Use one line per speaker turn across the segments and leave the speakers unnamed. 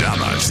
caballeros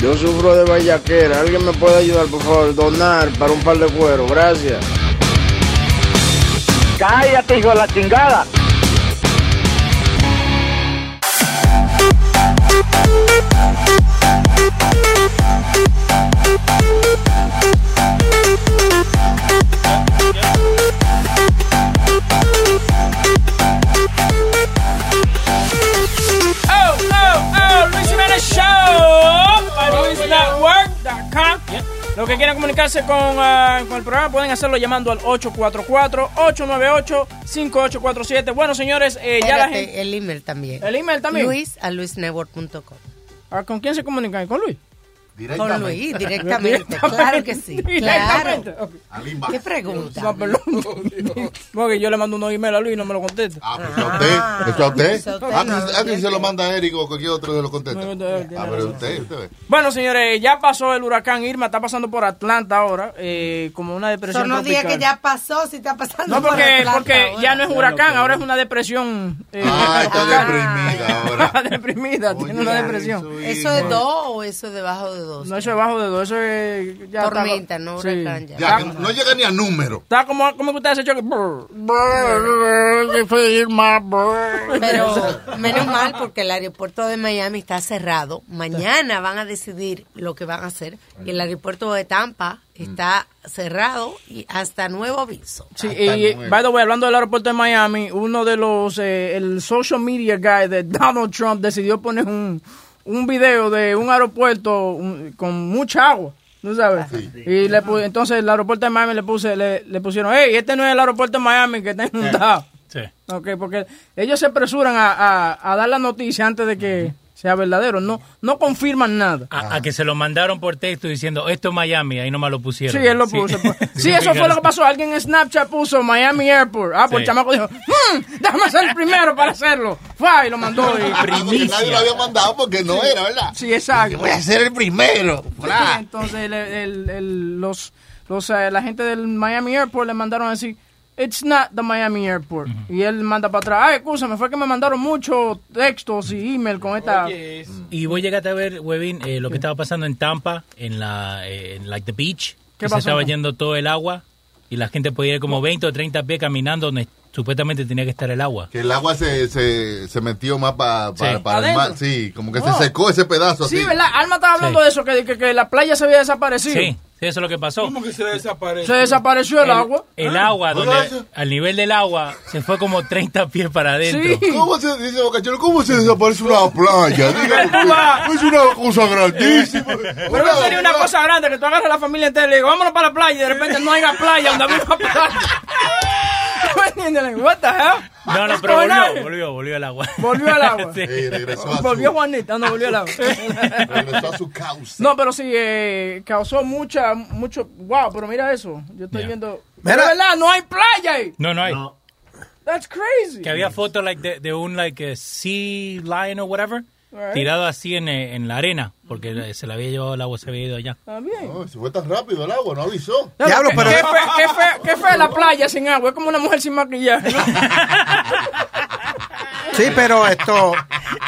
Yo sufro de vallaquera. ¿Alguien me puede ayudar, por favor? Donar para un par de cuero. Gracias.
Cállate, hijo de la chingada.
Oh, oh, oh, Luis Jiménez Show. by LuisNetwork.com. Los que quieran comunicarse con, ah, con el programa pueden hacerlo llamando al 844-898-5847. Bueno, señores, eh, ya la
Espérate,
gente.
El email también.
El email también.
Luis a luisnetwork.com.
Ah, ¿Con quién se comunican? ¿Con Luis?
Con Luis, directamente. claro que sí.
Directamente.
Claro. ¿Qué pregunta?
No, Ah, pues perdón. Porque yo le mando unos email a Luis y no me lo contesta.
¿Usted? ¿Eso a usted?
Eso a usted
Ah,
no,
pues, ah, que se lo manda a Eric o cualquier otro que lo contesta.
No, no, no,
Ah,
no,
pero
no.
usted, usted ve.
Bueno, señores, ya pasó el huracán Irma, está pasando por Atlanta ahora, eh, como una depresión.
Son los días
tropical.
que ya pasó, si está pasando.
No,
por
porque,
Atlanta
porque
ahora.
ya no es huracán, ahora es una depresión. eh,
Ah, está deprimida ahora.
está deprimida, tiene una depresión.
¿Eso es dos o eso es debajo de dos?
No, eso es bajo de dos, eso es. ya está-
Tormenta, no
sí.
huracán ya.
Ya, que no llega ni a número.
Está como, como que ustedes se choque. Brr.
Pero menos mal porque el aeropuerto de Miami está cerrado. Mañana van a decidir lo que van a hacer. Y el aeropuerto de Tampa está cerrado y hasta nuevo aviso.
Sí, y by the way, hablando del aeropuerto de Miami, uno de los, eh, el social media guy de Donald Trump decidió poner un, un video de un aeropuerto un- con mucha agua, ¿no sabes? Y le pu- entonces el aeropuerto de Miami le, puse, le, le pusieron, hey, este no es el aeropuerto de Miami que está inundado.
Eh, Sí.
Ok, porque ellos se apresuran a, a- a dar la noticia antes de que sea verdadero, no, no confirman nada.
A,
Ah.
a que se lo mandaron por texto diciendo, esto es Miami, ahí nomás lo pusieron.
Sí, él lo puso. pues. Sí, eso fue lo que pasó. Alguien en Snapchat puso Miami Airport. Ah, pues el
Sí.
chamaco dijo, "Mm, déjame ser el primero para hacerlo. Fue y lo mandó.
Ah,
Y...
porque nadie lo había mandado porque no era, ¿verdad?
Sí, exacto.
Voy a ser el primero.
Sí, pues, entonces el- el- el- los, los, eh, la gente del Miami Airport le mandaron así, it's not the Miami Airport. Y él manda para atrás, ay, escúchame, fue que me mandaron muchos textos y email con esta...
Y vos llegaste a ver, Webin, eh, lo que estaba pasando en Tampa, en la eh, en, like, the beach.
¿Qué
que
pasó?
Se estaba yendo todo el agua y la gente podía ir como 20 o 30 pies caminando donde supuestamente tenía que estar el agua.
Que el agua se, se, se metió más pa- pa-
Sí.
para el
Adentro.
mar. Sí, como que
Oh.
se secó ese pedazo.
Sí,
así.
¿verdad? Alma estaba hablando
Sí.
de eso, que, que, que la playa se había
Sí.
desaparecido.
sí, eso es lo que pasó.
¿Cómo que se desaparece? ¿Ah?
Se desapareció el, agua.
El agua,
¿no
donde-
era eso?
al nivel del agua, se fue como 30 pies para adentro.
Sí.
¿Cómo se dice Boca Chula, ¿Cómo se desaparece una playa? Dígame usted, es una cosa grandísima.
Pero no sería una cosa grande que tú agarras a la familia entera y le digo, vámonos para la playa y de repente no haya playa donde había una playa. ¿Tú me entiendes? Like, What the hell?
No, no,
What's
pero
going
volvió,
on?
volvió, volvió al agua.
Volvió al agua.
Sí.
Sí, regresó a
Volvió
su,
Juanita, no volvió al agua.
regresó a su causa.
No, pero sí, eh, causó mucha, mucho, wow, pero mira eso, yo estoy
Ya.
viendo, pero verdad, no hay playa ahí,
No, no hay.
that's crazy.
Que había fotos like, de, de un like, eh, sea lion o whatever
Alright.
tirado así en, eh, en la arena porque eh, se la había llevado el agua, se había ido allá.
Está bien.
No, se fue tan rápido el agua, no avisó.
No,
Diablo,
qué-
pero-
qué fe- qué fe- qué fea la playa sin agua, es como una mujer sin maquillaje.
Sí, pero esto.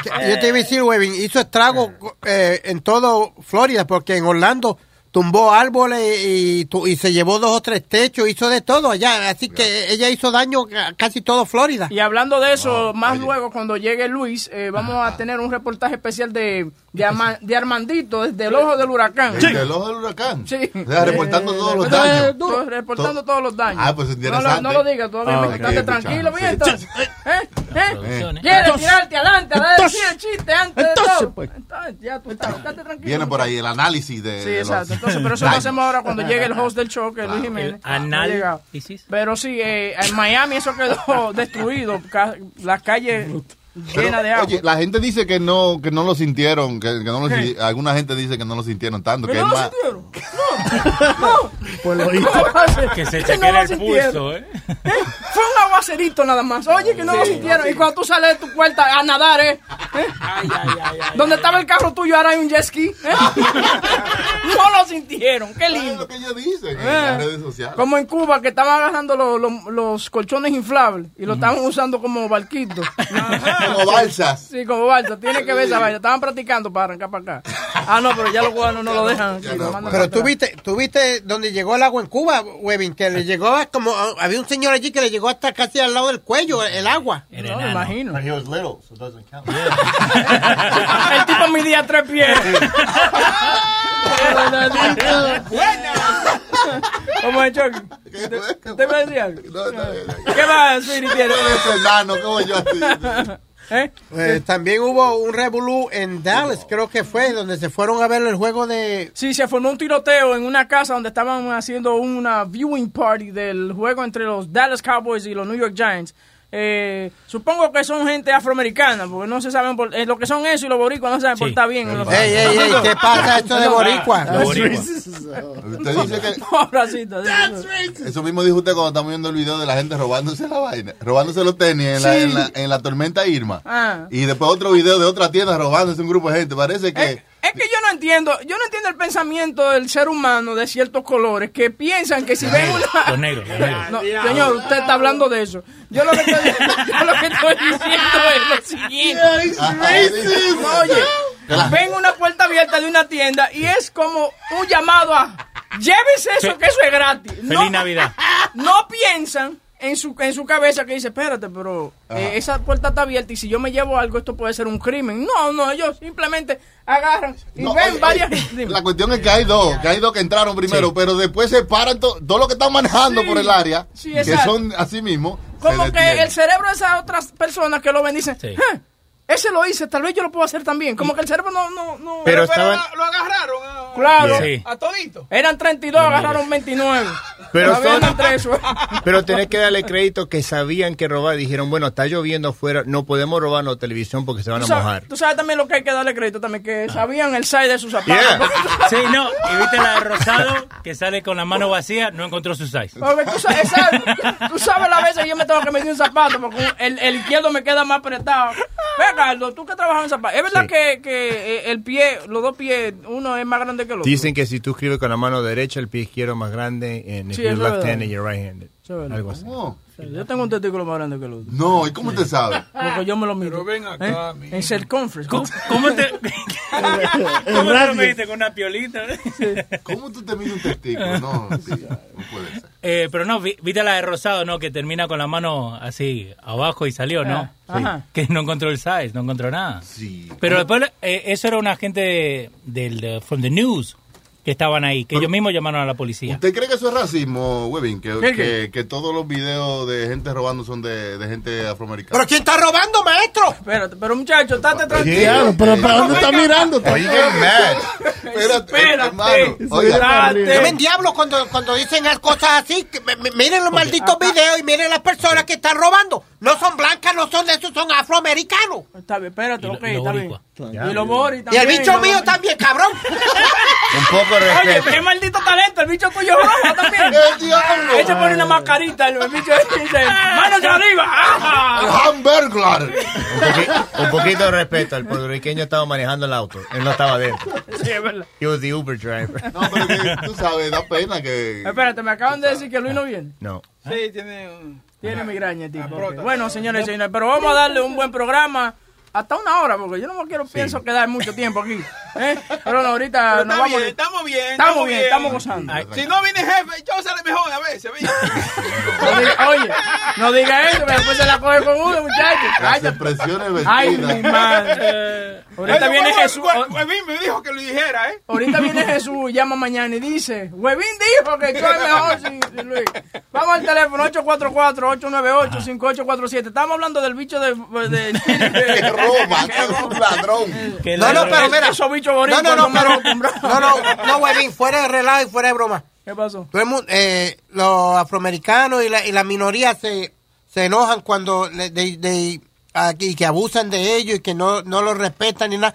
Yo te iba a decir, Webin, hizo estrago eh, en todo Florida, porque en Orlando tumbó árboles y, tu- y se llevó dos o tres techos, hizo de todo allá. Así que ella hizo daño a casi todo Florida.
Y hablando de eso, más
oye.
luego cuando llegue Luis, eh, vamos a tener un reportaje especial de, de, Ama- de Armandito desde el ojo del huracán.
El del ojo del huracán.
Sí. Eh,
O sea, reportando todos los
Entonces,
daños.
todo- reportando
To-
todos los daños.
Ah, pues
No lo-
interesante.
No, lo digas todavía,
Ah,
mijo,
ok,
estate
escuchamos,
tranquilo,
sí.
bien, entonces. ¿Eh? ¿Eh?
Producciones.
¿Quieres tirarte adelante? a ver, decir el chiste antes de
entonces,
todo.
pues.
Entonces, ya tú estás, estate tranquilo.
Viene por ahí el análisis
Eh,
de.
Sí,
de
exacto.
los-
Entonces, pero eso lo
daños.
hacemos ahora cuando llegue el host del show, que es Luis Jiménez.
El anal-
No ha llegado.
¿Dices?
Pero sí, eh, en Miami eso quedó destruido. Ca- Las calles llena de agua.
Oye, la gente dice que no, que no lo sintieron, que, que no lo
¿Qué?
si- alguna gente dice que no lo sintieron tanto,
¿Que
que
no
es
lo
más.
sintieron? No, no.
Pues lo
hizo.
Que se
Que no
chequeen
lo
el
sintieron.
pulso, ¿eh?
¿Eh? Fue un aguacerito nada más. Oye, que no lo sintieron. Y cuando tú sales de tu puerta a nadar, ¿eh? ¿Eh? Donde estaba el carro tuyo, ahora hay un jet ski. ¿eh? no lo sintieron. Qué lindo.
Dicen en
Eh.
las redes sociales.
Como en Cuba, que estaban agarrando los, los- los colchones inflables y lo estaban usando como barquitos. Ah.
Como balsas.
Sí, como balsa. Tiene que ver esa vaina. Estaban practicando para arrancar para acá. Ah, no, pero ya los cubanos no lo dejan. sí, lo mandan para
Pero tú
atrás.
viste, tú viste donde llegó el agua en Cuba, Webin, que le llegó a- como a- había un señor allí que le llegó hasta casi al lado del cuello el, el agua.
No, me imagino.
He was little, so it doesn't count.
El tipo midía tres pies. ¿Cómo es, Chucky? ¿Te, te iba a decir algo? ¿Qué más, Siri, tiene?
¿cómo yo
Eh, también hubo un revolú en Dallas, creo que fue, donde se fueron a ver el juego de...
Sí, se formó un tiroteo en una casa donde estaban haciendo una viewing party del juego entre los Dallas Cowboys y los New York Giants. Eh, supongo que son gente afroamericana, porque no se saben por- eh, lo que son eso y los boricuas no se saben ah, portar bien.
Ey, ey, ey, ¿qué pasa esto de boricua?
Los boricuas.
Usted dice que
Pobrecito, sí.
eso mismo dijo usted cuando estamos viendo el video de la gente robándose la vaina, robándose los tenis en, la,
Sí.
en, la, en la tormenta Irma.
Ah.
Y después otro video de otra tienda robándose un grupo de gente. Parece que
Es que yo no entiendo, yo no entiendo el pensamiento del ser humano de ciertos colores que piensan que si ven una...
Los negros, los negros.
No, señor, usted está hablando de eso. Yo lo que estoy, yo lo que estoy diciendo es lo siguiente. Oye, ven una puerta abierta de una tienda y es como un llamado a llévese eso, que eso es gratis.
Feliz Navidad.
No piensan en su, en su cabeza que dice, espérate, pero eh,
Ajá.
esa puerta está abierta y si yo me llevo algo, esto puede ser un crimen. No, no, ellos simplemente agarran y
No,
ven
oye,
varias...
oye, la cuestión es que hay dos, que hay dos que entraron primero, pero después se paran to- todos los que están manejando
Sí,
por el área,
sí,
que
exacto.
son así mismo. se
Como que
detienen.
el cerebro de esas otras personas que lo ven dicen,
Sí.
"Ah, ese lo hice, tal vez yo lo puedo hacer también. Como que el cerebro no... no, no
Pero estaban-
lo agarraron. Claro.
Sí.
A todito. Eran 32, agarraron 29.
Pero
Todavía ¿eh?
son-
andan presos.
Pero tenés que darle crédito que sabían que robar. Dijeron, bueno, está lloviendo afuera, no podemos robar la televisión porque se van a
Tú sabes-
mojar.
Tú sabes también lo que hay que darle crédito también, que sabían el size de sus zapatos.
Yeah.
Sí, no. Ah. Y viste la de Rosado que sale con la mano vacía, no encontró su size.
Porque tú sabes, exacto. tú sabes las veces que yo me tengo que meter un zapato porque un- el, el izquierdo me queda más apretado. Ve, Carlos, tú que trabajas en zapatos. Es verdad
Sí.
que, que eh, el pie, los dos pies, uno es más grande que el otro.
Dicen que si tú escribes con la mano derecha, el pie izquierdo más grande, and if
Sí,
you're
eso es
left handed,
verdad.
you're right handed.
Eso es verdad.
Algo así.
Yo tengo un testículo más grande que el otro.
No, ¿y cómo usted sabe?
Porque yo me lo ¿Eh? miro. Pero ven
acá,
En circunference. ¿Cómo,
te.? ¿Cómo te lo mediste con una piolita?
¿Cómo tú te mides un testículo? No, sí, no puede ser.
Eh, pero no, vi- viste la de Rosado, ¿no? Que termina con la mano así abajo y salió, ¿no?
Ah, ajá.
Que no encontró el size, no encontró nada. Pero después, eh, eso era una gente de- del, de- from the news que estaban ahí, que ellos mismos llamaron a la policía.
¿Usted cree que eso es racismo, Webin? Que,
¿Qué,
que, que todos los videos de gente robando son de, de gente afroamericana.
¿Pero quién está robando, maestro?
Espérate, pero muchacho, estate tranquilo.
Claro, pero ¿para dónde está
mirando?
Oye,
Espérate,
eh, hermano. Oiga. espérate.
Yo me endiablo cuando, cuando dicen las cosas así. que me- me- miren los malditos videos y miren las personas que están robando. No son blancas, no son de esos, son afroamericanos.
Está bien, espérate, ok,
y lo
está bien.
boricua.
Y los boris
Y el
también.
bicho
los-
mío también, cabrón.
Un poco de
Oye,
respeto.
qué maldito talento, el bicho tuyo rojo también.
¡El diablo!
Él se pone una mascarita, el bicho dice, manos arriba. ¡Ajá!
¡Hamburglar!
Un, poqui- un poquito de respeto. El puertorriqueño estaba manejando el auto. Él no estaba dentro.
Sí, es verdad.
He was the Uber driver.
No, pero que tú sabes, da pena que...
Espérate, me acaban de decir que Luis no viene.
No.
Sí, tiene, ¿Eh? tiene migraña, el tipo. Ok. Bueno, señores y señores, pero vamos a darle un buen programa. Hasta una hora, porque yo no me quiero, pienso quedar mucho tiempo aquí. ¿eh? Pero no, ahorita
Pero
nos
está
vamos.
bien, estamos bien,
Estamos bien, estamos gozando.
Si no viene jefe, yo sale mejor a veces. ¿viste?
No diga- oye, no diga eso, que después se la coge con uno, muchachos.
Las expresiones vestidas.
Ay, mi madre. Ahorita
Eh, Oye,
viene
Juan-
Jesús. oh.
Juan- Juanín me dijo que lo dijera, ¿eh?
Ahorita viene Jesús, llama mañana y dice, Huevín dijo que tú eres mejor sin, sin Luis. Vamos al teléfono 844-898-5847. Estamos hablando del bicho de... pues, de,
de Roma, que es un ladrón.
No, no, pero mira.
Esos bichos
No,
bonitos
no, no, pero,
acostumbrados.
no, no, no, Webin, fuera de relajo y fuera de broma.
¿Qué pasó?
Todo el mundo, eh, los afroamericanos y la, y la minoría se, se enojan cuando le- they, they ah, y que abusan de ellos y que no, no los respetan ni nada.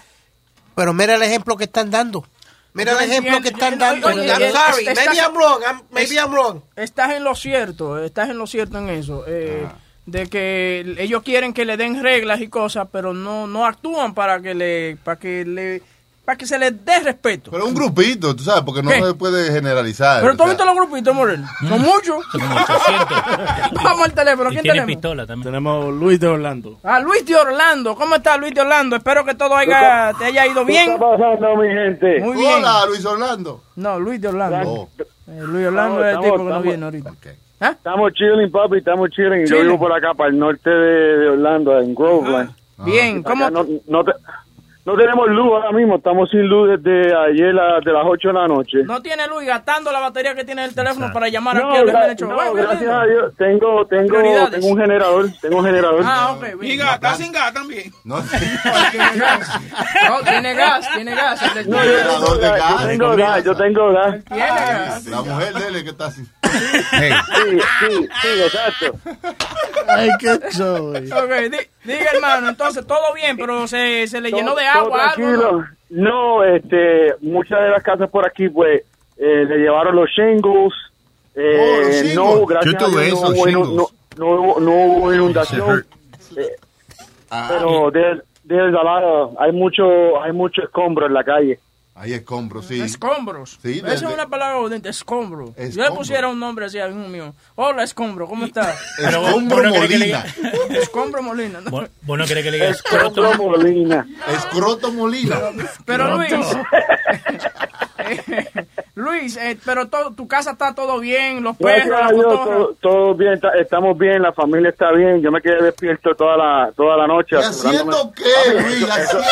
Pero mira el ejemplo que están dando. Mira
Yo
el ejemplo
entiendo,
que
yo
están
entiendo.
dando.
Oye, este
I'm
es-
sorry,
estás-
maybe I'm wrong, I'm- maybe I'm wrong.
Estás en lo cierto, eh, estás en lo cierto en eso. eh,
Ah.
De que ellos quieren que le den reglas y cosas, pero no, no actúan para que le, para que le, para que se les dé respeto.
Pero un grupito, tú sabes, porque no
¿Qué?
se puede generalizar.
Pero tú
o
has
sea,
visto los grupitos, Morel.
Mm.
Son muchos. Vamos al teléfono. ¿Quién tenemos?
pistola también.
Tenemos Luis de Orlando.
A Luis de Orlando. ¿Cómo está Luis de Orlando? Espero que todo haya, te haya ido bien.
¿Qué está pasando, mi gente?
Muy bien.
Hola, Luis Orlando.
No, Luis de Orlando.
Oh.
Eh, Luis Orlando
Estamos-
es el tipo que no
estamos-
viene ahorita.
Estamos chilling, papi, estamos chilling.
¿Ah?
Yo
Chilling.
vivo por acá, para el norte de, de Orlando, en Groveland.
Ah. Bien,
Acá No, no te- no tenemos luz ahora mismo, estamos sin luz desde ayer la- de las 8 de la noche.
No tiene Luis gastando la batería que tiene el teléfono para llamar
No,
aquí al
gra-
derecho.
no,
Bueno,
gracias a Dios, tengo, tengo,
Prioridades.
tengo un generador, tengo un generador.
Ah, ok. bien.
Está sin gas también.
No, tiene gas, tiene gas. El
No, yo tengo gas, yo tengo gas, yo tengo gas.
Tiene gas.
La mujer de él es que está así.
Sí, sí, sí, exacto.
Ay, qué show. güey.
Ok, di- diga hermano, entonces todo bien, pero se, se le llenó de
Todo- todo
agua algo.
tranquilo.
Ah, ¿no?
No, este, muchas de las casas por aquí, pues, eh, le llevaron los shingles.
Oh, los
Eh,
shingles.
no, gracias
Yo tuve
a Dios, no,
esos
hubo inu-
shingles.
no, no hubo- no hubo inundación. Eh,
Ah,
Pero de, de hay mucho, hay mucho escombro en la calle.
Hay escombros, sí.
Escombros.
Sí,
Esa
de-
es
de-
una palabra audiente, escombro. Yo le
Escombro.
pusiera un nombre así a hijo mío. Hola, escombro, ¿cómo estás?
Escombro Molina.
escombro Molina. ¿no?
¿Vos no querés que le digas escroto?
Molina.
Escroto Molina.
Pero Luis, Luis, eh, pero todo, tu casa está todo bien, los perros,
pues,
Gracias a
las
Dios,
cotorras.
todo, todo bien, ta- estamos bien, la familia está bien. Yo me quedé despierto toda la, toda la noche.
¿Y
asegurándome-
haciendo qué, Luis? Haciendo-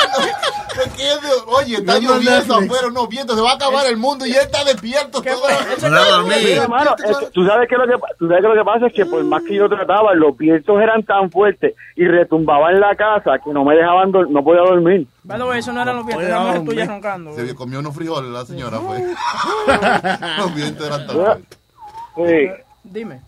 ¿Qué quiere? Oye, está
Viendo
lloviendo
Netflix.
afuera, no viento, se va a acabar el mundo y él está despierto. todo-
Mira, hermano, es- tú sabes que lo que pa- tú sabes que lo que pasa es que por más que yo trataba, los vientos eran tan fuertes y retumbaban en la casa que no me dejaban dor- no podía dormir.
By the way, eso no eran los vientos,
Oye,
era la mujer
hombre.
tuya roncando.
Se comió unos frijoles la señora, fue. Los vientos eran tan
Sí,
Dime.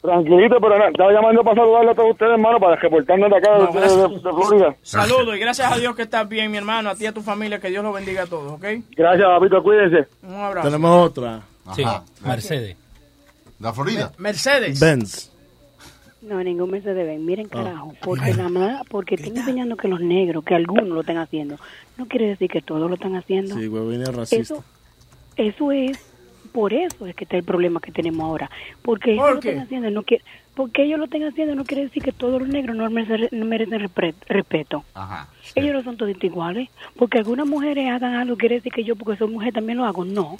tranquilito, pero nada, estaba llamando para saludarle a todos ustedes, hermano, para reportarnos de acá de- de, de- de Florida.
Saludos y gracias a Dios que estás bien, mi hermano, a ti y a tu familia, que Dios los bendiga a todos, ¿ok?
Gracias, papito, cuídense.
Un abrazo.
Tenemos otra.
Sí, Mercedes.
¿La Florida?
Mercedes.
Benz.
No, ningún mes se deben.
Ah.
Miren, carajo, porque nada más, porque están enseñando que los negros, que algunos lo están haciendo, no quiere decir que todos lo están haciendo.
Sí, huevín es racista.
eso, eso es, por eso es que está el problema que tenemos ahora. Porque ellos
¿Por
lo
qué?
están haciendo, no quiere, porque ellos lo están haciendo, no quiere decir que todos los negros no merecen, no merecen respet- respeto.
Ajá.
Ellos no son todos iguales. Porque algunas mujeres hagan algo, quiere decir que yo, porque soy mujer, también lo hago. No.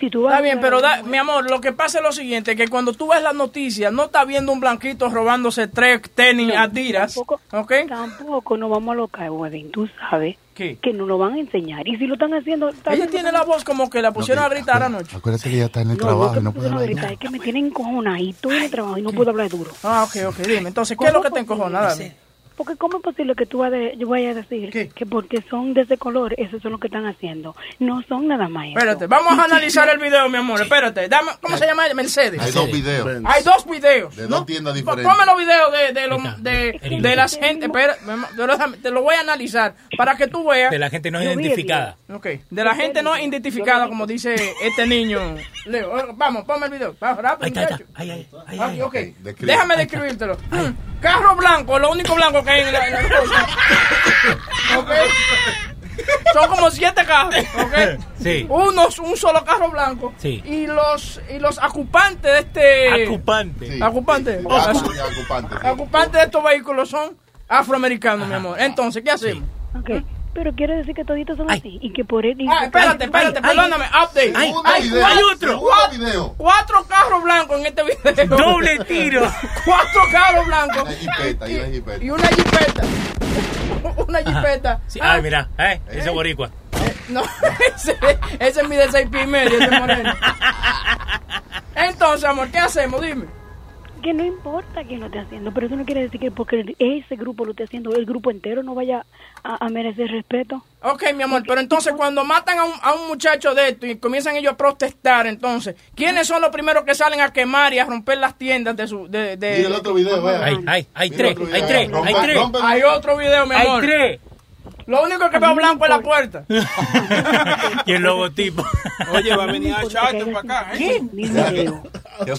Si tú vas
Está
a
bien,
ver a
pero
una
da- mi amor, lo que pasa es lo siguiente, que cuando tú ves las noticias, no estás viendo un blanquito robándose tres tenis adidas, ¿ok?
Tampoco nos vamos a locar, Webin. Tú sabes
¿Qué?
que nos lo van a enseñar. Y si lo están haciendo. está
Ella
bien,
tiene
lo
la
están-
voz como que la pusieron a gritar anoche.
Acuérdate que ella está en el
No,
trabajo
lo
y
que
no puede
pusieron
hablar.
ahorita es que me tienen encojonada y estoy en el trabajo y no puedo hablar duro.
Ah, ok, ok, dime. Entonces, ¿qué es lo que te encojona, Dani?
Porque ¿cómo es posible que tú vayas, yo vaya a decir que porque son de ese color, esos son lo que están haciendo? No son nada más eso.
Espérate, vamos a analizar el video, mi amor. Espérate, dame, ¿cómo se llama? Mercedes.
Hay dos videos.
Hay dos videos.
De dos tiendas
Po-
diferentes.
Ponme los videos de, de, lo- de, de las gente. Espera, mi amor, te lo- te lo voy a analizar para que tú veas.
De la gente no identificada.
Ok, de la gente no identificada, como dice este niño. Leo, eh, vamos, ponme el video. Vamos, rápido, muchacho. Ah, ok.
describe.
Déjame describírtelo. Mm, Carro blanco, lo único blanco que hay en la, en la cosa. Ok. Son como siete carros, ¿ok?
Sí.
Unos, un solo carro blanco.
Sí.
Y los, y los ocupantes de este.
Ocupante.
Ocupante.
Ocu- Ocupante.
Ocupantes de estos vehículos son afroamericanos, mi amor. Entonces, ¿qué hacemos?
Ok, Pero quiere decir que toditos son así y que por él. y-
Ah, espérate, espérate,
Ay,
perdóname.
ay.
Update.
Ay,
Hay
video,
cuatro-
segundo
cuatro-
video.
Cuatro carros blancos en este video.
Doble tiro.
cuatro carros blancos.
Una jipeta, y una jipeta.
Y una jipeta. Una jipeta. Ah,
Sí, ay, mira, eh, ese boricua.
No, ese, ese es mi de seis pies y medio, ese moreno. Entonces, amor, ¿qué hacemos? Dime.
que no importa quién lo esté haciendo, pero eso no quiere decir que porque ese grupo lo esté haciendo, el grupo entero no vaya a, a merecer respeto.
Ok, mi amor, pero entonces cuando matan a un, a un muchacho de esto y comienzan ellos a protestar, entonces, ¿quiénes son los primeros que salen a quemar y a romper las tiendas de su... De, de-
Mira el otro video, vea.
Hay, hay, hay
Mira
tres,
otro video.
hay tres, hay
Rompe-
tres.
rompe-
Hay otro video, mi
Hay
amor.
tres.
Lo único que veo blanco es la puerta.
Y el logotipo.
Oye, va a venir a echarte
para
acá, ¿eh?
¿Qué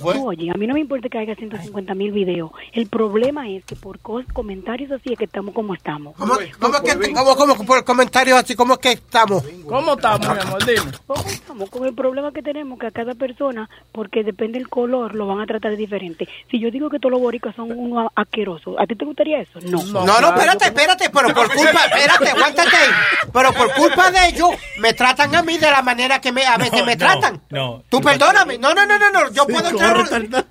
Oye, a mí no me importa que haya 150 mil videos. El problema es que por cos- comentarios así es que estamos como estamos.
¿Cómo, cómo es que, cómo, cómo, por comentarios así, cómo es que estamos?
¿Cómo estamos, mi amor? Dime.
¿Cómo estamos? Con el problema que tenemos que a cada persona, porque depende del color, lo van a tratar diferente. Si yo digo que todos los boricas son unos a- asquerosos, ¿a ti te gustaría eso? No.
No, no, espérate, espérate, pero por culpa, espérate, aguántate ahí. Pero por culpa de ellos, me tratan a mí de la manera que me, a veces me tratan.
No.
Tú perdóname. No, no, no, no, no. Yo puedo entrar.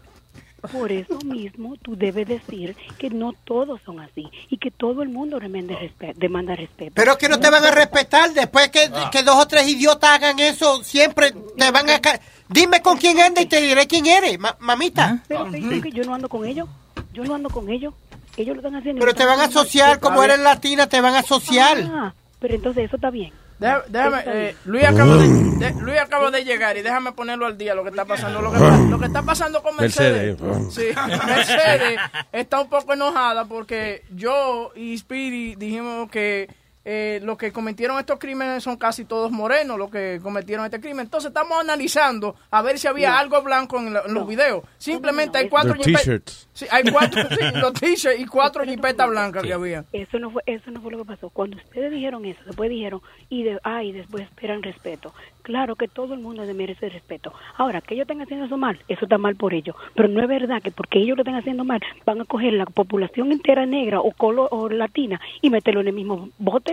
Por eso mismo tú debes decir que no todos son así y que todo el mundo demanda, respe- demanda respeto.
Pero es que no te van a respetar después que,
Ah.
que dos o tres idiotas hagan eso. Siempre te van a. ca- Dime con quién andas y te diré quién eres, ma- mamita.
Ah.
Pero te digo que yo no ando con ellos. Yo no ando con ellos. Ellos lo están haciendo.
Pero te van a asociar, como eres latina, te van a asociar.
Ah, pero entonces eso está bien.
Deja- Déjame, eh, Luis, acaba de,
Mm.
de- Luis acaba de llegar y déjame ponerlo al día lo que está pasando. Lo que, pa- lo que está pasando con Mercedes.
Ah. Mercedes. eh, ah.
Sí, Mercedes está un poco enojada porque yo y Speedy dijimos que eh, los que cometieron estos crímenes son casi todos morenos los que cometieron este crimen. Entonces estamos analizando a ver si había
No.
algo blanco en, la- en los videos. Simplemente hay cuatro
Los
jipe-
t-shirts.
Sí, hay cuatro, sí, los t-shirts y cuatro jipetas blancas que había.
Eso no fue, eso no fue lo que pasó. Cuando ustedes dijeron eso, después dijeron, y de, ay, después esperan respeto. Claro que todo el mundo le merece respeto. Ahora, que ellos estén haciendo eso mal, eso está mal por ellos. Pero no es verdad que porque ellos lo estén haciendo mal, van a coger la población entera negra o color o latina y meterlo en el mismo bote.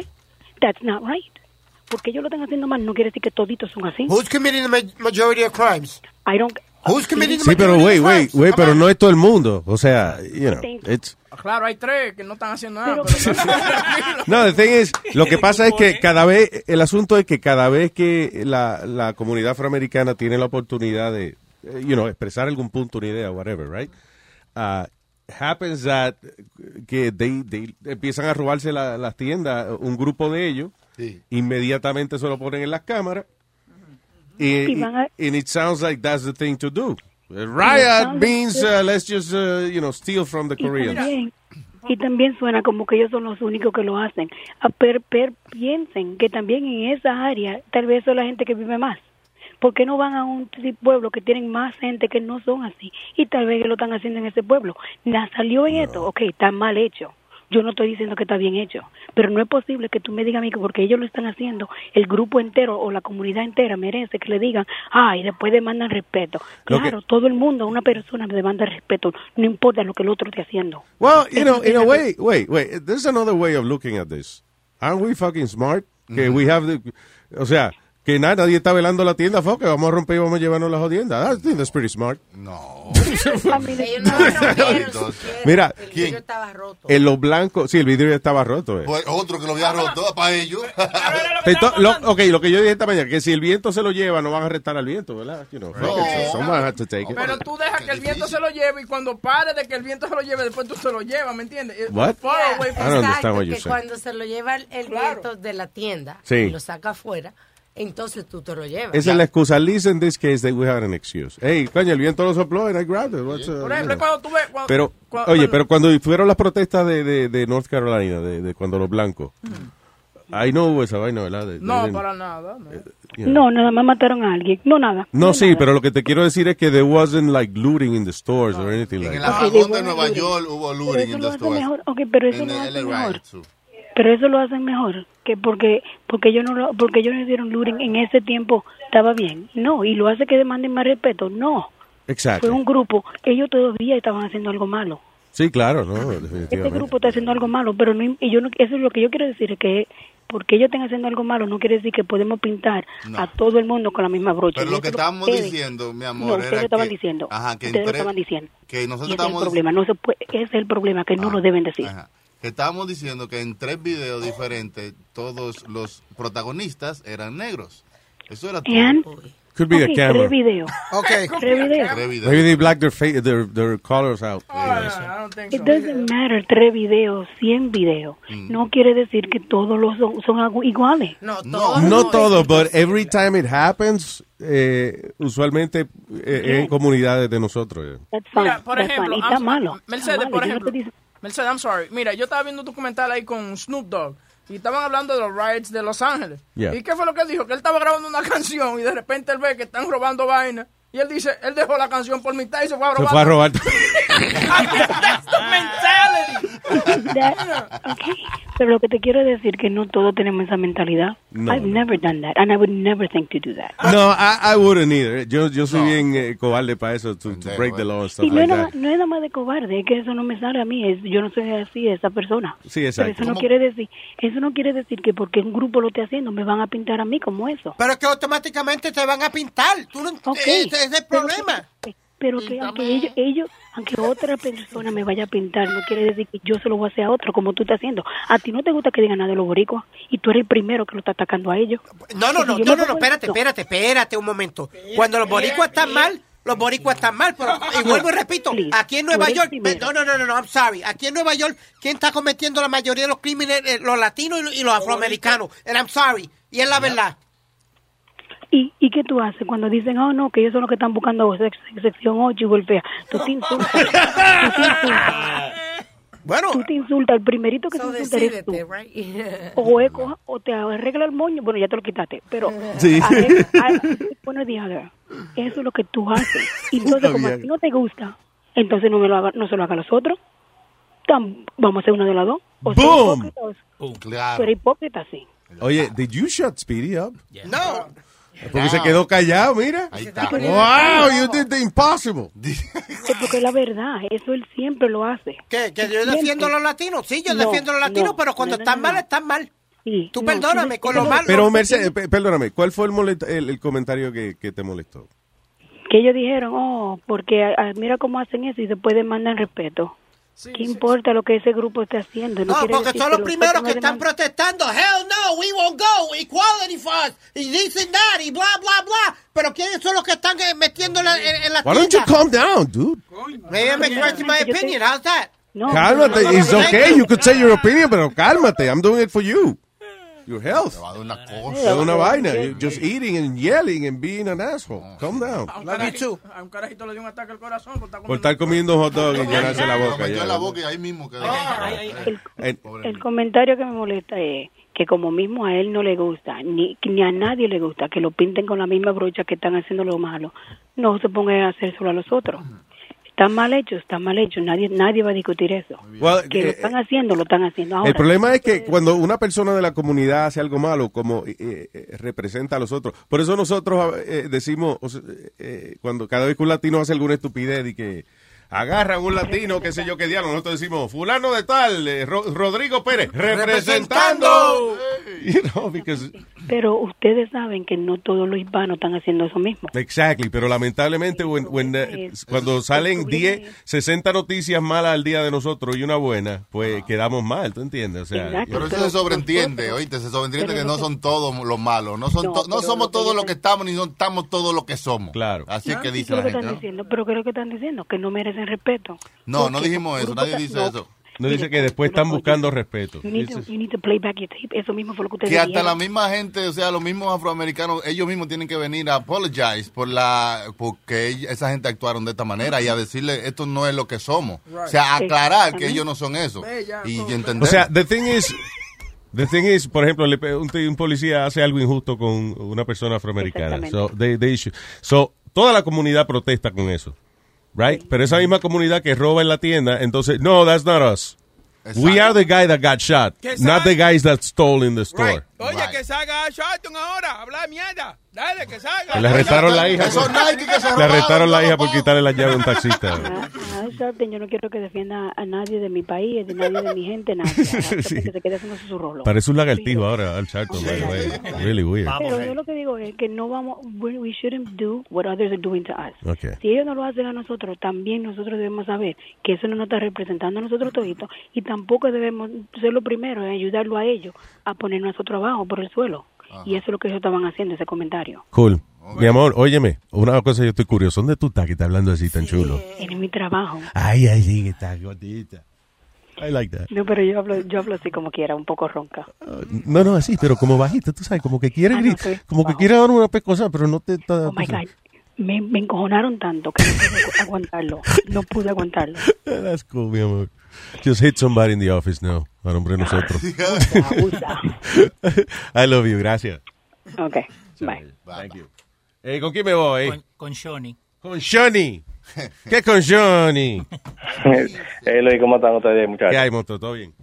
That's not right. Porque ellos lo están haciendo mal, no quiere decir que toditos son así.
Who's committing the ma- majority of crimes?
I don't.
Who's committing the
Sí, pero
majority
güey,
of
güey,
crimes?
güey, pero no es todo el mundo. O sea, you know, it's-
Claro, hay tres que no están haciendo nada. pero-
No, the thing is, lo que pasa es que cada vez, el asunto es que cada vez que la, la comunidad afroamericana tiene la oportunidad de, eh, you know, expresar algún punto, una idea, whatever, right? Uh, happens that eh, que they- they empiezan a robarse la- las tiendas, un grupo de ellos,
Sí.
inmediatamente se lo ponen en las cámaras. Y,
Y van a-
and it sounds like that's the thing to do.
van
Riot
a-
means uh, let's just uh, you know steal from the
Y
Koreans.
también, y también suena como que ellos son los únicos que lo hacen. A per- per- piensen que también en esa área tal vez son la gente que vive más. ¿Por qué no van a un t- pueblo que tienen más gente que no son así? Y tal vez que lo están haciendo en ese pueblo. Na, salió en esto, ok, está mal hecho. Yo no estoy diciendo que está bien hecho, pero no es posible que tú me digas a mí que porque ellos lo están haciendo, el grupo entero o la comunidad entera merece que le digan, ay, después demandan respeto.
Lo
Claro, todo el mundo, una persona demanda respeto, no importa lo que el otro esté haciendo.
Well, you know, in a way, wait, wait. There's another way of looking at this. Aren't we fucking smart? Que we have the, o sea, que nada, nadie está velando la tienda, fuck, que vamos a romper y vamos a llevarnos las jodiendas. I think that's pretty smart.
No.
Ellos no rompieron siquiera.
Mira,
El
¿quién?
vidrio estaba roto.
En los blancos, sí, el vidrio estaba roto. eh.
Pues otro que lo
Ah,
había roto ah, para ellos.
Ento- lo- ok, lo que yo dije esta mañana, que si el viento se lo lleva, no van a arrestar al viento, ¿verdad? You know, fuck it, so someone has to take it.
Pero tú dejas que el viento se lo lleve y cuando pare de que el viento se lo lleve, después tú se lo llevas, ¿me entiendes? Eh,
What?
far away
I don't
from-
understand what
que
you're saying.
cuando se lo lleva el, el viento de la tienda,
Sí.
y lo saca afuera, entonces tú te lo llevas.
Esa es la excusa. At least in this case, they we had an excuse. Hey, coño, el viento lo sopló and I grabbed it. What's, uh,
Por
you
ejemplo,
know.
cuando tú ves... cuando-
Pero,
cuando-
oye, pero cuando fueron las protestas de, de, de North Carolina, de, de cuando los blancos, ahí no hubo esa vaina, ¿verdad? De- de-
No,
de-
para nada. no.
eh, you know.
No, nada más mataron a alguien, no nada.
No, sí, pero lo que te quiero decir es que there wasn't like looting in the stores or anything like
En el
that.
apagón de Nueva York hubo
Pero
looting
eso lo
en los
hacen
stores.
mejor, ok, pero eso
En
lo
el
hacen
LA
mejor.
Riot, too.
Pero eso lo hacen mejor que porque porque ellos no lo, porque ellos no hicieron luring en ese tiempo estaba bien. No, y lo hace que demanden más respeto. No, fue
Exacto.
un grupo. Ellos todavía estaban haciendo algo malo.
Sí, claro, no,
Este
definitivamente.
grupo está haciendo algo malo, pero no, y yo no- eso es lo que yo quiero decir es que porque ellos están haciendo algo malo no quiere decir que podemos pintar
No.
a todo el mundo con la misma brocha.
Pero
Y
lo
eso
que
es
estábamos
ustedes-
diciendo, mi
no,
amor,
ustedes
era
lo estaban
que-
diciendo.
Ajá, que
ustedes lo
entre-
estaban diciendo.
que nosotros
Y ese es el
estábamos- Ah,
problema, no se puede- ese es el problema que no lo deben decir.
Ajá. Que estábamos diciendo que en tres videos diferentes todos los protagonistas eran negros. Eso era todo.
And-
Could be the
Ok,
camera.
Tres videos.
Okay.
Tres videos.
Maybe they black their, fa- their, their colors out.
It doesn't matter, tres videos, cien videos. No quiere decir que todos los son, son agu- iguales.
No,
No todo, but every time it happens, eh, usualmente eh, en comunidades de nosotros. eh.
Mira, Ah, por
that's
ejemplo,
fine. Y está
I'm-
malo,
Mercedes,
está malo,
por
yo no
ejemplo. Mercedes, I'm sorry. Mira, yo estaba viendo un documental ahí con Snoop Dogg y estaban hablando de los riots de Los Ángeles.
Yeah.
¿Y qué fue lo que él dijo? Que él estaba grabando una canción y de repente él ve que están robando vaina. Y él dice, él dejó la canción por mitad y se fue a robar.
Se fue a robar.
That's the mentality.
That- okay. Pero lo que te quiero decir que no todos tenemos esa mentalidad.
No,
I've never done that, and I would never think to do that.
No, I, I wouldn't either. Yo, yo soy bien eh, cobarde para eso, to, to break the law and stuff
Y no es,
like
nada,
that.
no es nada más de cobarde, es que eso no me sale a mí, es- yo no soy así, esa persona.
Sí,
Pero
exacto.
eso no
¿Cómo?
quiere decir, eso no quiere decir que porque un grupo lo esté haciendo me van a pintar a mí como eso.
Pero que automáticamente te van a pintar. Tú no, ese ese es el problema.
eh, Pero que aunque ellos, ellos, aunque otra persona me vaya a pintar, no quiere decir que yo se lo voy a hacer a otro como tú estás haciendo. A ti no te gusta que digan nada de los boricuas y tú eres el primero que lo está atacando a ellos.
No, no, no,
Yo
no,
me
no, no,
pongo-
espérate, espérate, espérate un momento. Cuando los boricuas están mal, los boricuas están mal, pero y vuelvo y repito, aquí en Nueva
tú eres
York,
primero.
no, no, no, no, no, I'm sorry, aquí en Nueva York, ¿quién está cometiendo la mayoría de los crímenes? Eh, Los latinos y los- y los afroamericanos, and I'm sorry, y es la verdad.
¿Y, ¿Y qué tú haces cuando dicen, oh no, que ellos son los que están buscando sex- sección 8 y golpea? Tú te insultas. tú te insultas.
Bueno.
Tú te insultas, el primerito que
So
se insulta eres tú.
decídete, right?
O, es coja- o te arregla el moño, bueno, ya te lo quitaste, pero
Sí.
arregla- ar- bueno, diablo, eso es lo que tú haces. Y entonces, como a ti no te gusta, entonces no, me lo haga- no se lo haga a los otros. Tam- vamos a hacer una de las dos. O ser
Boom.
hipócrita, o-
Claro.
tú eres hipócrita, sí.
Oye, did you shut Speedy up?
No.
Porque se quedó callado, mira. Wow, you did the impossible.
Sí, Porque es la verdad, eso él siempre lo hace.
¿Qué? Que yo defiendo a los latinos, sí, yo
No,
defiendo a los latinos,
no,
pero cuando
no, no,
están
no,
mal,
no.
están mal. Tú
no,
perdóname,
tú-
con lo
tú-
malo.
Pero, Mercedes, pe- perdóname, ¿cuál fue el, molest- el, el comentario que, que te molestó?
Que ellos dijeron, oh, porque ah, mira cómo hacen eso y después demandan respeto. ¿Qué importa lo que ese grupo esté haciendo? No,
No,
quiere
porque
decir
son los primeros
otros no
que están
demandan.
protestando. Hell no, we won't go. Equality first. Y dicen that y bla, bla, bla. Pero ¿quiénes son los que están eh, metiendo la- en, en la
Why don't you
tienda?
calm down, dude?
Maybe I'm expressing my opinion. How's that?
cálmate. It's
Thank
okay.
you.
You could say your opinion, pero cálmate. I'm doing it for you. Your health.
Te va a dar una
Es
cosa.
una vaina. You're just eating and yelling and being an asshole. Calm down.
A un carajito- a un carajito le dio un ataque al corazón por estar
Por estar comiendo hot
Ah,
dog y llenarse la boca.
metió
ya. Eh,
en la boca y ahí mismo quedó.
And-
El comentario que me molesta es que como mismo a él no le gusta, ni, ni a nadie le gusta que lo pinten con la misma brocha que están haciendo lo malo, no se pongan a hacer solo a los otros. Está mal hecho, está mal hecho, nadie nadie va a discutir eso.
Well,
Que lo
eh,
están haciendo, lo están haciendo ahora.
El problema es que cuando una persona de la comunidad hace algo malo, como eh, eh, representa a los otros. Por eso nosotros eh, decimos, o sea, eh, cuando cada vez que un latino hace alguna estupidez y que agarran un latino, qué sé yo, qué diablo, nosotros decimos, fulano de tal, eh, Ro- Rodrigo Pérez, representando. You know, because-
Pero ustedes saben que no todos los hispanos están haciendo eso mismo.
exactly, pero lamentablemente when- when, eh,
es-
cuando salen 10, 60 noticias malas al día de nosotros y una buena,
Ah.
pues quedamos mal, ¿tú entiendes? O sea,
Pero eso se sobreentiende, oíste, se sobreentiende
pero
que
lo
no
que-
son todos los malos, no son
No,
to- no
pero
somos
lo que
todos
yo
lo que estamos ni no estamos todos lo que somos.
Claro.
Así es que dice
¿Qué es
la
lo Ah, que están
gente. Ah.
diciendo? Pero ¿qué es lo que están diciendo? Que no merecen respeto.
No, no, no
Porque
dijimos eso,
grupos
nadie
que-
dice
no.
eso.
no dice que después están buscando respeto.
You need, to, you need to play back your tape. Eso mismo fue lo que ustedes
Que hasta
dijeron.
la misma gente, o sea, los mismos afroamericanos, ellos mismos tienen que venir a apologize por la porque ell- esa gente actuaron de esta manera y a decirle esto no es lo que somos. O sea, aclarar que ellos no son eso. Y entender.
O sea, the thing is, the thing is, por ejemplo, le pe- un, t- un policía hace algo injusto con una persona afroamericana. So, they- they should- so, toda la comunidad protesta con eso, right? Pero esa misma comunidad que roba en la tienda, entonces, no, that's not us. We are the guy that got shot,
Que sabe-
not the guys that stole in the store.
Oye, que salga Charlton ahora. Habla mierda. Dale, que salga.
Le arrestaron la hija.
Eso Nike que se
Le
robaron,
arrestaron la hija por quitarle la llave a un taxista.
Ah, Sharpton, yo no quiero que defienda a nadie de mi país, de nadie de mi gente, nada. Sharpton, Que se quede haciendo su rolo.
Parece un lagartijo ahora, al Charlton, by the way. Really weird.
Pero yo lo que digo es que no vamos, we, we shouldn't do what others are doing to us.
Okay.
Si ellos no lo hacen a nosotros, también nosotros debemos saber que eso no nos está representando a nosotros toditos y tampoco debemos ser los primeros en ayudarlo a ellos a poner nosotros abajo por el suelo. Y eso es lo que ellos estaban haciendo, ese comentario.
Cool. Mi amor, óyeme, una cosa yo estoy curioso. ¿Dónde tú estás que estás hablando así tan chulo?
En mi trabajo.
Ah,
Ay, ay, sí, que estás gordita. I like that.
No, pero yo hablo, yo hablo así como quiera, un poco ronca.
No, no, así, pero como bajita, tú sabes, como que quiere
Ah, no,
gritar,
sí,
como que quiere dar una pecosa, pero no te está...
Oh my God. Me, me encojonaron tanto que no pude aguantarlo. No pude aguantarlo.
That's cool, mi amor. Just hit somebody in the office now, al hombre
Ah,
de nosotros. I love you, gracias.
Ok,
bye. Thank you. Eh, ¿Con quién me voy?
Con, con Johnny.
Con Johnny. ¿Qué con Johnny?
Hey Luis, ¿cómo están ustedes, muchachos?
¿Qué hay, Moto? ¿Todo bien?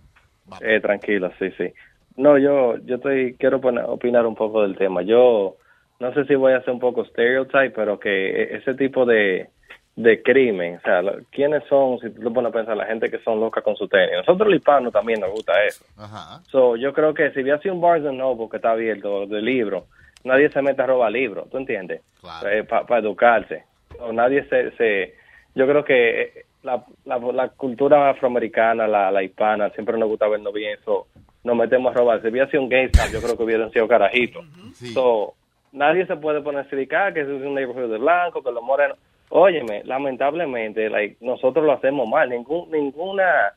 Eh, tranquilo, sí, sí. No, yo, yo estoy, quiero poner- opinar un poco del tema. Yo no sé si voy a hacer un poco stereotype, pero que e- ese tipo de, de crimen, o sea, lo- ¿quiénes son, si tú te pones a pensar, la gente que son locas con su tenis? Nosotros los hispanos también nos gusta eso.
Ajá.
So, yo creo que si hubiera sido un Barnes Noble que está abierto de libro, nadie se mete a robar libros, ¿tú entiendes? Para Eh, educarse. O nadie se, se- Yo creo que eh, la, la, la cultura afroamericana, la, la hispana, siempre nos gusta vernos bien, so, nos metemos a robar. Si hubiera sido un GameStop, yo creo que hubieran sido carajitos. So, nadie se puede poner a criticar que eso es un neighborhood de blanco, que los morenos... Óyeme, lamentablemente, like, nosotros lo hacemos mal. Ningún, ninguna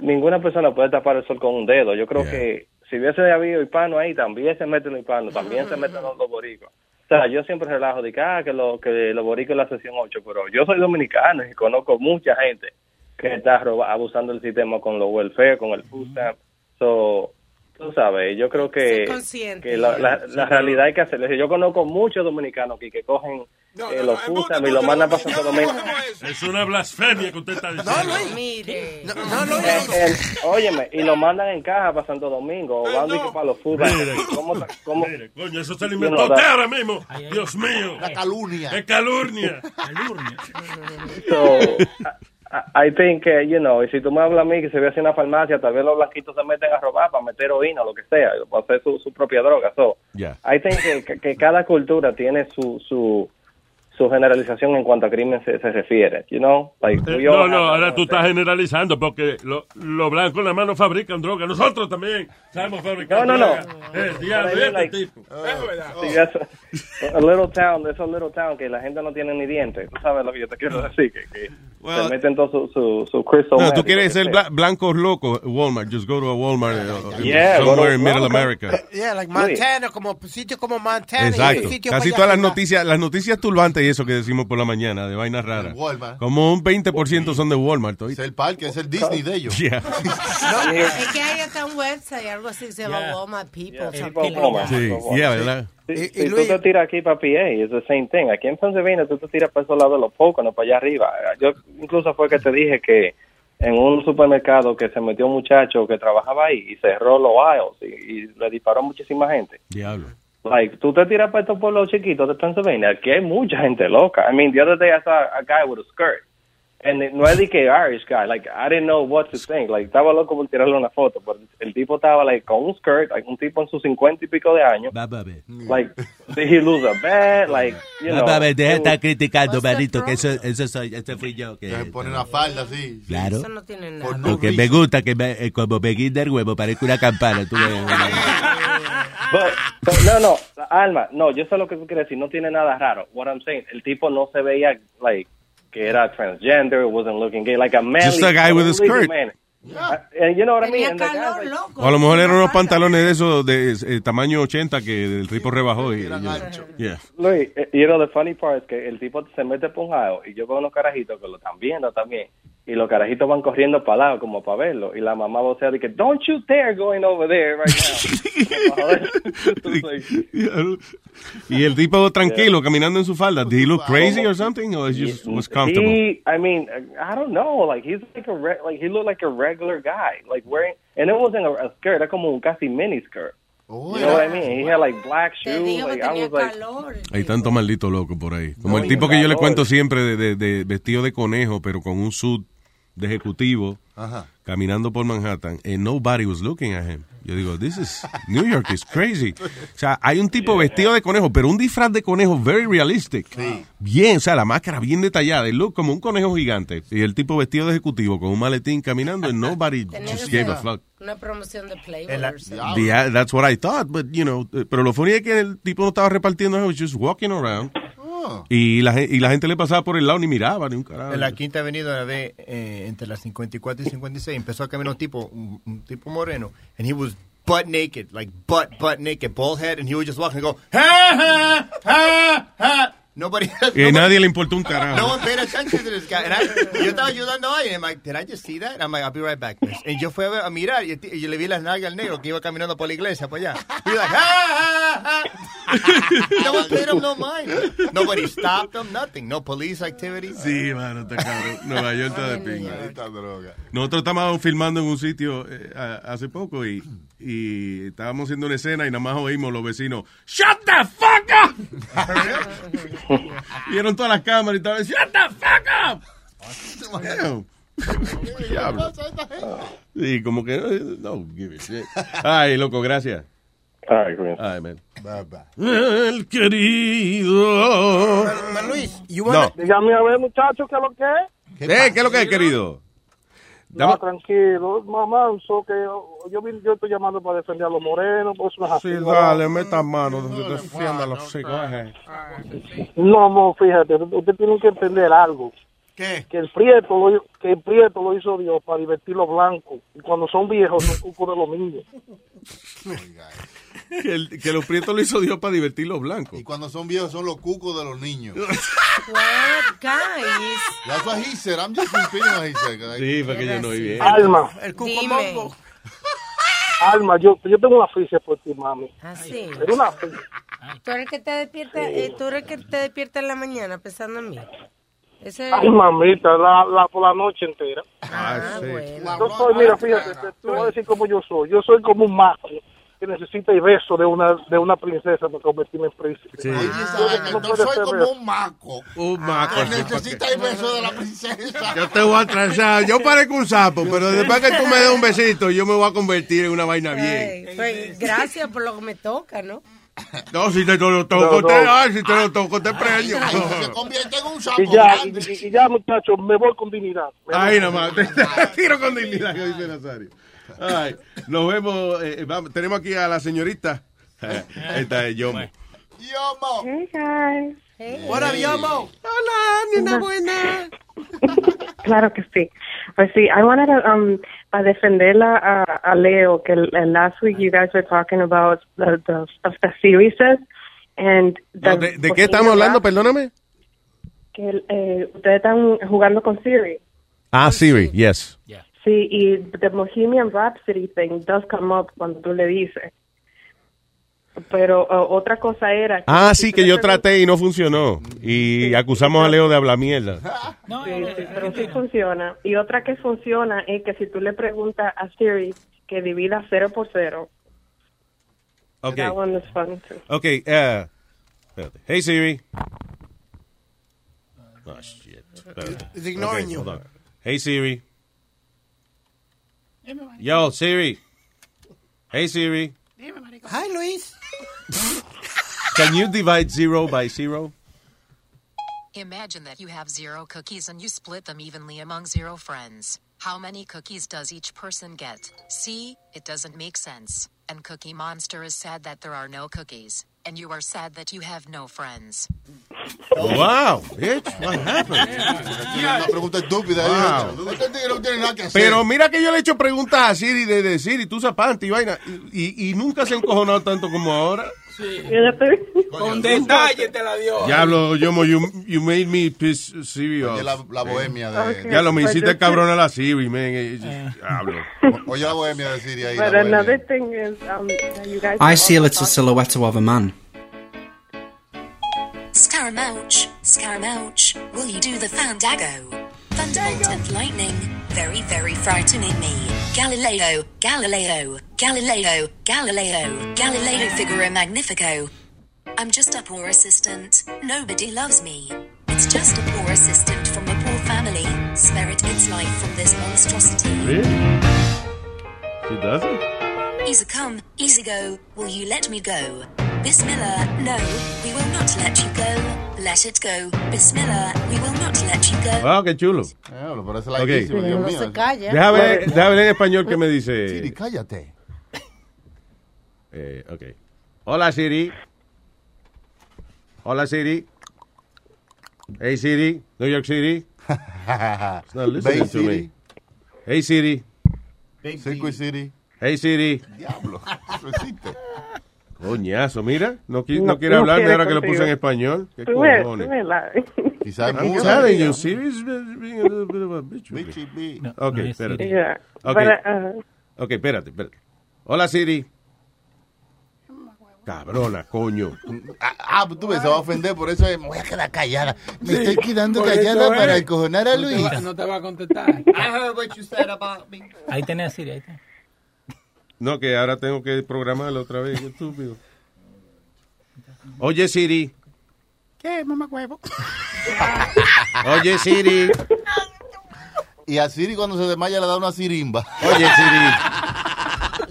ninguna persona puede tapar el sol con un dedo. Yo creo que si hubiese habido hispano ahí, también se meten los hispanos, también se meten los, los boricuas. O sea, yo siempre relajo de que, ah, que, lo, que los boricuas es la sesión 8, pero yo soy dominicano y conozco mucha gente que está roba- abusando del sistema con los welfare, con el food stamp. So, tú sabes, yo creo que,
consciente.
que la, la- la realidad hay que hacerlo. Yo conozco muchos dominicanos aquí que cogen eh, los food stamp y los mandan para Santo Domingo.
Es una blasfemia que usted está diciendo.
Mire.
El- el- óyeme, y lo mandan en caja para Santo Domingo o van dije, para los fútbol. ¿Cómo, ta- cómo?
Coño, eso se lo
Sí,
inventó
no, da-
usted ahora mismo. Dios mío. La
calumnia.
Es calumnia.
So, I, I think, eh, you know, y si tú me hablas a mí que se ve así en una farmacia, tal vez los blanquitos se meten a robar para meter heroína o lo que sea, para hacer su, su propia droga. So,
Ya.
I think que, que- que cada cultura tiene su, su, su generalización en cuanto a crimen se, se refiere, you know? Like,
Eh,
we
No,
all
no,
have-
ahora tú estás generalizando porque lo- los blancos en la mano fabrican droga. Nosotros también sabemos fabricar
No, no, no.
droga. Eh, diablo,
Pero
y
yo,
este
like,
tipo. Es verdad.
Sí, that's a, a little town, es un little town que la gente no tiene ni dientes. Tú sabes lo que yo te quiero decir, que, que se meten todo su, su, su
No,
crystal meth y
tú
lo que
quieres ser
sea.
bla- blancos locos, Walmart. Just go to a Walmart uh,
Yeah, go to
somewhere in Middle
Walmart.
America.
Yeah, like Montana, como sitio como Montana.
Exacto.
y sitio
Casi
para
todas
allá
las noticias, las noticias turbantes y eso que decimos por la mañana, de vainas raras.
Walmart.
Como un 20% son de Walmart.
Es el parque, es el Disney de ellos.
Yeah.
Es que hay hasta un website, algo así, se llama Walmart People. something like
Toma,
that.
Ah, Sí,
por favor.
yeah, ¿verdad?
Si, si tú te tiras aquí para PA, es the same thing. Aquí en Pennsylvania tú te tiras para esos lados de los pocos, no para allá arriba. Yo incluso fue que te dije que en un supermercado que se metió un muchacho que trabajaba ahí y cerró los aisles y, y le disparó a muchísima gente.
Diablo.
Like, tú te tiras para estos pueblos chiquitos de Pennsylvania, aquí hay mucha gente loca. I mean, the other day I saw a guy with a skirt. And it- no es de que Irish guy, like, I didn't know what to think. Like, estaba loco por tirarle una foto, pero el tipo estaba, like, con un skirt, like, un tipo en sus cincuenta y pico de años. Like, did he lose a bet? Like, you
Ah,
know.
deja de
it was-
estar criticando, Marito, que eso, eso soy, ese fui yo. Que,
Pone una falda así.
Claro.
Eso no tiene nada.
Porque me gusta que me, eh, como me guinda el huevo, parezco una campana. Tú ves.
But, but, no, no, Alma, no, yo sé lo que tú quieres decir, no tiene nada raro. What I'm saying, el tipo no se veía, like, que era transgender, wasn't looking gay, like a man.
Just a guy with a skirt.
Man. And you know what I mean? And the guy's like-
O a lo mejor eran unos pantalones de esos de eh, tamaño 80 que el tipo rebajó. Y, yeah.
Luis, eh, you know, the funny part es que el tipo se mete por un lado y yo veo unos carajitos que lo están viendo también. Y los carajitos van corriendo para lado como para verlo. Y la mamá vocea de que, don't you dare going over there right now. Como para joder. Like,
y el tipo tranquilo caminando en su falda. ¿Did he look crazy or something? Or he just was comfortable?
He, I mean, I don't know. Like, he's like a, re like, he looked like a regular guy. Like, wearing, and it wasn't a, a skirt, era como un casi mini skirt. you know what I mean? He had like black shoes. Like, I was like,
Hay tanto maldito loco por ahí. Como
No,
el tipo que yo le
calor.
cuento siempre de, de- de vestido de conejo, pero con un suit de ejecutivo.
Ajá.
caminando por Manhattan and nobody was looking at him. Yo digo, this is, New York is crazy. O sea, hay un tipo vestido de conejo, pero un disfraz de conejo very realistic. Bien, o sea, la máscara bien detallada, el look como un conejo gigante. Y el tipo vestido de ejecutivo con un maletín caminando and nobody just gave a fuck.
Una promoción de Playboy. or something.
Ah,
Yeah, that's what I thought, but you know, eh, pero lo funny es que el tipo no estaba repartiendo, he was just walking around. Y la, gen- y la gente le pasaba por el lado ni miraba, ni un carajo.
En la Quinta Avenida, una vez, eh, entre las 54 y 56, empezó a caminar un tipo, un, un tipo moreno, and he was butt naked, like butt, butt naked, bald head, and he would just walk and go, ha, ha, ha, ha. Nobody,
Y a nadie le importó un carajo.
No one paid attention to this guy. And I- yo estaba ayudando a alguien. I'm like, did I just see that? I'm like, I'll be right back. miss. Y yo fui a, ver- a mirar y, el ti- y yo le vi las nalgas al negro que iba caminando por la iglesia, pues para allá. Y yo, like, ah, ah, ah. No one paid him no mind. Nobody stopped him, nothing. No police activity.
Sí, mano, está cabrón. Nueva York está de pinga. Nosotros estábamos filmando en un sitio eh, a- hace poco y, y estábamos haciendo una escena y nada más oímos los vecinos. ¡Shut the fuck up! Vieron todas las cámaras y estaban ¡Shut the fuck up! Damn. Diablo. Sí, como que eh, no, give a shit. Ay, loco, gracias.
Ay,
Ay, man.
El querido.
Luis,
wanna-
No. Dígame a ver, muchachos, ¿qué es lo que es?
¿Qué, Eh, ¿Qué es lo que es, querido?
No,
Dame-
tranquilo, mamá, so que yo, yo, vine- yo estoy llamando para defender a los morenos, pues no es así,
Sí,
¿verdad?
dale, meta mano, defienda los cigarros.
No, no, fíjate, usted tiene que entender algo.
¿Qué?
Que el prieto lo, hi- que el prieto lo hizo Dios para divertir los blancos. Y cuando son viejos, son cuco de los niños.
Que, el- que los prietos lo hizo Dios para divertir los blancos.
Y cuando son viejos son los cucos de los niños.
What, Oh, guys?
That's what he said. I'm just repeating what he said.
Sí, fue que yo no oí bien.
Alma,
Dime.
Alma, yo, yo tengo una afición por ti, mami.
Así.
Pero una afición.
Tú eres que te despierta, eh, tú eres que te despierta en la mañana pensando en mí. Ese
Ay, mamita, la, la, por la noche entera.
Ah, bueno.
Yo soy, mira, fíjate, te, te voy a decir cómo yo soy. Yo soy como un mago que necesita el beso de una, de una princesa para convertirme en príncipe.
Sí.
no
Yo
puede
soy
ser
como
beso.
un maco.
Un maco,
Que
sí,
necesita el beso de la princesa.
Yo te voy a trazar, yo parezco un sapo, pero después que tú me des un besito, yo me voy a convertir en una vaina bien.
Ay, pues, gracias por lo que me toca, ¿no?
No, si te lo toco,
No, no.
te ay, si te lo toco, te preño.
convierte en un
Y ya, y, y- y ya, muchachos, me voy con dignidad. Me voy.
Ahí nomás, te, te tiro con dignidad, que dice Nazario. Ay, nos vemos, eh, vamos, tenemos aquí a la señorita. Esta es Yomo.
Yomo.
Hey, guys.
What up, Yomo? Hola,
nena buena. Claro que sí. Pues sí, I wanted to, um, para defenderla a, a Leo, que l- and last week you guys were talking about the, the, of the series and the-
No, ¿de, de qué estamos hablando? Perdóname.
Que, eh, ustedes están jugando con series.
Ah, Siri, yes.
Sí, y the Bohemian Rhapsody thing does come up cuando tú le dices. Pero uh, otra cosa era... que
Ah,
si
sí,
tú
que
le
yo traté y no funcionó. Y acusamos a Leo de hablar mierda.
Sí, sí, pero sí funciona. Y otra que funciona es que si tú le preguntas a Siri que divida cero por cero,
Ok,
that one is fun too.
ok. eh, espérate. Hey, Siri. Oh, shit. Espérate.
It's ignoring
Ok,
you.
hold on. Hey, Siri. Yo, Siri. Hey, Siri.
Hi, Luis.
Can you divide zero by zero?
Imagine that you have zero cookies and you split them evenly among zero friends. How many cookies does each person get? See, it doesn't make sense. And Cookie Monster is sad that there are no cookies. And you are sad that you have no friends.
Wow, bitch, what happened?
Una pregunta estúpida.
Wow.
Wow. Este tigre no tiene nada que hacer.
Pero mira que yo le he hecho preguntas a Siri de, de Siri, tú zapante y vaina. Y, y nunca se ha encojonado tanto como ahora.
Con detalle te la dio.
Diablo, Yomo, you, you made me piss Siri off.
Oye, la, la bohemia de.
Ya lo me hiciste cabrón a la Siri, man. Eh, Diablo.
Oye, la bohemia de Siria ahí. la
But
bohemia.
another thing is, um, that you guys.
I see a little silhouette of a man.
Scaramouche, Scaramouche, will you do the Fandango? Thunderbolt and lightning, very, very frightening me. Galileo, Galileo, Galileo, Galileo, Galileo Figaro Magnifico. I'm just a poor assistant. Nobody loves me. It's just a poor assistant from a poor
family, spirit its life from this monstrosity.
Really? She doesn't?
Easy come, easy go, will you let me go? Bismillah, no, we will not let you go. Let it go. Bismillah, we will not let you go.
Wow, Oh, qué chulo.
pero es
Ok.
larguísimo, Dios
No
mío.
se calla.
Deja ver, deja ver en español qué me dice.
Siri, cállate.
Eh, ok. Hola Siri. Hola Siri. Hey Siri, New York City. It's not listening
Bay
to
City.
me. Hey Siri.
Circuit City.
Hey Siri.
Diablo. eso existe.
Coñazo, mira, no, qui-
No,
no quiere
no
hablarme
quiere
ahora que lo
contigo.
puse en español. ¿Qué
Tú ves,
cojones?
tú ves la- Quizás hay
I'm
mucha
telling
vida.
you, Siri is being a little bit of a bitch. with me. Ok, espérate.
Yeah.
Ok,
But, uh,
ok, espérate, espérate. Hola Siri. Cabrona, coño.
Ah, ah, tú ves, se va a ofender, por eso eh, me voy a quedar callada. Me
Sí,
estoy quedando
por
callada
eso eh. es.
para encojonar a
No te
Luis.
va-
No te va a contestar.
I heard what you said about me.
Ahí tenés, Siri, ahí tenés.
No, que ahora tengo que programarlo otra vez, qué estúpido. Oye Siri.
¿Qué, mamá huevo?
Oye, Siri.
Y a Siri cuando se desmaya le da una sirimba.
Oye,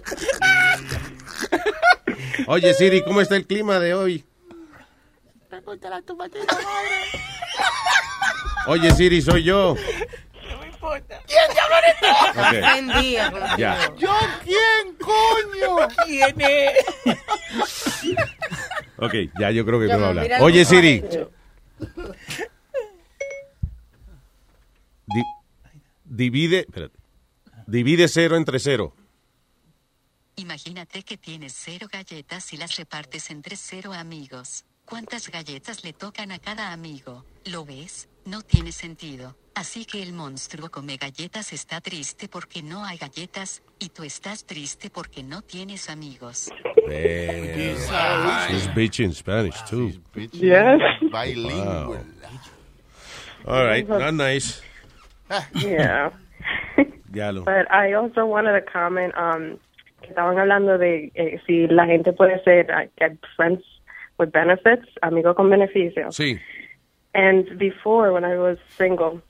Siri. Oye Siri, ¿cómo está el clima de hoy?
Pregúntale a tu maldita madre.
Oye Siri, soy yo.
¿Quién te habló de todo?
Ok. Buen día, Gloria. Ya.
¿Yo quién, coño? ¿Quién es?
Ok, ya yo creo que
Ya,
puedo
mira
hablar.
el
Oye
mensaje.
Siri. Di- divide, espérate. Divide cero entre cero.
Imagínate que tienes cero galletas y las repartes entre cero amigos. ¿Cuántas galletas le tocan a cada amigo? ¿Lo ves? No tiene sentido. Así que el monstruo come galletas está triste porque no hay galletas, y tú estás triste porque no tienes amigos.
Damn. She's bitch in Spanish too.
Yes.
Wow. All right, not nice.
yeah.
Diablo.
But I also wanted to comment um que estaban hablando de eh, si la gente puede ser uh, get friends with benefits, amigo con beneficio.
Sí.
And before when I was single,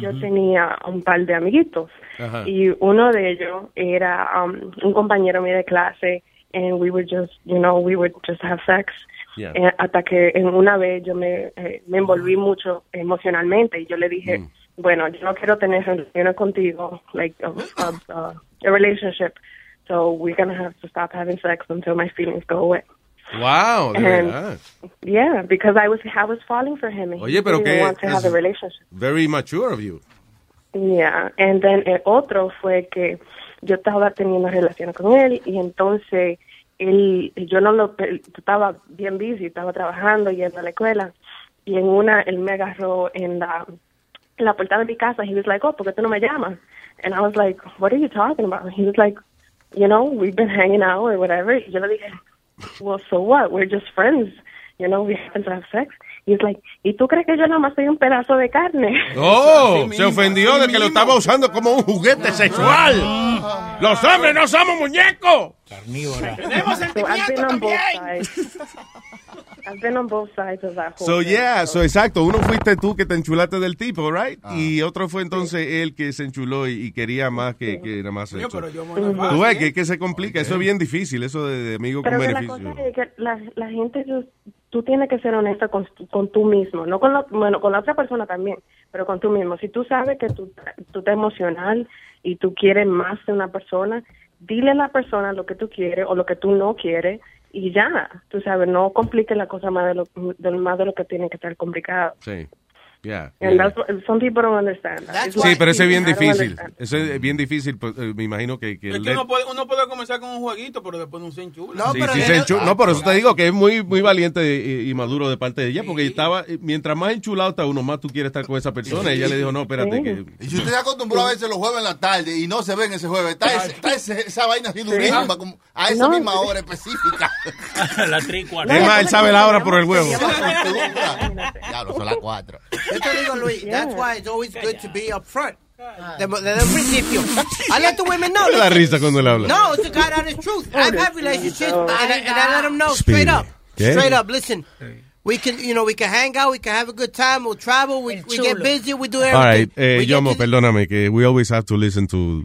yo tenía un par de amiguitos
Ah.
y uno de ellos era um, un compañero mío de clase and we would just, you know, we would just have sex.
Yeah.
Eh, hasta que en una vez yo me, eh, me envolví
Mm.
mucho emocionalmente y yo le dije, bueno, yo no quiero tener relaciones contigo, like a, a- a- a relationship, so we're going to have to stop having sex until my feelings go away.
Wow, de
And-
verdad.
Yeah, because I was I was falling for him and
Oye,
he
pero
didn't
que
want to have a relationship.
very mature of you.
Yeah, and then el otro fue que yo estaba teniendo relaciones con él y entonces él, yo no lo, él estaba bien busy, estaba trabajando, yendo a la escuela y en una él me agarró en la, en la puerta de mi casa he was like, oh, ¿por qué tú no me llamas? And I was like, what are you talking about? He was like, you know, we've been hanging out or whatever. Y yo le dije, well, so what? We're just friends. You know, we happen to have sex. Y es like, ¿y tú crees que yo nada más soy un pedazo de carne?
Oh, se ofendió de que lo estaba usando como un
Ah.
juguete sexual. Los hombres no somos muñecos. Carnívora.
So I've been on both sides. I've been on both sides of that whole
So
thing.
yeah, so exacto, uno fuiste tú que te enchulaste del tipo, right? Y otro fue entonces él que se enchuló y, y quería más que, que nada más
Coño,
eso.
pero yo me la paso,
Tú ves que, que se complica, eso es bien difícil, eso de, de amigo
Pero
con
que la
beneficio.
cosa es que la, la gente, tú, tú tienes que ser honesta con, con tú mismo, no con la, bueno, con la otra persona también, pero con tú mismo. Si tú sabes que tú, tú estás emocional y tú quieres más de una persona, dile a la persona lo que tú quieres o lo que tú no quieres y ya, tú sabes, no compliques la cosa más de lo, de, más de lo que tiene que estar complicado.
Sí. Yeah.
And that's what, some people don't understand that. It's
Sí,
like,
pero eso es bien
I don't
difícil.
understand.
Eso es bien difícil, pues, eh, me imagino que, que
Es
él
que
le-
uno puede, uno puede comenzar con un jueguito, pero después no se enchula.
Sí, sí se enchu- No, por eso te digo que es muy muy valiente y, y maduro de parte de ella, porque estaba mientras más enchulado está uno, más tú quieres estar con esa persona. Y ella le dijo, no, espérate, que
Y si usted se acostumbró a veces los jueves en la tarde y no se ven ese jueves, está, ese- está ese- esa vaina así durísima, como a esa
No.
misma hora específica.
La tres y cuarto.
Es más, él sabe la hora por el huevo.
Claro, son las cuatro.
Yo te digo, Luis, that's why it's always good to be upfront. Desde desde un principio. I let the women know.
Me da risa cuando él habla.
No, it's a God honest truth. I've had relationships and I, and I let them know
Speedy.
straight up.
¿Qué?
Straight up, listen. We can, you know, we can hang out, we can have a good time, we'll travel, we, we get busy, we do everything.
All right, eh, Yomo, perdóname, que we always have to listen to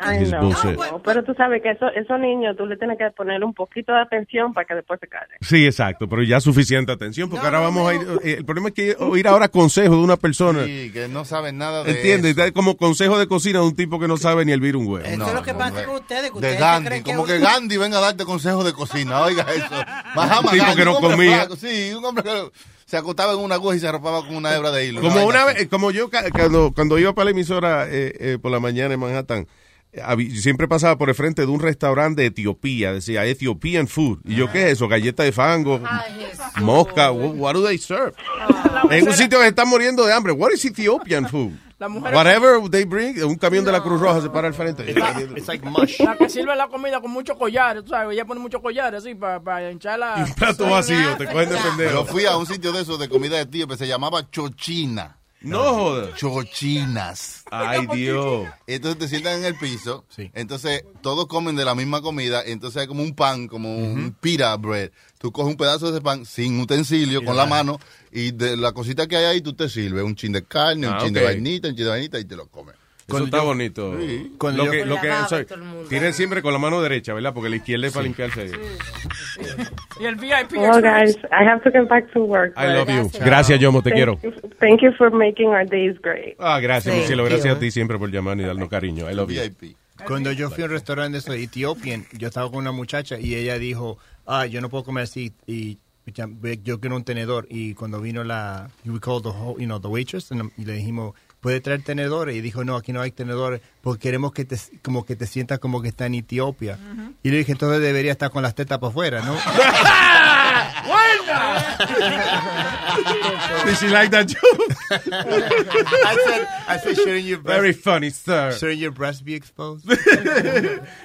Ay,
his
no,
bullshit.
no, pero tú sabes que eso, esos niños tú le tienes que poner un poquito de atención para que después se callen.
Sí, exacto, pero ya suficiente atención, porque ahora vamos a ir. eh, El problema es que oír ahora consejos de una persona.
Sí, que no saben nada de
¿Entiendes? Da Como consejo de cocina de un tipo que no sabe ni hervir un huevo.
No,
¿Qué pasa con ustedes? que
de
ustedes se
Gandhi,
creen
como que
uno-
Gandhi venga a darte consejos de cocina, oiga eso.
Un
Mahama
tipo
Gandhi,
que no
un hombre
comía.
flaco, sí, un hombre que se acostaba en una aguja y se arropaba con una hebra de hilo.
Como
vaina
una
así.
vez, eh, como yo ca- cuando, cuando iba para la emisora eh, eh, por la mañana en Manhattan, eh, habí- siempre pasaba por el frente de un restaurante de Etiopía, decía Ethiopian food. Y yo, ¿qué es eso? Galleta de fango, mosca, wh- what do they serve? En un sitio que se están muriendo de hambre, what is Ethiopian food?
La mujer-
Whatever they bring, un camión de la Cruz Roja se para al frente.
La que sirve la comida con muchos collares, tú sabes, ella pone muchos collares así para hinchar la...
plato vacío, te cogen de pendejo.
Yo fui a un sitio de esos de comida de tío que se llamaba Chochina.
No joder.
Chochinas.
Ay, Dios.
Entonces te sientan en el piso. Entonces todos comen de la misma comida. Entonces hay como un pan, como un pita bread. Tú coges un pedazo de ese pan sin utensilio, con la mano. Y de la cosita que hay ahí, tú te sirves. Un chin de carne, un
Ah,
chin
ok.
de vainita, un chin de vainita y te lo comes.
Eso está bonito.
Sí.
Lo que,
Con
lo
la
que,
baba y
sorry,
todo el mundo.
tienen siempre con la mano derecha, ¿verdad? Porque la izquierda es para limpiarse.
Y el VIP
Well, Oh, guys, I have to get back to work.
I
but-
love you. Gracias, Yomo, te
Thank
quiero.
you- thank you for making our days great.
Ah, gracias,
Sí.
Lucilo. Gracias a ti siempre por llamar y darnos cariño. I love you.
Cuando yo fui a un restaurante de esos Ethiopian, yo estaba con una muchacha y ella dijo, ah, yo no puedo comer así y ya- yo quiero un tenedor. Y cuando vino la, we called the, whole- you know, the waitress and- y le dijimos, ¿puede traer tenedores? Y dijo, no, aquí no hay tenedores porque queremos que te, como que te sientas como que está en Etiopía. Y le dije, entonces debería estar con las tetas para afuera, ¿no?
Did she like that joke?
I said, I said, shouldn't your breast,
Very funny, sir.
shouldn't your breast be exposed?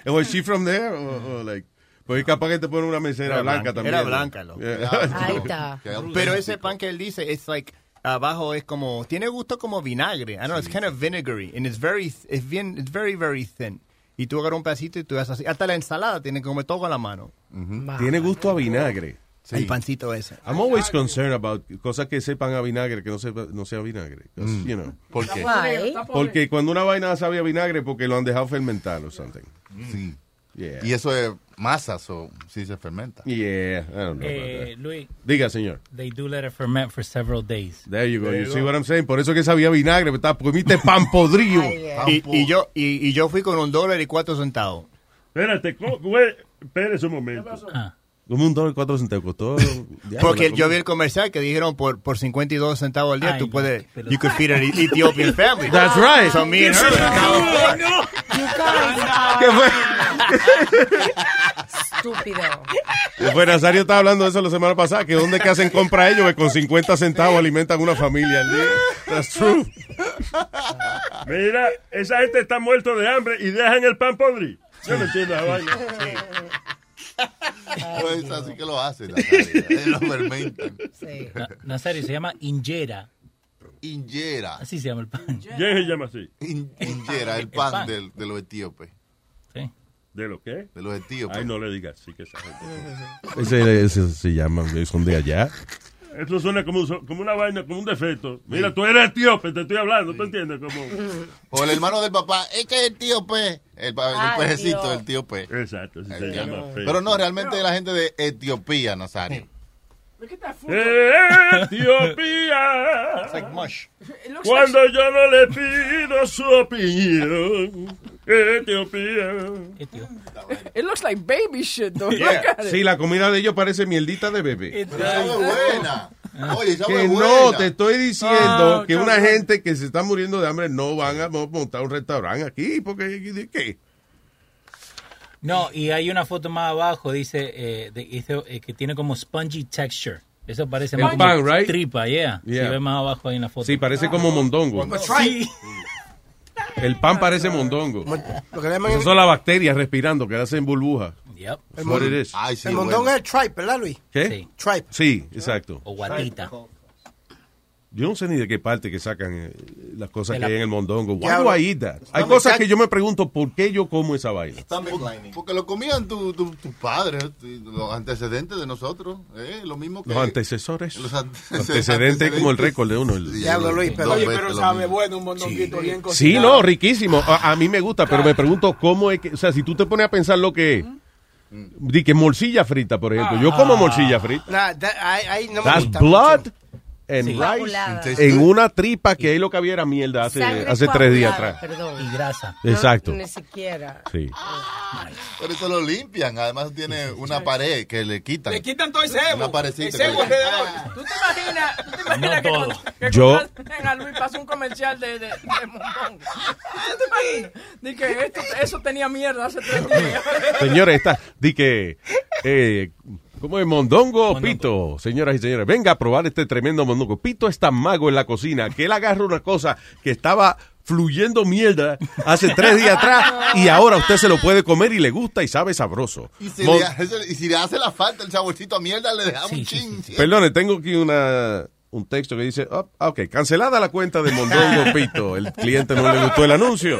And was she from there? Or, or like, porque capaz que te pone una mesera
Era
blanca,
blanca,
también.
era blanca, loco.
Yeah.
Ahí está. Pero ese pan que él dice es like abajo es como tiene gusto como vinagre. I don't know, it's kind of vinegary and it's very it's bien it's very very thin. Y tú agarras un pedacito y tú haces así. Hasta la ensalada tiene que comer todo con la mano.
Ujú. Tiene gusto a vinagre.
El pancito ese.
I'm always concerned about cosas que sepan a vinagre, que no sepa, no sea vinagre. 'Cause, You know. ¿Por
qué? Why?
Porque cuando una vaina sabe a vinagre, porque lo han dejado fermentar o something.
Sí.
Yeah.
Y eso es masas o si se fermenta.
Yeah, I don't know. about
Eh,
that.
Luis,
Diga, señor.
they do let it ferment for several days.
There you go.
There
You
you
see
go.
what I'm saying? Por eso que sabía vinagre, porque comiste pan podrido.
Y, y yo y, y yo fui con un dólar y cuatro centavos.
Espérate, co- güey, espérese un momento.
Como un dólar y cuatro centavos costó. Ya,
Porque
la
yo vi el comercial que dijeron por, por 52 centavos al día
Ay,
tú
no,
puedes
pero-
you could feed an Ethiopian family.
That's right.
So me and her.
¿Qué fue?
Estúpido.
Pues Nazario estaba hablando de eso la semana pasada, que dónde que hacen compra ellos, que con 50 centavos alimentan una familia al día. That's true.
Mira, esa gente está muerto de hambre y dejan el pan podrido. Yo no entiendo la vaina.
Pues así que lo hacen. Natalia. lo fermentan.
Eh, Na- Nazario se llama injera.
Injera.
Así se llama el pan.
¿Quién se llama así?
Injera, el pan, del- de los etíopes.
¿De lo qué?
De los pues. etíopes.
Ay, no le digas así que esa gente.
Ese, ese se llama, son de allá.
Esto suena como, un so- como una vaina, como un defecto. Mira, tú eres etíope, te estoy hablando, ¿tú entiendes? Como...
O el hermano del papá, es que el tío P. El, pa- el
Ay,
pejecito,
Ah, Dios.
el tío P.
Exacto, así se
El-
llama,
no.
P.
Pero no, realmente la gente de Etiopía, Nazario.
Eh, Etiopía. Cuando yo no le pido su opinión. Etiopía.
It looks like baby shit, though. Look
Yeah.
at it.
Sí, la comida de ellos parece mierdita de bebé.
buena. Ah. Oye, esa
Que
es buena.
no, te estoy diciendo
Oh,
Ah,
que una
chaval.
gente que se está muriendo de hambre no van a montar un restaurante aquí, porque ¿de ¿qué?
No, y hay una foto más abajo, dice, eh, de- dice, eh, que tiene como spongy texture. Eso parece
El
más como
pan, right?
tripa, yeah.
Yeah.
Si ves más abajo hay una foto. Ah.
Sí, parece como mondongo.
Sí.
El pan parece mondongo.
Lo que le llaman
Esas son las bacterias respirando que hacen burbujas.
Yep.
That's what it is.
el mondón es el tripe, ¿verdad, Luis?
¿Qué?
Sí. Tripe.
Sí, exacto.
O guatita.
Yo no sé ni de qué parte que sacan eh, las cosas
De
que
la-
hay en el mondongo.
Ya
Why do
hablo-
I eat that? Hay
No, me
cosas
cacho.
que yo me pregunto, ¿por qué yo como esa vaina?
Porque- Porque lo comían tus tu, tu padres, tu- los antecedentes de nosotros. eh, lo mismo que.
Los antecesores.
Los
Los
antecedentes.
antecedentes como el récord de uno. el-
Diablo, Luis, pero-
Dos
Oye,
veces
pero
lo
sabe
mismo.
bueno, un mondonguito bien
Sí,
cocinado.
no, riquísimo. A, a mí me gusta, pero me pregunto cómo es que. O sea, si tú te pones a pensar lo que es. Di que morcilla frita, por ejemplo. Yo como morcilla frita.
Nah, that- ay, ay, no me
That's
gusta
blood and
Sí. Coagulada.
rice en una tripa que ahí lo que había era mierda hace,
Sangre
hace tres días
coagulada,
atrás.
Perdón.
Y grasa.
Exacto.
Ni siquiera.
Sí.
Pero eso lo limpian. Además, tiene una pared que le quitan.
Le quitan todo el cebo.
Una parecita.
el cebo alrededor.
¿Tú te imaginas, tú te imaginas que cuando, que
Yo-
cuando venga Luis pasó un comercial de, de, de mondongo? ¿Tú te imaginas? Dije, esto, eso tenía mierda hace tres días.
Señores, está. Di que. Eh, ¿Cómo es mondongo, o pito? Señoras y señores, venga a probar este tremendo mondongo. Pito es tan mago en la cocina que él agarra una cosa que estaba fluyendo mierda hace tres días atrás y ahora usted se lo puede comer y le gusta y sabe sabroso.
Y si,
Mon-
le, hace- y si le hace la falta el saborcito a mierda, le dejamos un ching.
Perdone, tengo aquí una, un texto que dice, "Ah, ah, ok, cancelada la cuenta de Mondongo Pito. El cliente no le gustó el anuncio.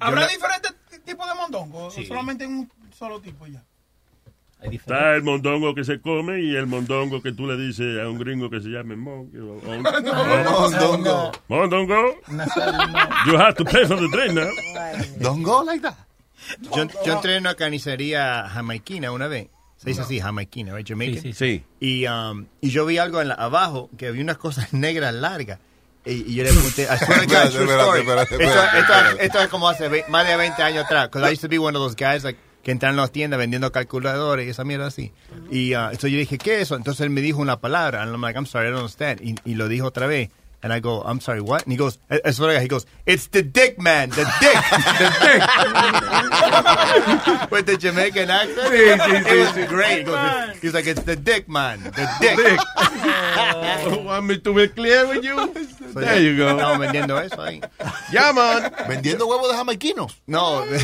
¿Habrá diferentes t- tipos de mondongo? ¿O solamente un solo tipo ya?
Está el mondongo que se come y el mondongo que tú le dices a un gringo que se llame Mon. o- o- o-
Mondongo.
Mondongo. You have to pay for the drink now.
Don't go like that.
Yo, yo entré en una carnicería jamaiquina una vez. Se dice así, jamaiquina, right? Jamaican.
Sí, sí, sí.
Y, um, y yo vi algo en la- abajo, que había unas cosas negras largas. Y, y yo le pregunté, I swear to God,
Espérate,
true
espérate,
story.
espérate,
Esto-
espérate,
esto-
espérate.
Esto es como hace ve- más de 20 años atrás. Because I used to be one of those guys like, que entran en las tiendas vendiendo calculadores y esa mierda así. Y uh, entonces yo dije, ¿qué es eso? Entonces él me dijo una palabra. And I'm like, I'm sorry, I don't understand. Y, y lo dijo otra vez. And I go, I'm sorry, what? And he goes, I, I swear to God, he goes, it's the dick, man, the dick, the dick. With the Jamaican accent.
Sí, sí, sí,
It
sí.
was great. He goes,
Man.
he's like, it's the dick, man, the dick.
Want me to be clear with you?
So,
There you go.
Estamos vendiendo eso ahí.
Llaman.
¿Vendiendo huevos de jamaiquinos?
No, del,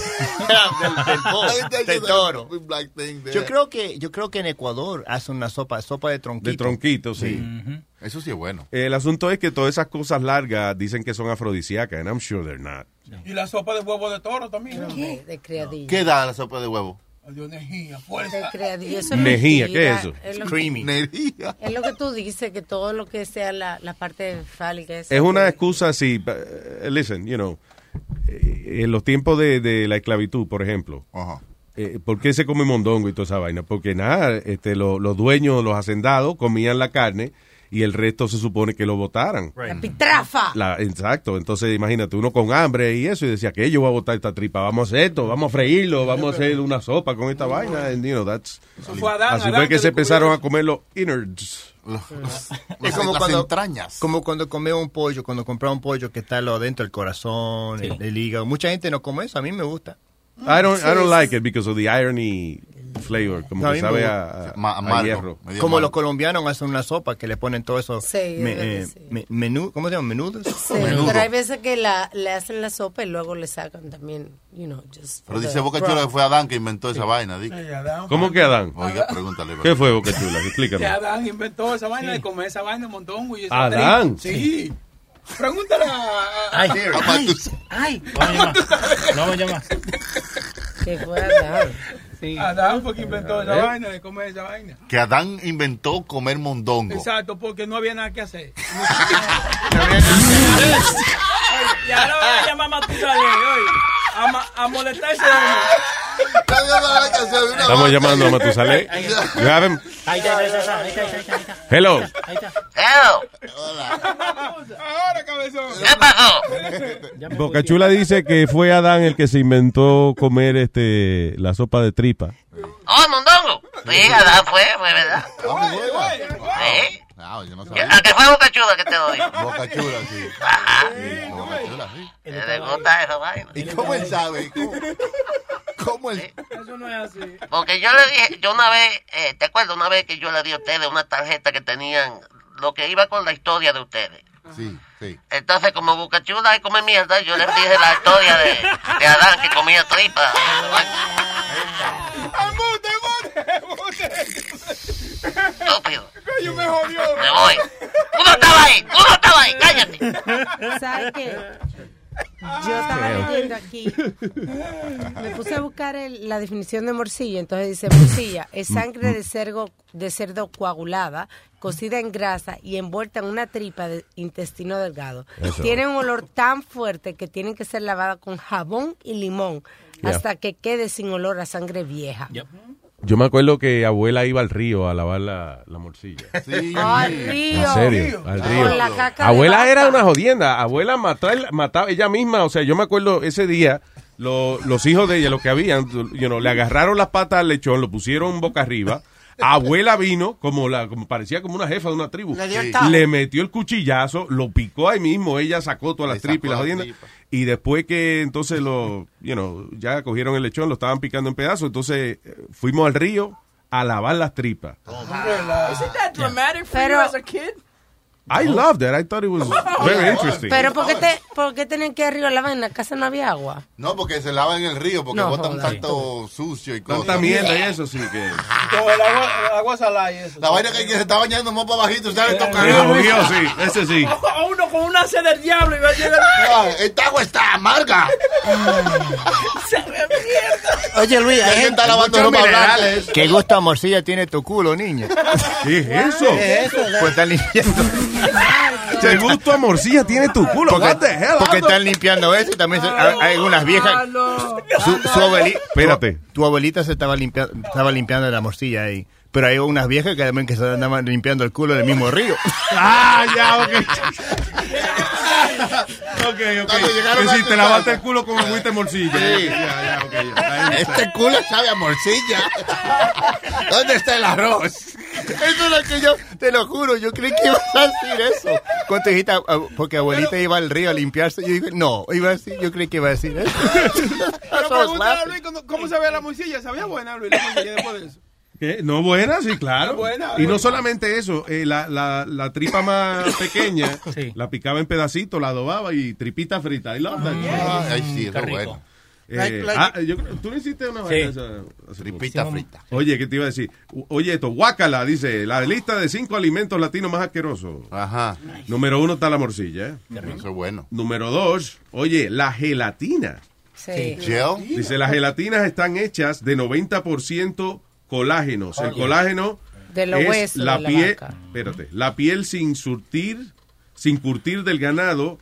del po- del toro.
Black thing there.
Yo creo que yo creo que en Ecuador hacen una sopa, sopa de tronquito.
De tronquito, sí.
Eso sí es bueno.
El asunto es que todas esas cosas largas dicen que son afrodisíacas, and I'm sure they're not.
Y la sopa de huevo de toro también. ¿Qué?
De criadilla.
¿Qué da la sopa de huevo?
De energía,
De
fuerza.
criadilla. Eso es
Mejía, ¿qué
mentira.
es eso?
lo-
Mejía.
Es lo que tú dices, que todo lo que sea la, la parte fálica es...
Es una excusa si, but, eh, listen, you know, eh, en los tiempos de, de la esclavitud, por ejemplo, eh, ¿por qué se come mondongo y toda esa vaina? Porque nada, este, lo- los dueños, los hacendados comían la carne y el resto se supone que lo botaran.
La pitrafa.
La- exacto, entonces imagínate uno con hambre y eso y decía que yo voy a botar esta tripa, vamos a hacer esto, vamos a freírlo, vamos a hacer una sopa con esta vaina, and, you know, that's-
Eso fue Adán,
así
Adán
fue que
que
se
descubrió
empezaron a comer los innards.
Es como cuando, como cuando come un pollo, cuando compra un pollo que está lo adentro, el corazón, el, el hígado. Mucha gente no come eso, a mí me gusta.
I don't, I don't like it because of the irony flavor, como
No, a mí
que
me
sabe
gusta.
a, a- a hierro.
Como los colombianos hacen una sopa que le ponen todo eso. me- eh, me- menú, ¿Cómo se llama? ¿Menudos?
Sí, pero hay veces que la, le hacen la sopa y luego le sacan también, you know, just...
Pero
for
dice
the
Boca
broth.
Chula que fue Adán que inventó esa vaina. di.
¿Cómo que Adán?
Oiga, pregúntale.
¿Qué fue, Boca Chula?
Que
Explícame.
Adán inventó esa vaina de comer esa vaina un montón. güey, esa
Adán.
tri- Sí. Pregúntale a- a... a-
Ay,
a-
ay,
ay.
No me llamas.
Que fue Adán.
Adán fue que inventó esa
¿Eh?
vaina de comer esa vaina.
Que Adán inventó comer mondongo.
Exacto, porque no había nada que hacer.
Y ahora voy a llamar a Matusalén, oye. A, ma- a molestarse de mí.
Ah,
Estamos llamando a Matusalén. You have him?
Ahí está, ahí está, ahí está, ahí está, ahí está.
Hello.
Ahí está.
Ahora, cabezón.
Boca Chula dice que fue Adán el que se inventó comer este la sopa de tripa.
¡Oh, mondongo! Sí, Adán fue, fue verdad. Sí.
Ah,
¿A qué fue Boca Chula que te doy?
Boca Chula, sí.
Ajá.
Boca Chula, sí.
¿Te gusta esa vaina?
¿Y cómo él sabe? ¿Cómo, cómo él?
Eso no es así.
Porque yo le dije, yo una vez, eh, ¿te acuerdas una vez que yo le di a ustedes una tarjeta que tenían lo que iba con la historia de ustedes?
Sí, sí.
Entonces, como Bocachula y come mierda, yo les dije la historia de, de Adán que comía tripa. Estúpido.
Coño, me jodió.
Me voy. ¡Tú no estabas ahí! ¡Tú no estabas ahí! ¡Cállate!
¿Sabes qué? Yo estaba leyendo aquí. Me puse a buscar el- la definición de morcilla. Entonces dice: morcilla es sangre de cerdo, de cerdo coagulada, cocida en grasa y envuelta en una tripa de intestino delgado.
Eso.
Tiene un olor tan fuerte que tiene que ser lavada con jabón y limón
Yeah.
hasta que quede sin olor a sangre vieja.
Yo me acuerdo que abuela iba al río a lavar la, la morcilla.
Al río.
En serio, al río.
Con la caca de
Abuela
vaca.
era una jodienda. Abuela mataba, mataba ella misma. O sea, yo me acuerdo ese día, lo- los hijos de ella, los que habían, you know, le agarraron las patas al lechón, lo pusieron boca arriba. Abuela vino, como la como parecía como una jefa de una tribu.
Le dio el tajo.
Le metió el cuchillazo, lo picó ahí mismo. Ella sacó todas
Le
las tripas y
sacó
las
las
jodiendas. Y después que entonces lo, you know, ya cogieron el lechón, lo estaban picando en pedazos. Entonces eh, fuimos al río a lavar las tripas.
Isn't that dramatic for
Pero-
you as a kid?
I loved it. I thought it was very interesting.
Pero ¿por qué, te, ¿por qué tenían que ir arriba a lavar? En la casa no había agua.
No, porque se lava en el río, porque
No,
botan
joda.
tanto sucio y cosas.
Tanta mierda y eso sí que...
el agua, el agua salada y eso.
La vaina que que se está bañando más para bajito, ustedes tocan.
Lo vio, sí, ese sí.
A uno con una sed del diablo y va a llegar.
Esta agua está amarga.
Oye, Luis,
hay gente lavando ropa blanca.
¿Qué gusto a morcilla tiene tu culo, niña?
¿Qué es eso?
¿Qué es eso? Pues están limpiando.
¿Qué gusto a morcilla tiene tu culo?
Porque,
What the hell,
porque
Aldo?
están limpiando eso y también se- hay hay unas viejas. Su,
Ah,
su abueli-
Espérate.
Tu, tu abuelita se estaba, limpia- estaba limpiando la morcilla ahí. Pero hay unas viejas que también que se andaban limpiando el culo del mismo río.
Ah, ya, ok. ok, ok.
Cuando llegaron
Que
a
si
tu
te lavaste
casa.
el culo con agüita de morcilla.
Sí.
Ya, ya, ok, ya.
Este culo sabe a morcilla. ¿Dónde está el arroz?
Eso es lo que yo, te lo juro, yo creí que ibas a decir eso. Cuando te dijiste, ah, porque abuelita iba al río a limpiarse, yo dije, no, iba a decir, yo creí que iba a decir eso.
Pero pregúntale a Luis cómo, cómo sabía la morcilla. ¿Sabía buena, Luis, la morcilla después de eso?
¿Qué? No, buena, sí, claro.
Buena,
y no
buena.
solamente eso, eh, la, la, la tripa más pequeña la picaba en pedacitos, la adobaba y tripita frita. I love that.
Ay, sí, eso es bueno.
Eh,
Like- like-
ah, yo creo- tú no hiciste una
Sí.
vaina esa- hace
Tripita
poco?
frita.
Oye, ¿qué te iba a decir? O- Oye, esto, guácala, dice, la lista de cinco alimentos latinos más asquerosos.
Ajá.
Número uno está la morcilla. ¿eh?
Eso es bueno.
Número dos, oye, la gelatina.
Sí.
Gel.
Dice, las gelatinas están hechas de 90% colágenos. Pues El
Oye.
colágeno
De los
es
huesos
la
de la
piel,
vaca.
espérate, la piel sin surtir, sin curtir del ganado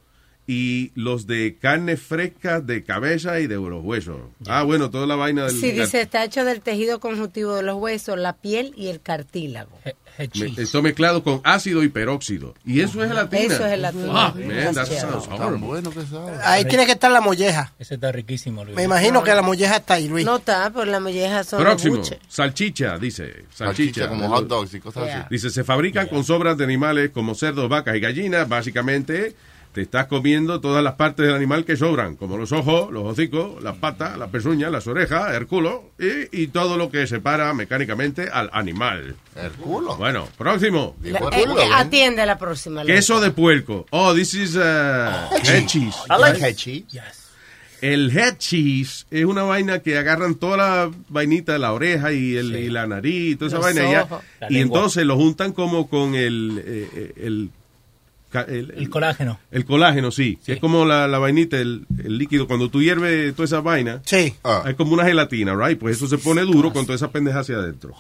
y los de carne fresca de cabeza y de los huesos. Ah, bueno, toda la vaina del
Sí,
gan-
dice, está hecho del tejido conjuntivo de los huesos, la piel y el cartílago.
me- esto mezclado con ácido y peróxido. Y eso es gelatina.
Eso es gelatina.
Ah, man, that
That's
sounds
Tan
horrible.
bueno que sabe.
Ahí tiene que estar la molleja.
Ese está riquísimo, Luis.
Me imagino que la molleja está ahí, Luis.
No está, pero la molleja son los
Próximo,
buches.
salchicha, dice. Salchicha,
Salchicha como hot dogs y cosas
Yeah.
así.
Dice, se fabrican con sobras de animales como cerdos, vacas y gallinas. Básicamente, te estás comiendo todas las partes del animal que sobran, como los ojos, los hocicos, las patas, las pezuñas, las orejas, el culo y, y todo lo que separa mecánicamente al animal.
El culo.
Bueno, próximo.
La- eh, eh, atiende a la próxima. Luis.
Queso de puerco. Oh, this is uh, head cheese.
I like
Right?
head cheese.
El head cheese es una vaina que agarran toda la vainita de la oreja y, el, y la nariz y toda esa
Los
vaina. y ya-
ojos. La
y
lengua.
entonces lo juntan como con el... eh, eh, el ca- el, el-
Colágeno.
el colágeno, sí. Es como la, la vainita, el, el líquido. Cuando tú hierves toda esa vaina,
sí.
es como una gelatina, ¿right? Pues eso se pone duro con toda esa pendeja hacia adentro.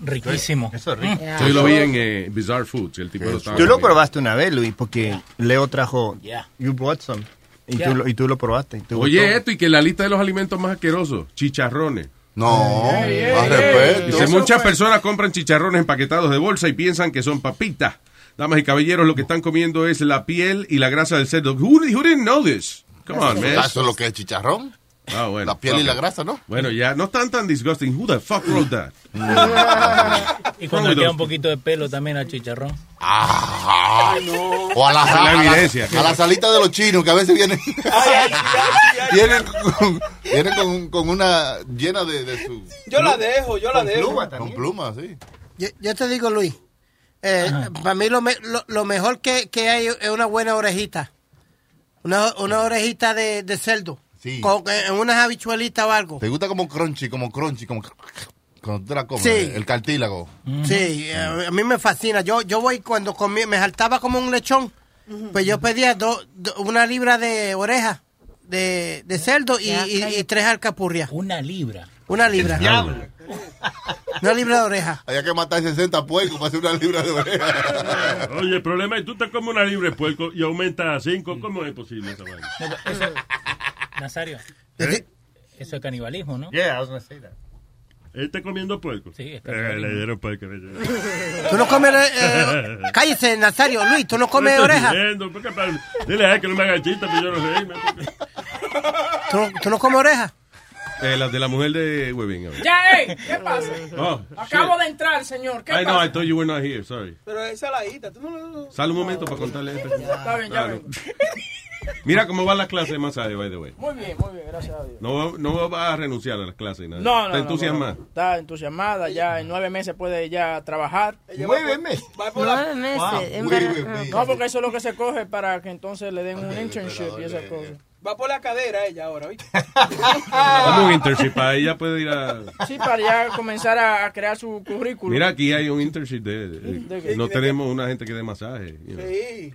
Riquísimo.
Mm.
Eso es
rico.
Mm.
Yo lo vi en eh, Bizarre Foods. El tipo lo estaba
Tú lo
comiendo.
probaste una vez, Luis, porque Leo trajo.
Yeah.
You brought some. Y,
Yeah.
tú, lo- y tú lo probaste. y te
Oye,
gustó.
esto y que la lista de los alimentos más asquerosos, chicharrones.
No,
al
respeto.
Dice,
Eso
muchas personas compran chicharrones empaquetados de bolsa y piensan que son papitas. Damas y caballeros, lo que están comiendo es la piel y la grasa del cerdo. Who, who didn't know this? Come on, man.
Ah, Eso es lo que es chicharrón.
Ah, bueno.
La piel y
Ok.
la grasa, ¿no?
Bueno, ya, no están tan disgusting. Who the fuck wrote that?
Y cuando le queda un poquito de pelo también al chicharrón.
Ajá. O a la,
Es la
a la-
evidencia.
a la salita de los chinos que a veces vienen. vienen con, vienen con, con una llena de, de su.
Yo la dejo, yo la
Con
dejo.
pluma Con plumas, sí.
Yo, yo te digo, Luis, eh, para mí lo, me- lo, lo mejor que, que hay es una buena orejita. Una, una orejita de, de cerdo.
Sí.
Con eh, unas habichuelitas o algo.
¿Te gusta como crunchy, como crunchy, como. Cuando tú la comes,
Sí.
el cartílago.
Sí, eh, a mí me fascina. Yo, yo voy cuando comí, me saltaba como un lechón, pues yo pedía do- do- una libra de oreja de, de cerdo y, y- y tres alcapurrias.
Una libra.
Una libra.
Diablo.
Una libra de oreja.
Había que matar 60 puercos para hacer una libra de oreja.
Oye, el problema es que tú te comes una libre puerco y aumenta a 5. ¿Cómo es posible esa vaina?
Nazario. Eso es canibalismo, ¿no?
Yeah, I was say that. ¿Él está comiendo puerco? Sí, está comiendo. le dieron puerco.
Tú no comes. eh, eh, cállese, Nazario. Luis, tú no comes
No estoy
oreja.
diciendo, ¿por qué para- Dile a él que no me haga chiste, pero yo no sé.
¿Tú, tú no comes oreja.
Eh, la de la mujer de Webin.
Ya, ey, ¿qué pasa?
Oh,
Acabo de entrar, señor. ¿Qué
I know, I
pasa?
thought you were not here, sorry.
Pero esa la hita, tú no lo...
Sal un momento para contarle esto.
Está bien, ya
Ah,
vengo.
no. Mira cómo van las clases de masaje, by the way.
Muy bien, muy bien, gracias a Dios.
No, no vas a renunciar a las clases. Nada.
No, no,
Te
no,
entusiasmas.
no, no. Está entusiasmada, ya en nueve meses puede ya trabajar.
Nueve meses.
Nueve meses, en verdad.
No, porque eso es lo que se coge para que entonces le den un internship y esas cosas.
Va por la cadera ella ahora, ¿viste?
Como un internship. Ahí ya puede ir a.
Sí, para ya comenzar a, a crear su currículum.
Mira, aquí hay un internship de. de-
¿De qué?
no tenemos una gente que dé masaje. you know.
Sí.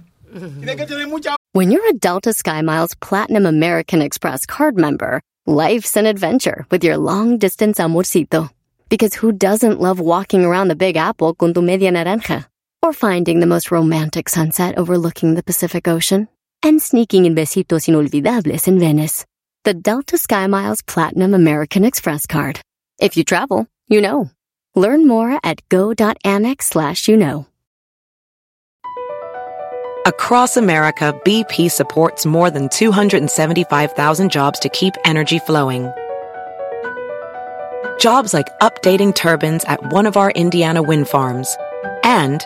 Tiene que tener mucha...
When you're a Delta SkyMiles Platinum American Express card member, life's an adventure with your long distance amorcito. Because who doesn't love walking around the Big Apple con tu media naranja? Or finding the most romantic sunset overlooking the Pacific Ocean? And sneaking in besitos inolvidables in Venice. The Delta SkyMiles Platinum American Express card. If you travel, you know. Learn more at go.amex slash you know.
Across America, BP supports more than 275,000 jobs to keep energy flowing. Jobs like updating turbines at one of our Indiana wind farms and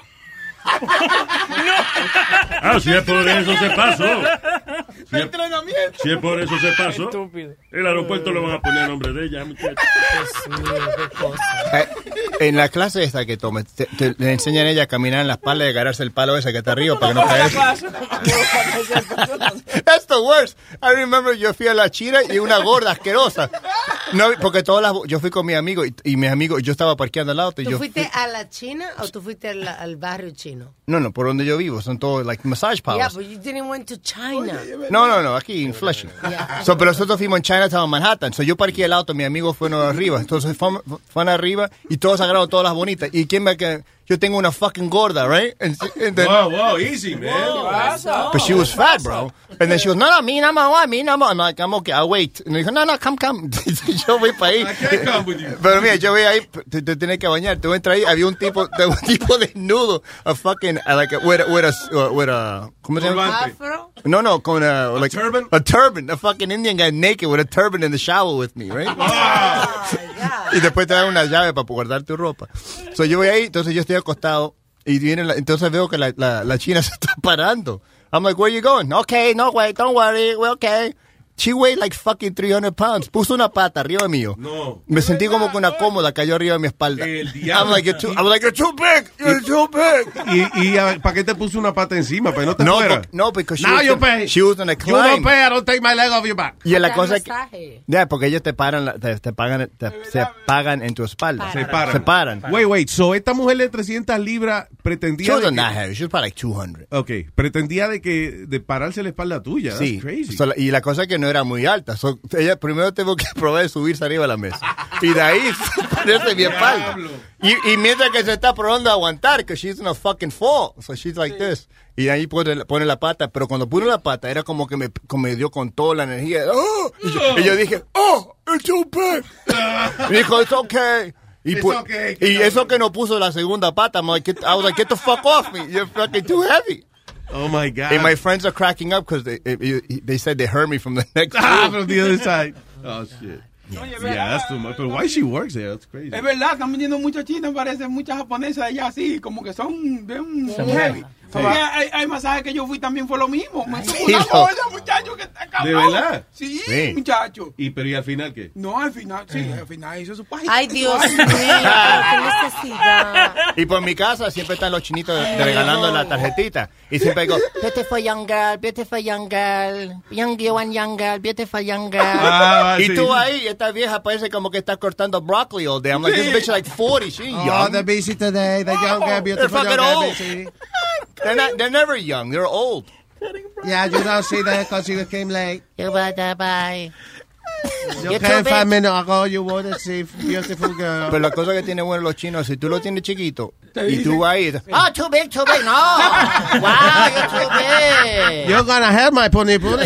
Ah, si es por eso se pasó. Si es,
Entrenamiento.
si es por eso se pasó.
Estúpido.
El aeropuerto lo van a poner a nombre de ella, muchachos.
Eh, en la clase esta que tomes, te- te- le enseñan a ella a caminar en las palas y agarrarse el palo ese que está arriba para que no caiga. That's the worst. I remember yo fui a la chira y una gorda asquerosa. No, porque todas las, yo fui con mi amigo y, y mis amigos, yo estaba parqueando al lado y
¿Tú
yo
fuiste a la China o tú fuiste al, al barrio chino?
No, no, por donde yo vivo, son todos like massage
Yeah,
powers.
but you didn't went to China.
No, no, no, aquí en Flushing. So, pero nosotros fuimos en Chinatown, Manhattan. So, yo parqué el auto, mis amigos fueron arriba. Entonces fueron, fueron arriba y todos agarraron todas las bonitas. ¿Y quién me que Yo tengo una fucking gorda, right? And, and then-
Wow, wow, easy, man.
But she was fat, bro. And then she goes, no, no, me, no, no, I me, no, no. I'm like, I'm okay, I'll wait. And they go, no, no, come, come. yo voy para ahí. Pero mira, yo voy ahí, te, te tienes que bañar. Te voy a entrar ahí, había un tipo, de- un tipo desnudo, a fucking, a like, a, with, a- with a, with a, ¿cómo se llama?
Afro.
No, no, con a, like, turban? A turban. A fucking Indian guy naked with a turban in the shower with me, right?
Ah.
y después te dan una llave para guardar tu ropa. So, yo voy ahí, entonces yo estoy acostado y viene la- entonces veo que la, la, la china se está parando. I'm like, where you going? Okay, no way, don't worry, we're okay. She weighed like fucking 300 pounds. Puso una pata arriba mío. No. Me sentí como que una cómoda cayó arriba de mi espalda. I'm like, you're too, I'm like, you're too big, you're too big.
¿Y, y a- para qué te puso una pata encima? ¿Para que Pues no te
No,
fuera?
porque- no, because she
Now
was
you
in-
pay.
she was in a
You don't
climb.
pay, I don't take my leg off your back.
Y la cosa es que... Ya, porque ellos te paran, la- te, te pagan, te- se pagan en tu espalda.
Se paran.
Se paran.
Wait, wait. So, esta mujer de 300 libras pretendía.
She
de
wasn't
que-
that heavy. She was probably like 200.
Okay. Pretendía de que de pararse la espalda tuya. That's
Sí.
crazy.
So, la- y la cosa es que no era muy alta. So, ella primero tuvo que probar de subirse arriba de la mesa. Y de ahí ponerse mi espalda. Y, y mientras que se está probando a aguantar, que she's in a fucking fall. So she's like this. Y de ahí pone, la- pone la pata. Pero cuando pone la pata, era como que me, como me dio con toda la energía. ¡Oh! Y, yo, y yo dije, ¡Oh! ¡It's too big! Y dijo, it's okay. Y,
It's
pu-
okay,
y eso que no puso la segunda pata, I'm like, get- I was like, get the fuck off me, you're fucking too heavy.
Oh my God.
And my friends are cracking up because they eh, eh, they said they heard me from the next
Ah,
room.
from the other side. Oh, shit. Yeah, that's too much. But why she works there? That's crazy.
Es verdad, están vendiendo muchos chinos, parece muchas japonesas allá así, como que son bien
Son
heavy. Porque hay, hay masajes que yo fui también fue lo mismo. Me tocó una
sí, no.
gorda, muchacho, que está acabado.
¿De verdad?
Sí,
Sí.
muchacho.
¿Y pero y al final qué?
No, al final, sí, al final hizo su página.
Ay, Dios mío, qué necesidad.
Y por mi casa siempre están los chinitos de- de regalando la tarjetita. Y siempre digo,
Beautiful young girl, beautiful young girl, young you and young girl, beautiful young girl.
Ah, y tú ahí, esta vieja parece como que está cortando broccoli all day. I'm like, this bitch like 40. She ain't
Oh,
young.
they're busy today. The young girl,
They're
beautiful young
fucking
girl,
old.
busy.
They're, not, they're never young. They're old.
Yeah, you don't see that because you came late. You better buy. You
You
came
too
five
big.
minutes ago. You want to see beautiful girl.
Pero la cosa que tienen bueno los chinos, si tú lo tienes chiquito y
dicen-
tú vas ahí,
Oh, too big, too big. No. wow, you're too big. You're going to have my pony pony.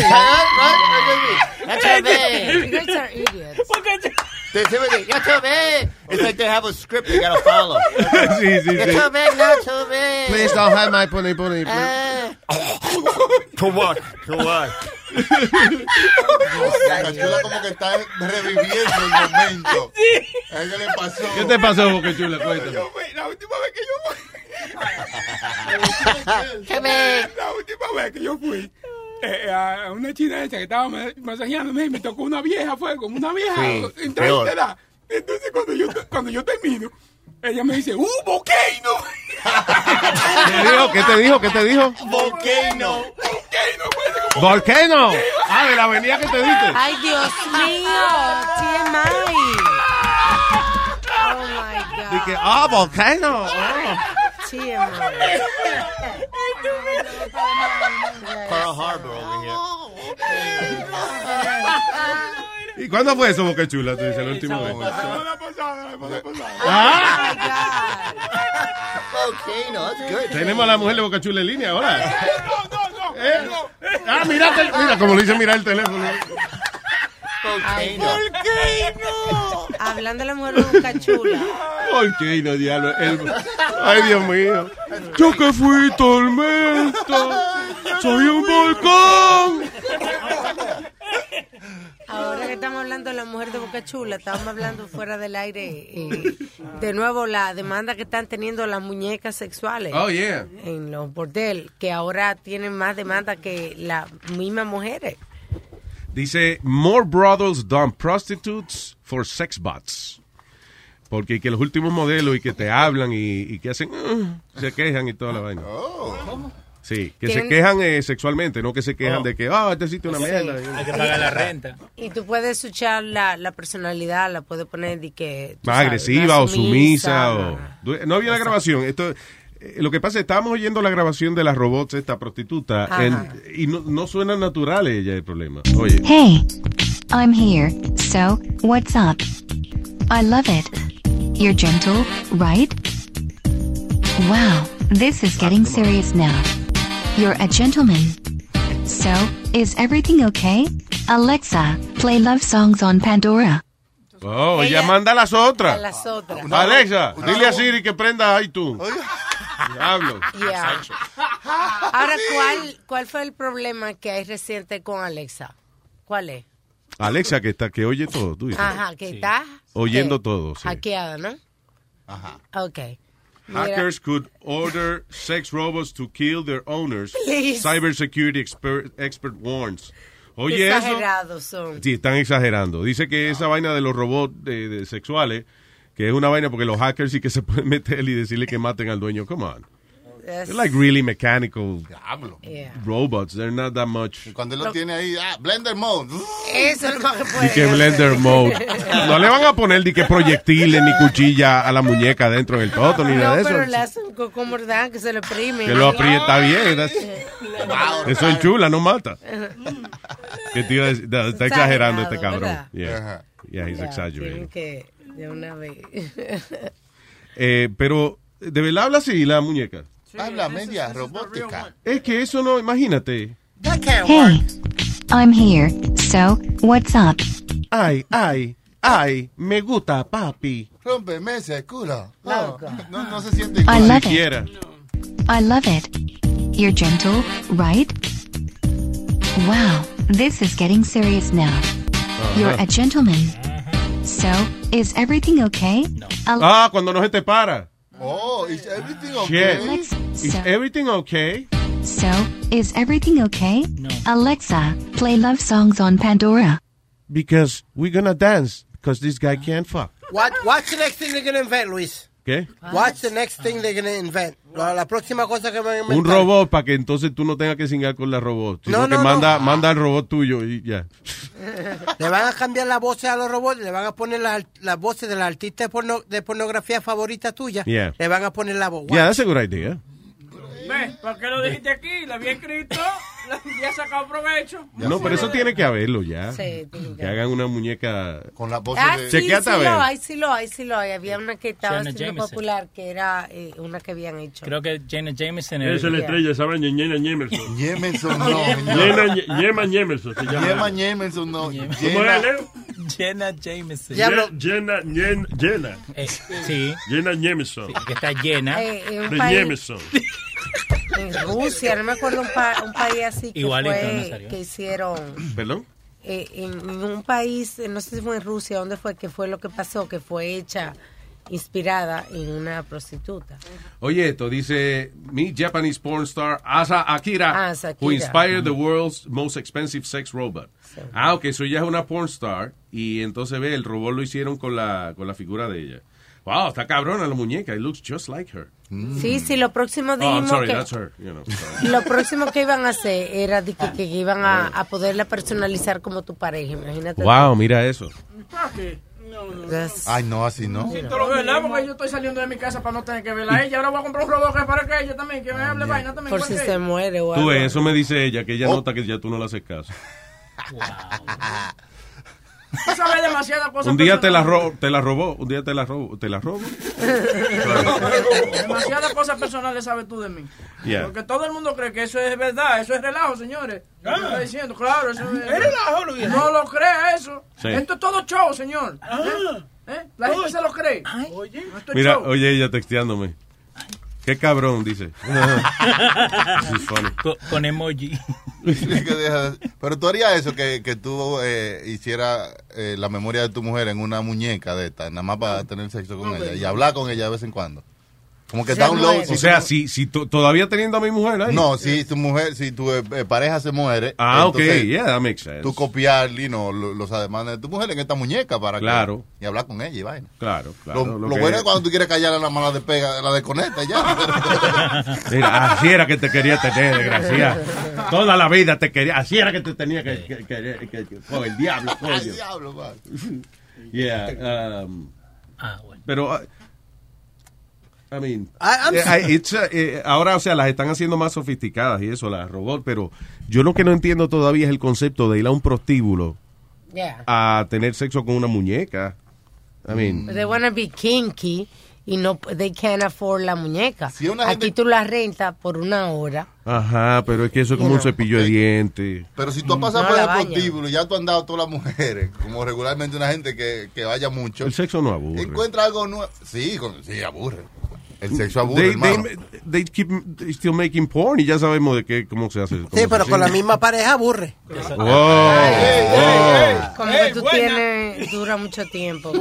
That's
too big.
You guys are idiots.
they say, you're too big. It's like they have a script they gotta follow.
sí, sí.
You're too big, not too big.
Please don't have my pony pony. Please.
To what? To what?
La chula como que está reviviendo el momento. ¿A ella le pasó?
¿Qué te pasó, Boca Chula? Cuéntame.
La última vez que yo fui eh, a una china esa que estaba ma- masajeándome y me tocó una vieja, fue como una vieja
Sí,
en 30
peor.
edad. Entonces cuando yo, cuando yo termino, ella me dice, ¡Uh, boqueino!
¿Qué dijo? ¿Qué te dijo? ¿Qué te dijo?
Volcano.
¡Volcano! Ah, de la avenida que te diste.
Ay, Dios mío, TMI. Oh my God.
Dije, ah, volcano. ah.
Pearl Harbor over here.
¿Y cuándo fue eso, Boca Chula? Tú dices, la última vez. Ah,
Volcano, that's good.
Tenemos a la mujer de Boca Chula en línea ahora.
Eh,
Ah, mira, te- mira, como le dice mirar el teléfono.
Ay, no? Hablando de la mujer nunca chula.
Volcano, diablo. El- Ay, Dios mío. Yo que fui tormenta. Soy un volcán.
Ahora que estamos hablando de la mujer de Boca Chula, estábamos hablando fuera del aire. eh, de nuevo, la demanda que están teniendo las muñecas sexuales.
Oh, yeah.
En los bordeles, que ahora tienen más demanda que las mismas mujeres.
Dice, more brothels dump prostitutes for sex bots. Porque que los últimos modelos y que te hablan y, y que hacen, "Ah, "Ugh", se quejan y toda la vaina. Sí, que se
Tienen-
quejan eh, sexualmente, no que se quejan
Oh.
de que, ah, este sitio es una
Sí.
mierda.
Hay que pagar la renta.
Y tú puedes escuchar la, la personalidad, la puedes poner de que... tú
Más
sabes,
agresiva
más
o sumisa. o-
ajá.
No había la grabación. Esto, eh, lo que pasa es que estábamos oyendo la grabación de las robots, esta prostituta,
Ajá.
en- y no, no suena natural ella el problema. Oye.
Hey, I'm here, so what's up? I love it. You're gentle, right? Wow, this is getting serious now. You're a gentleman. So, is everything okay? Alexa, play love songs on Pandora.
Oh, ella, manda a las otras. Ah,
A las otras.
Alexa, dile a Siri que prenda iTunes. Diablo. Ah.
Yeah. Ahora, ¿cuál, ¿cuál fue el problema que hay reciente con Alexa? ¿Cuál es?
Alexa que está, que oye todo, tú dices.
Ajá, que está
Oyendo
¿qué?
todo, Pues sí.
hackeada, ¿no? Ajá. Ok. Mira,
Hackers could order sex robots to kill their owners.
Please.
Cybersecurity expert, expert warns. Oye, eso.
exagerados son.
Sí, están exagerando. Dice que esa vaina de los robots de, de sexuales, que es una vaina porque los hackers sí que se pueden meter y decirle que maten al dueño. Come on.
Es-
They're like really mechanical
Diablo.
robots. They're not that much.
Cuando él lo tiene ahí, ah, Blender Mode.
Eso es lo más que puede.
Di que blender mode. No le van a poner di que proyectiles ni cuchilla a la muñeca dentro del toto ni
No,
nada de eso.
pero le hacen coco mordán que se lo prime.
Que lo aprieta bien. that's- Eso es chula, no mata. Que te iba a decir? No, está exagerando este cabrón.
¿verdad?
Yeah. Yeah, he's
Ya, tienen
exaggerating.
que de una vez.
Eh, pero, ¿de verdad habla así la muñeca?
Habla media robótica.
Es que eso no, imagínate.
Hey, I'm here, so what's up?
Ay, ay, ay, me gusta, papi.
Rómpeme ese culo. No, no, no se siente
I
igual.
love it. I love it. You're gentle, right? Wow, this is getting serious now. You're a gentleman. So, is everything okay? Al-
Ah, cuando no se te para.
Oh, is everything
Shit.
okay?
Is everything okay?
So, is everything okay? Alexa, play love songs on Pandora.
Because we're gonna dance. Because this guy can't fuck.
What, what's the next thing they're gonna invent, Luis?
¿Qué?
What's the next thing they're gonna invent? La, la próxima cosa que van a inventar.
Un robot para que entonces tú no tengas que cingar con la robot. Sino
No, no,
que
no.
manda, manda al robot tuyo y ya.
Le van a cambiar las voces a los robots, le van a poner las, las voces de las artistas de, porno- de pornografía favorita tuya.
Yeah.
Le van a poner la voz.
Yeah, that's a good idea.
¿Ves? ¿Por qué lo dijiste aquí? La había escrito, la había sacado provecho.
No, pero eso tiene que haberlo ya.
Sí, tiene que
que hagan una muñeca.
Con la voz
Ah, sí, sí
Chequeate a ver.
lo hay, sí lo hay, sí lo hay. Había una que estaba
Janet
siendo
Jameson.
popular, que era eh, una que habían hecho.
Creo que Janet Jameson
Esa es la estrella, esa vaina Ñena Ñemerson.
Ñemerson,
no,
Ñena Ñe- Ñema Ñemerson se llama.
Yema Yemenson, no.
¿Cómo
Yema-
es, Leo?
Jenna Jameson.
Ye- Llena, llen- llena.
Eh, sí.
Llena Ñemerson.
que está llena.
Eh, en un
De
país-
Ñemerson.
En Rusia, no me acuerdo un, pa- un país así que
Igualito,
fue-
Nazario.
que hicieron
¿Perdón?
eh, en, en un país, eh, no sé si fue en Rusia, ¿dónde fue que fue lo que pasó? Que fue hecha inspirada en una prostituta.
Oye, esto dice mi Japanese porn star Asa Akira,
Asa Akira.
who inspired the world's most expensive sex robot. Ah, ok, eso ya es una porn star y entonces ve, el robot lo hicieron con la, con la figura de ella. Wow, está cabrona la muñeca, it looks just like her.
Mm.
Sí, sí, lo próximo
Mm. Oh,
dijimos
I'm sorry,
que...
that's her. You know, sorry.
Lo próximo que iban a hacer era de que, que iban a, a poderla personalizar como tu pareja, imagínate.
Ah. Wow, mira eso.
¿Para qué? No, no.
Ay, no, así no.
Sí, tú lo ves, ¿verdad? Porque yo estoy saliendo de mi casa para no tener que verla a ella. Ahora voy a comprar un robot que es para que ella también, que me hable vaina también.
Por
¿para
si
qué?
se muere o
Tú
algo.
ves, eso me dice ella, que
Oh.
ella nota que ya tú no le haces caso.
Tú sabes demasiadas cosas.
Un día te la,
personales.
ro- te la robó, un día te la robo, te la robo.
Demasiadas cosas personales sabes tú de mí.
Yeah.
Porque todo el mundo cree que eso es verdad, eso es relajo, señores. Lo que está diciendo, claro, eso Ah. es.
¿Es relajo, Luis?
No lo crea eso.
Sí.
Esto es todo show, señor. ¿Eh? ¿Eh? La gente se lo cree. Oye, esto es
Mira,
show.
oye ella texteándome. Qué cabrón, dice. This is funny.
Con, con emoji.
Tienes que dejar- Pero tú harías eso, que, que tú eh, hicieras eh, la memoria de tu mujer en una muñeca de esta, nada más para tener sexo con ella y hablar con ella de vez en cuando. Como que download.
O sea, si, si to- todavía teniendo a mi mujer ahí.
No, si tu mujer, si tu eh, eh, pareja se muere.
Ah, ok,
entonces
yeah, that makes sense.
Tú copiar you know, lo- los ademanes de tu mujer en esta muñeca para que-
Claro.
y hablar con ella y vaina.
Claro, claro.
lo
lo
lo
que-
bueno es cuando tú quieres callar a la mala de pega, la desconecta y ya.
Mira, ah, así era que te quería tener, desgraciado. Toda la vida te quería, así era que te tenía que, que, que- que- que- con el diablo, coño.
Al diablo, vale.
Yeah. um, Pero, ah, I mean,
I- I'm
eh,
sorry.
I- it's, uh, eh, ahora, o sea, las están haciendo más sofisticadas y eso, las robot, pero yo lo que no entiendo todavía es el concepto de ir a un prostíbulo
Yeah.
a tener sexo con una muñeca. I mean,
They wanna be kinky y no, they can't afford la muñeca.
una
Aquí tú la rentas por una hora.
ajá, pero es que eso es como un cepillo de dientes.
Pero si tú
Mm.
has pasado
No
por
la
el
bañan.
prostíbulo y ya tú has andado todas las mujeres, como regularmente una gente que, que vaya mucho,
El sexo no aburre. Mm,
encuentra algo nuevo. Sí, con- sí, aburre. El sexo aburre,
They,
hermano.
they, they keep they still making porn y ya sabemos de qué, cómo se hace.
Sí, pero con la misma pareja aburre.
Wow, wow.
Como
Ey,
que tú
buena.
tienes, dura mucho tiempo.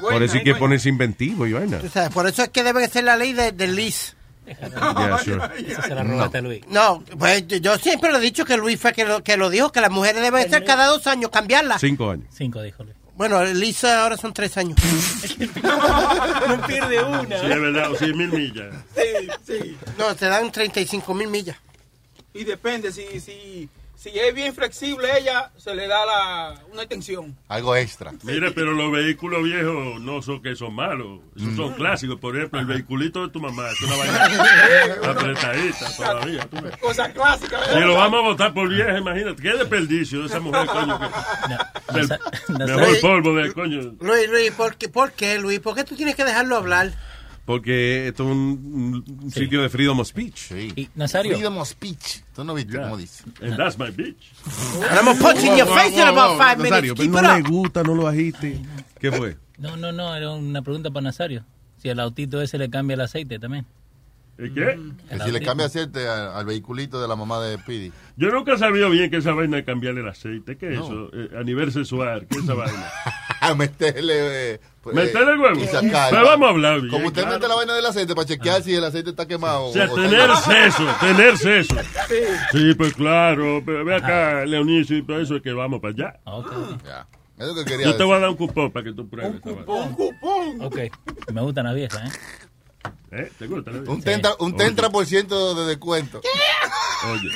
Por eso hay que ponerse inventivo y vaina.
Tú sabes, por eso es que debe ser la ley de, del lease.
Yeah, sure.
Se la robaste a Luis.
No, pues yo siempre lo he dicho que Luis fue que lo, que lo dijo, que las mujeres deben ser cada dos años cambiarla.
Cinco años.
Cinco, dijo Luis.
Bueno, el lease ahora son tres años.
no pierde una. ¿eh?
Sí, es verdad, o 100 mil millas.
Sí, sí.
No, te dan 35 mil millas.
Y depende, si, si, si es bien flexible ella, se le da la, una extensión.
Algo extra.
Mire, pero los vehículos viejos no son que son malos, esos son
Mm.
clásicos. Por ejemplo, el vehiculito de tu mamá es una vaina apretadita todavía. tú ves.
Cosa clásica.
Si lo vamos a votar por vieja, imagínate, qué desperdicio de esa mujer, coño. que- del mejor
Luis.
polvo del coño.
Luis, Luis, ¿por qué, ¿por qué, Luis? ¿Por qué tú tienes que dejarlo hablar?
Porque esto es un, un sitio de freedom of speech.
Y, Nazario.
Freedom of speech. Tú no viste cómo dice.
And that's my bitch.
And I'm gonna punch you in your face in about five minutes. Keep
no
it
le
up.
gusta, no lo agite. ¿Qué fue?
No, no, no, era una pregunta para Nazario. Si al autito ese le cambia el aceite también.
¿Y qué?
Que si le cambia aceite a- al vehiculito de la mamá de Speedy.
Yo nunca sabía bien que esa vaina de cambiarle el aceite, ¿qué es
No.
eso? Eh, a nivel sexual, ¿qué es esa vaina?
a meterle. eh,
Meterle el huevo.
y sacarlo.
Pero vamos a hablar bien,
Como usted
claro.
mete la vaina del aceite para chequear si el aceite está quemado.
O sea,
o-
tener sexo, tener sexo. Sí, pues claro. Pero ve acá, Leonicio, y por eso es que vamos para allá.
Ah,
Ya. Eso es lo que quería
Yo te
decir.
voy a dar un cupón para que tú pruebes. esta vaina.
Un cupón. Ok. Me gustan las viejas, ¿eh?
¿Eh? ¿Te gusta la
Un
Sí.
tentra, un
Oye.
tentra por ciento de descuento.
Oye,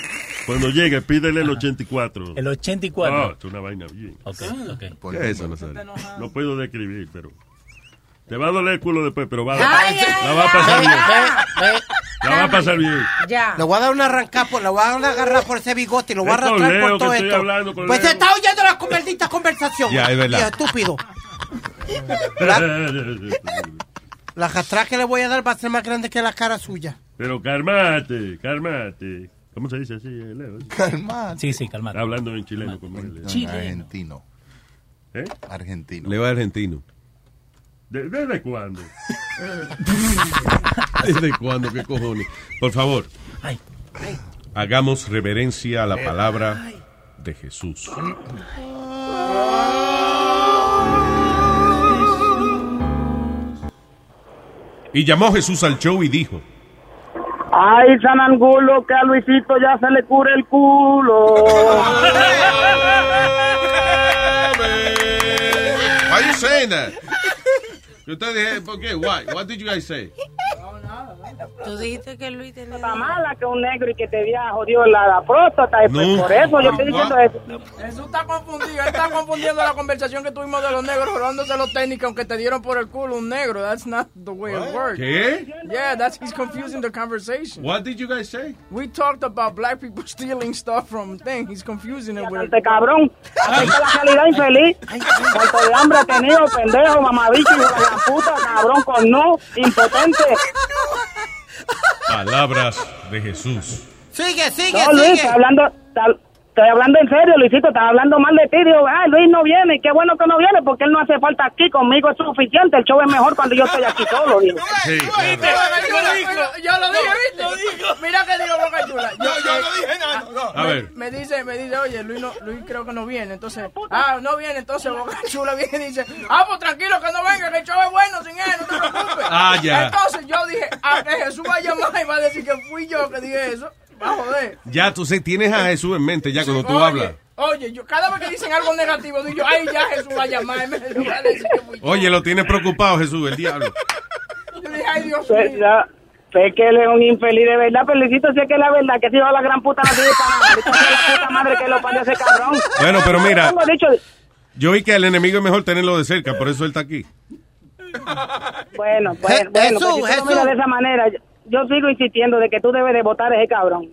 cuando llegue, pídele el 84.
El 84.
Ah, es una vaina bien. Ah,
Ok, ok.
¿Qué es eso, Nazario? No puedo describir, pero. Te va a doler el culo después, pero va a.
Ay,
la
ay,
va a pasar
ay.
bien. La va a pasar bien.
Ya. Le voy a dar una arrancada, por, le voy a dar una agarrada por ese bigote y lo voy a
Es con
arrastrar
Leo
por todo
que estoy
esto.
hablando, con
pues
Leo.
se está oyendo la con- maldita conversación.
Ya, es verdad.
Tío, estúpido. La arrastrada que le voy a dar va a ser más grande que la cara suya.
Pero cálmate, cálmate. ¿Cómo se dice así, eh, Leo?
Calmate.
Sí, sí, calmate.
Hablando en chileno como él.
Chileno. Argentino.
¿Eh?
Argentino.
Le va argentino.
¿De- ¿Desde cuándo?
¿Desde cuándo? ¿Qué cojones? Por favor,
Ay.
hagamos reverencia a la palabra de Jesús. Y llamó Jesús al show y dijo,
Ay, San Angulo, que a Luisito ya se le cura el culo.
Why you saying that? Y ustedes dijeron, ¿por qué? Why? What did you guys say?
Tú dijiste que Luis tenía.
Está mala que un negro y que te había jodido la, la próstata. y pues
No.
por eso yo estoy diciendo eso.
Jesús está confundido, él está confundiendo la conversación que tuvimos de los negros robándose los técnicos aunque te dieron por el culo un negro. That's not the way it works.
¿Qué?
Yeah, that's he's confusing the conversation.
What did you guys say?
We talked about black people stealing stuff from things. He's confusing it with
Este cabrón, Esa es la calidad infeliz. Cuánto de hambre ha tenido, pendejo, mamabicho, hijo de la puta, cabrón, con no, impotente.
Palabras de Jesús.
Sigue, sigue,
No, Luis,
sigue.
estoy hablando, está- estoy hablando en serio, Luisito, estás hablando mal de ti. Digo, ay, Luis no viene, qué bueno que no viene, porque él no hace falta aquí, conmigo es suficiente, el show es mejor cuando yo estoy aquí solo, digo.
Sí,
Yo lo digo, yo lo dije, ¿viste? Mira que digo Boca Chula. Yo,
yo
no dije nada.
A ver.
Me dice, me dice, oye, Luis, no, Luis creo que no viene. Entonces, ah, no viene. Entonces Boca Chula viene y dice, ah, pues tranquilo que no venga, que el show es bueno sin él, no te preocupes.
Ah, ya.
Entonces yo dije, a que Jesús va a llamar y va a decir que fui yo que dije eso. Va a joder.
Ya tú sé, tienes a Jesús en mente ya cuando tú
Oye,
hablas.
Oye, yo cada vez que dicen algo negativo, digo yo, ay, ya Jesús va a llamarme. Jesús va a decir que fui yo.
Oye, lo tienes preocupado Jesús, el diablo.
Yo dije, ay, Dios
Pues,
mío.
ya, sé que él es un infeliz de verdad, pero Luisito, sé que es la verdad, que si va a la gran puta, no sirve para nada. Luisito, es la puta madre que lo parió ese cabrón.
Bueno, pero mira.
Como he dicho,
Yo vi que al enemigo es mejor tenerlo de cerca, por eso él está aquí.
bueno, pues,
Je-
bueno, pues,
Jesús,
si tú lo
Jesús.
miras de esa manera, yo, yo sigo insistiendo de que tú debes de votar a ese cabrón.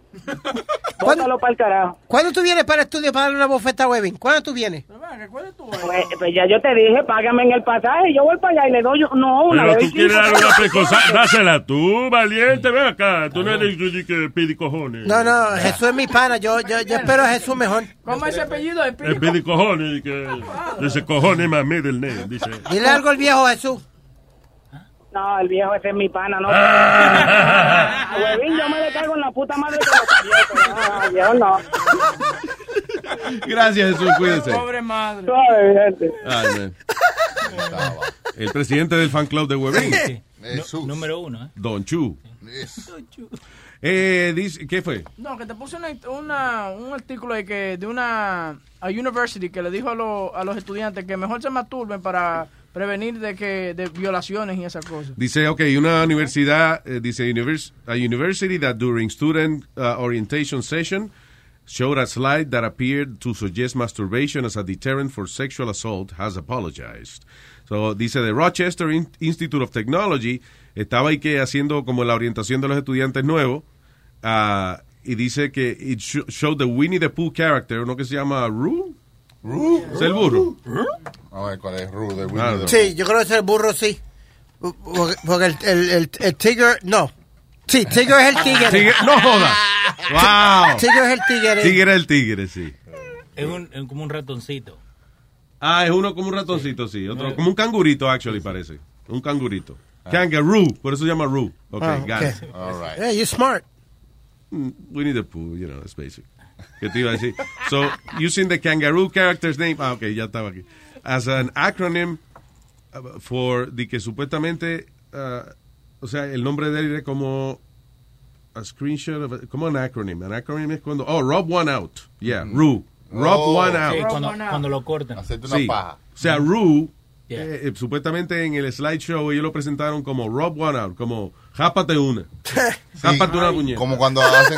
Bótalo para el carajo.
¿Cuándo tú vienes para el estudio para darle una bofeta a Webin? ¿Cuándo tú vienes? Eh,
Pues, pues ya yo te dije, págame en el pasaje, yo voy para allá y le doy no, una
Pero
le doy
tú quieres
cinco.
dar una pecosa, dásela tú, valiente, ven acá. Tú no eres yo di que pidi cojones. Ah,
No, no, Jesús es mi pana. Yo, yo, yo espero a Jesús mejor.
¿Cómo es ese apellido de
El
Pico?
pidi cojones, que dice cojones más del name, dice.
Dile algo al viejo Jesús.
No, el viejo ese es mi pana, no. Huevín, yo me le caigo en la puta madre que lo parió, pues, pero no, yo no.
Gracias Jesús, cuídese.
Pobre madre.
Suave, gente.
Ay, man. El presidente del fan club de Huevín,
Nu- número uno, ¿eh?
Don Chu. Eh, dice, ¿Qué fue?
No, que te puse una, una- un artículo de que de una a university que le dijo a, los a los estudiantes que mejor se masturben para prevenir de que de violaciones y esas cosas.
Dice, ok, una universidad, eh, dice, univers a university that during student uh, orientation session showed a slide that appeared to suggest masturbation as a deterrent for sexual assault has apologized. So, dice, the Rochester In- Institute of Technology estaba ahí que haciendo como la orientación de los estudiantes nuevos ah, y dice que it sho- showed the Winnie the Pooh character, uno que se llama Roo.
Roo.
¿Es el burro?
A ver, ¿cuál es Rude? de
Ah,
Winnie the-
Sí, yo creo que es el burro, sí. Porque porque el, el, el, el tigre, no. Sí, tigre es el tigre.
Tigre- no joda. Wow.
Tigre es el tigre.
Tigre el tigre, sí.
Es, un, es como un ratoncito.
Ah, es uno como un ratoncito, sí.
Eh.
Otro, como un cangurito, actually, parece. Un cangurito.
Ah.
Kangaroo, por eso se llama Roo. Ok,
Ah,
got
ok.
it.
Yeah, you're smart.
Mm, We need a poo, you know, that's basic. ¿Qué te iba a decir? So, using the kangaroo character's name. Ah, ok, ya estaba aquí. as an acronym uh, for the que supuestamente, uh, o sea, el nombre de él era como a screenshot of a- como an acronym. An acronym es cuando, oh, rub one out. Yeah, RU. Rub
Mm. Oh.
one out.
Sí, cuando, cuando lo cortan.
Sí. O sea, Rue, eh, eh, supuestamente en el slideshow ellos lo presentaron como Rob One Out, como jápate una. Jápate una puñeta. Como
cuando hacen.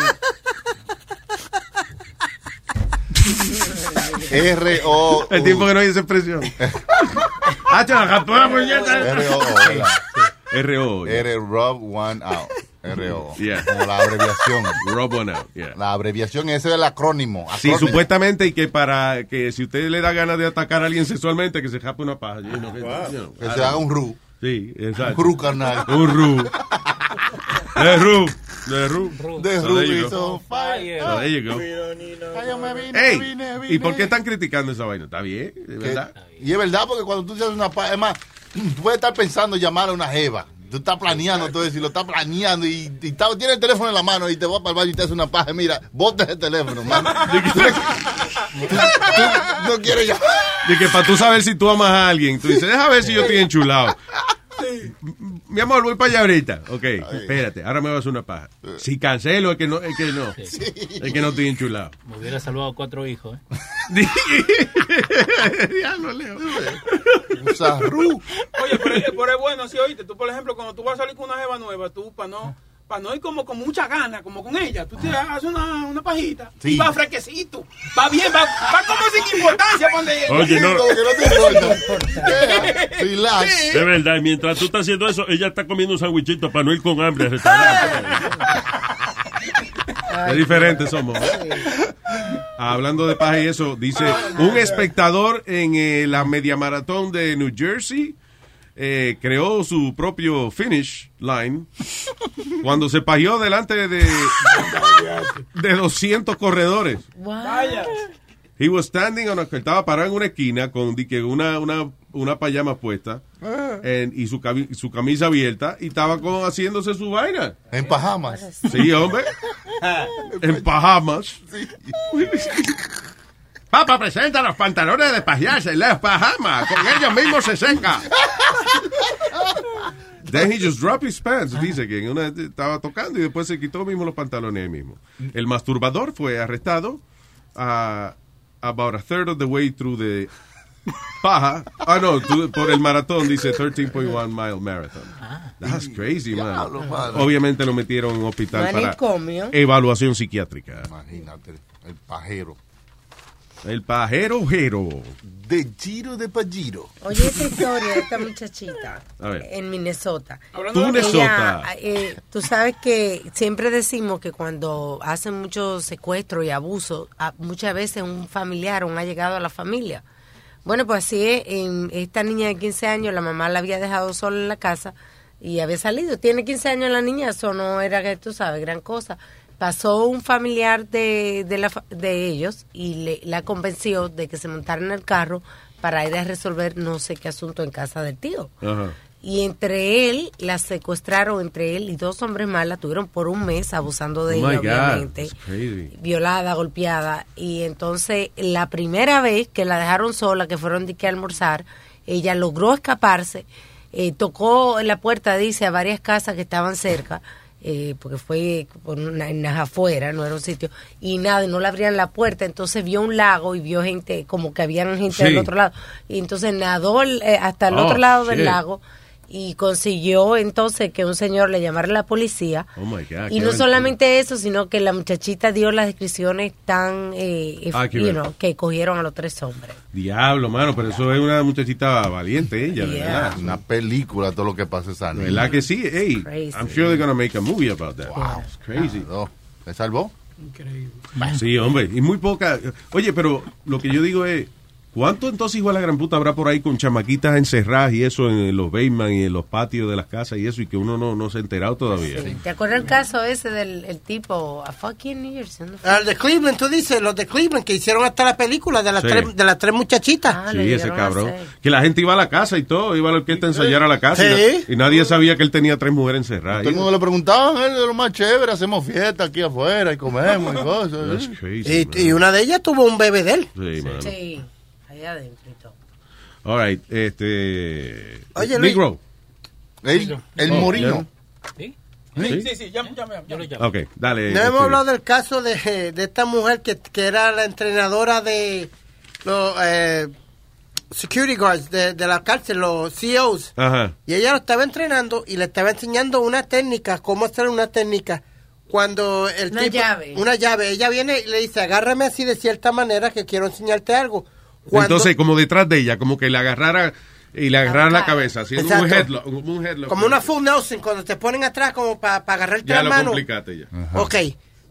R O
El tiempo que no hay esa expresión. Hacho, jápate una puñeta.
R O
R O
R Rob One Out. R O.
Yeah.
Como la abreviación.
Rob One Out. yeah.
La abreviación ese es el acrónimo.
Sí,
acrónimo.
supuestamente y que para que si usted le da ganas de atacar a alguien sexualmente que se japa una paja, you know, que, you know,
Que se
I don't
haga
know.
un ru.
Sí, exacto.
Un ru, carnal.
Un ru. De ru, de ru.
De
So there you
ru,
go.
it's on fire.
So there you go. Ey, ¿y por qué están criticando esa vaina? Está bien, de verdad.
Que- y es verdad, porque cuando tú te haces una paja, es más, tú puedes estar pensando llamar a una jeva. Tú estás planeando todo eso y lo estás planeando y, y está- tienes el teléfono en la mano y te vas para el baño y te hace una paja. Mira, bota el teléfono, mano. Tú- tú no quieres llamar.
De que para tú saber si tú amas a alguien, tú dices, déjame ver si yo estoy enchulado. Mi amor, voy para allá ahorita. Ok, espérate, ahora me vas a hacer una paja. Si cancelo, es que no, es que no.
Sí.
Es que no estoy enchulado.
Me hubiera salvado cuatro hijos, ¿eh?
Diablo, Leo.
Oye, pero, es- pero es bueno, sí, oíste. Tú, por ejemplo, cuando tú vas a salir con una jeva nueva, tú, para no, para no ir como con mucha gana, como con ella, tú te haces una, una pajita
Sí.
y va fresquecito. Va bien, va, va como sin importancia. pa' donde-
Oye, no.
Como que
Relax.
De verdad, mientras tú estás haciendo eso, ella está comiendo un sandwichito para no ir con hambre al restaurante.
Es diferente somos. Ah, Hablando de paja y eso, dice un espectador en eh, la media maratón de New Jersey eh, creó su propio finish line cuando se pajeó delante de, de 200 corredores.
Vaya.
He was standing on a, estaba parado en una esquina con di que una, una, una payama puesta en- y su, cami- su camisa abierta y estaba como haciéndose su vaina.
En pajamas.
Sí, hombre. en pajamas. Papa presenta los pantalones de pajearse en las pajamas. Con ellos mismos se seca. Oh, Then he just dropped his pants.
Ah.
Dice que en una, estaba tocando y después se quitó mismo los pantalones él mismo. El masturbador fue arrestado a about a third of the way through the paja. Ah, no, tú- por el maratón, dice 13.1 mile marathon.
Ah.
That's crazy, man.
Diablo, padre.
Obviamente lo metieron en un hospital
Manicomio.
para evaluación psiquiátrica.
Imagínate, el pajero.
El pajero ojero.
De giro de pajiro.
Oye, esta historia de esta muchachita
A ver.
en Minnesota.
Tú, de- Minnesota.
Ella, eh, tú sabes que siempre decimos que cuando hacen mucho secuestro y abuso, a- muchas veces un familiar, un allegado a la familia. Bueno, pues así es. en esta niña de 15 años, la mamá la había dejado sola en la casa y había salido. Tiene 15 años la niña, eso no era, que tú sabes, gran cosa. Pasó un familiar de, de, la fa- de ellos y le- la convenció de que se montara en el carro para ir a resolver no sé qué asunto en casa del tío.
Ajá.
Y entre él, la secuestraron, entre él y dos hombres más, la tuvieron por un mes abusando de
Oh
ella, obviamente
it's crazy.
violada, golpeada. Y entonces la primera vez que la dejaron sola, que fueron de que a almorzar, ella logró escaparse, eh, tocó en la puerta, dice, a varias casas que estaban cerca, eh, porque fue por una, en las afueras, no era un sitio, y nada, y no le abrían la puerta, entonces vio un lago y vio gente, como que habían gente
Sí.
del otro lado, y entonces nadó eh, hasta el
Oh,
otro lado del
shit.
lago y consiguió entonces que un señor le llamara a la policía
Oh my God.
y
qué
no
ven-
solamente eso, sino que la muchachita dio las descripciones tan, eh, eh,
Accurate.
you know, que cogieron a los tres hombres.
Diablo, mano, pero eso es una muchachita valiente ella,
Yeah.
¿verdad?
Una película todo lo que pasa esa niña.
¿Verdad que sí? Hey,
Crazy.
I'm sure they're gonna make a movie about that.
Wow.
It's crazy.
¿Me salvó?
Sí, hombre, y muy poca. Oye, pero lo que yo digo es, ¿cuánto entonces igual la gran puta habrá por ahí con chamaquitas encerradas y eso en los basement y en los patios de las casas y eso y que uno no, no se ha enterado todavía?
¿Te acuerdas el caso ese del el tipo a fucking New Year's? ¿no?
Ah,
Al de Cleveland, tú dices, los de Cleveland que hicieron hasta la película de las,
Sí.
tres, de las tres muchachitas.
Ah,
Sí, ese cabrón. Que la gente iba a la casa y todo, iba a la orquesta a ensayar a la casa y
Sí.
na- y, nadie sabía que él tenía tres mujeres encerradas.
Todo el mundo le preguntaba, él de lo más chévere, hacemos fiesta aquí afuera y comemos y cosas.
That's crazy,
Y, y una de ellas tuvo un bebé de él.
Sí, mano.
Sí, allá adentro y todo.
All right, este. Oh,
Oye, Luis.
Negro.
El,
el Morino.
¿Sí?
Sí, sí, ya, ya, ya lo llamo.
Ok, dale.
No hemos
este,
hablado del caso de, de esta mujer que, que era la entrenadora de los eh, security guards de, de la cárcel, los CEOs.
Ajá.
Y ella lo estaba entrenando y le estaba enseñando una técnica, cómo hacer una técnica. Cuando el
Una
tipo-
llave.
Una llave. Ella viene y le dice, agárrame así de cierta manera que quiero enseñarte algo. Cuando-
Entonces, como detrás de ella, como que le agarrara y le agarrara la cabeza, haciendo un
Exacto.
headlock. un- un headlock.
Como una full Nelson, cuando te ponen atrás como para agarrarte
Ya
la
lo
mano.
complicaste ya.
Ok,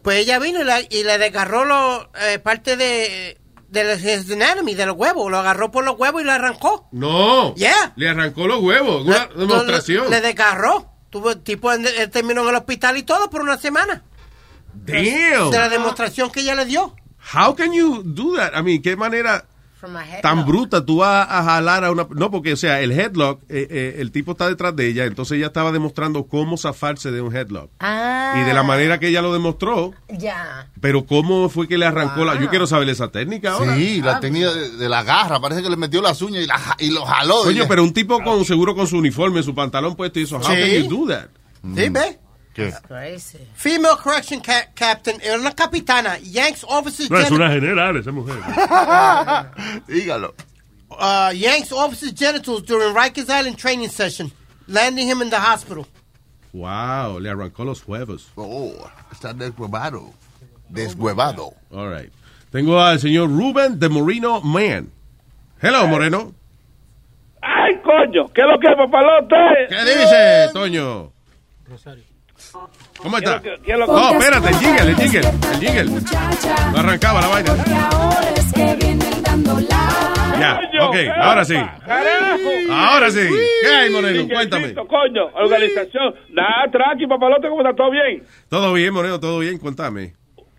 pues ella vino y, la- y le desgarró los, eh, parte de, de, los- his anatomy, de los huevos. Lo agarró por los huevos y lo arrancó.
No.
Yeah.
Le arrancó los huevos. Una demostración.
Le, le desgarró. Tuvo el tipo, en- él terminó en el hospital y todo por una semana.
Damn.
De la demostración que ella le dio.
How can you do that? I mean, qué manera tan bruta tú vas a jalar a una... No, porque, o sea, el headlock, eh, eh, el tipo está detrás de ella, entonces ella estaba demostrando cómo zafarse de un headlock.
Ah.
Y de la manera que ella lo demostró,
Ya.
pero cómo fue que le arrancó la... Yo quiero saber esa técnica ahora.
Sí,
Ah,
la técnica de, de la garra. Parece que le metió las uñas y, la ja- y lo jaló.
Coño,
Oye,
pero un tipo con seguro con su uniforme, su pantalón puesto y eso, how
Sí.
can you do that?
Mm.
¿Sí, ve?
¿Qué?
Female Correction ca- Captain, era una capitana, Yanks Officer
No, es
Gen-
una general esa mujer.
Dígalo.
uh, Yanks Officer genitals during Rikers Island training session, landing him in the hospital.
Wow, le arrancó los huevos.
Oh, está deshuevado. Deshuevado.
All right. Tengo al señor Rubén de Moreno Man. Hello, Moreno.
¡Ay, coño! ¿Qué es lo que es, papalote?
¿Qué dice, Toño? ¿Cómo está? Oh, espérate, el jingle, el jingle, el jingle. No arrancaba la vaina. Ya, ok, ahora sí.
¡Carajo!
Ahora sí. ¿Qué hay, Moreno? Cuéntame.
Coño, organización. Da, Traqui, papalote, ¿cómo está? ¿Todo bien?
Todo bien, Moreno, todo bien, cuéntame.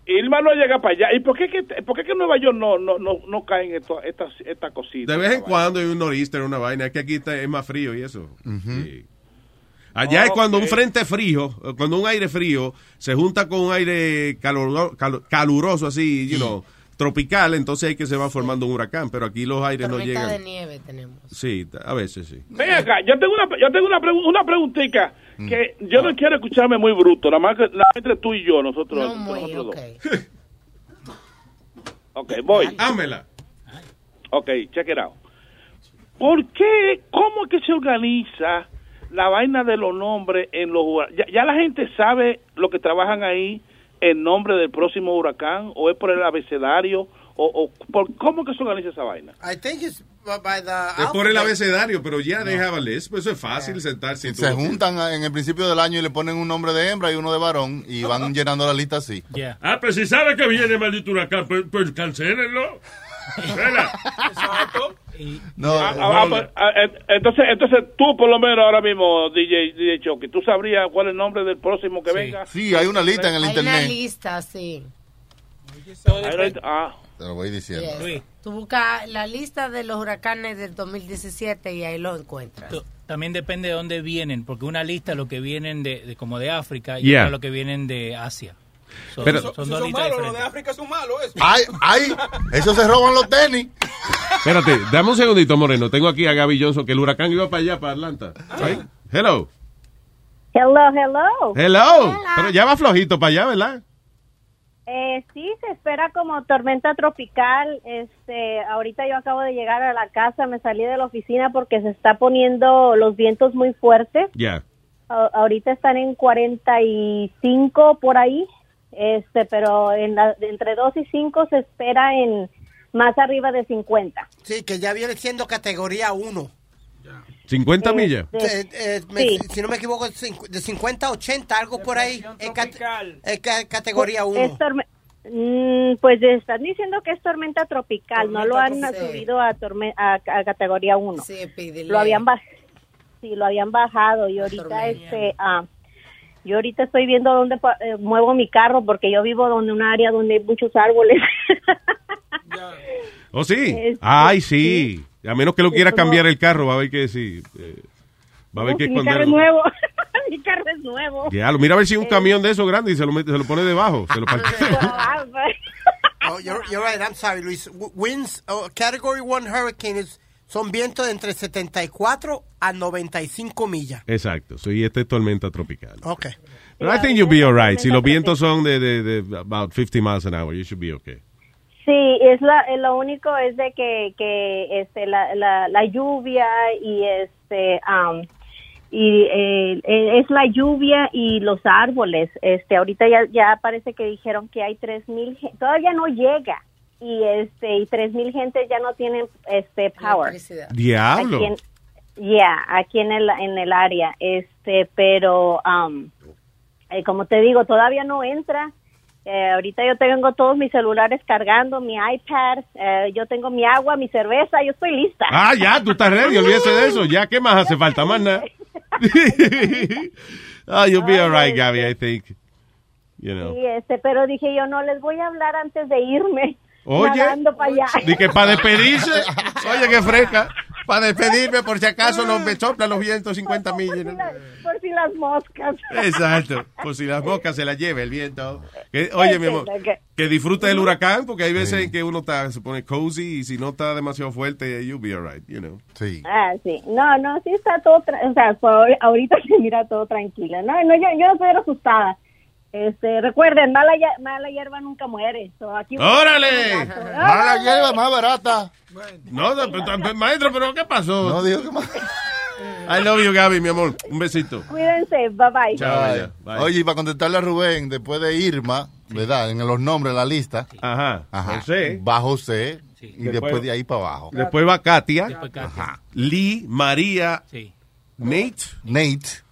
Irma no llega para allá. ¿Y por qué que, por qué que en Nueva York no, no, no, no caen esto- estas estas cositas?
De vez en cuando hay un nor'easter, una vaina, es que aquí está, es más frío y eso. Sí. Allá es cuando un
Ok.
frente frío, eh, cuando un aire frío se junta con un aire caluro- calo- caluroso así, you know, tropical, entonces es que se va formando un huracán, pero aquí los aires no
Tormenta
llegan.
de
Nieve tenemos.
Sí, t- a veces sí.
Ven acá, yo tengo una, yo tengo una, pregu- una preguntita que yo no quiero escucharme muy bruto, nada más que nada más entre tú y yo, nosotros,
No
entre
muy,
nosotros dos.
ok.
Ok, voy.
Ámela.
Ok, check it out. ¿Por qué, cómo es que se organiza la vaina de los nombres en los hura- ya, ya la gente sabe lo que trabajan ahí, el nombre del próximo huracán, o es por el abecedario, o, o por, cómo que se organiza esa vaina.
I think it's by- by the
Es por el
alphabet.
abecedario, pero ya dejaba eso es fácil sentarse. y
Se
tú-
juntan a- en el principio del año y le ponen un nombre de hembra y uno de varón y van llenando la lista así.
Ah, pero si sabe que viene maldito huracán, pues, pues cancélenlo.
No,
Ah, ah, ah, pues, ah, eh, entonces, entonces tú por lo menos ahora mismo, DJ, DJ Chucky, ¿tú sabrías cuál es el nombre del próximo que venga?
Sí, hay una lista en el
Hay una
internet.
lista, sí.
Hay una lista- ah.
Te lo voy diciendo.
Yes. Tú buscas la lista de los huracanes del 2017 y ahí lo encuentras.
¡Ah,
T- También depende de dónde vienen, porque una lista es lo que vienen de, de- como de África y
Yeah.
otra lo que vienen de Asia. Son,
Pero-
son
Eso-
dos listas diferentes.
Ay, ay, eso se roban los tenis.
Espérate, dame un segundito, Moreno. Tengo aquí a Gaby Johnson, que el huracán iba para allá, para Atlanta. Right? Hello.
Hello, hello.
Hello. Pero ya va flojito para allá, ¿verdad?
Eh, sí, se espera como tormenta tropical. Este, ahorita yo acabo de llegar a la casa, me salí de la oficina porque se está poniendo los vientos muy fuertes.
Ya.
A- ahorita están en 45 por ahí, este, pero en la- entre 2 y 5 se espera en más arriba de 50.
Sí, que ya viene siendo categoría 1.
50 millas.
Si no me equivoco, es cincu- de 50 a 80, algo por ahí. Es, cate- es ca- categoría
Pues, Es
1.
torme- Mm, pues están diciendo que es tormenta tropical, no lo han
tropical.
subido a, torme- a, a categoría 1.
Sí, pídele.
lo habían baj- sí, lo habían bajado y ahorita este ah, yo ahorita estoy viendo dónde pa- eh, muevo mi carro porque yo vivo donde un área donde hay muchos árboles
¿O ¿Oh, sí?
Eh,
Ay, sí. A menos que lo
Sí,
quiera
como-
cambiar el carro, va a ver que sí. eh, va a ver que
mi carro
esconderlo.
es nuevo mi carro es nuevo
Ya, lo- mira a ver si un
Eh,
camión de esos grande y se lo, mete- se lo pone debajo. Se lo parquea.
ah,
Oh, you're, you're right. I'm sorry, Luis. W- Winds, oh, category 1 hurricane is son vientos de entre 74 a 95 millas.
Exacto. So, y esta es tormenta tropical.
Ok.
But I think you'll be alright. Si los vientos son de, de, de about 50 miles an hour, you should be okay.
Sí, es la, eh, lo único es de que, que este, la, la, la lluvia y este am, y eh, eh, es la lluvia y los árboles. Este, ahorita ya, ya parece que dijeron que hay tres mil, todavía no llega y este y tres mil gente ya no tienen este power.
Diablo.
Aquí en- yeah, aquí en el en el área, este, pero am, eh, como te digo, todavía no entra. Eh, ahorita yo tengo todos mis celulares cargando, mi iPad, eh, yo tengo mi agua, mi cerveza, yo estoy lista.
Ah, ya, tú estás ready, olvídese de eso. Ya, ¿qué más hace falta? Más nada. Ah, you'll be alright, Gabby, I think. You know.
Y este, pero dije yo no les voy a hablar antes de irme.
Oye.
nadando pa' allá.
Di que para despedirse.
Oye, qué fresca. Para despedirme, por si acaso los me soplan los vientos 50 millas.
Por si las moscas.
Exacto. Por si las moscas se las lleve el viento. Que- oye, mi amor,
Ok.
que disfrute del huracán, porque hay veces en que uno está, se pone cozy y si no está demasiado fuerte, you'll be alright, you know.
Sí.
Ah, sí. No, no, sí está todo, tra- o sea, por ahor- ahorita se mira todo tranquilo. No, no, yo, yo no estoy asustada. Este, recuerden, mala, hie- mala hierba nunca muere. So, aquí
¡Órale!
Mala hierba más barata.
No, no, pero también, maestro, pero ¿qué pasó?
No digo que más.
I love you, Gaby, mi amor. Un besito.
Cuídense, bye bye.
Chao,
Ay.
ya, bye.
Oye, y para contestarle a Rubén, después de Irma, ¿verdad? En los nombres, en la lista.
Ajá. José.
Va José. Y
Después-
después, de ahí para abajo.
Después va Katia.
Después Katia.
Ajá. Lee, María, Nate.
Nate.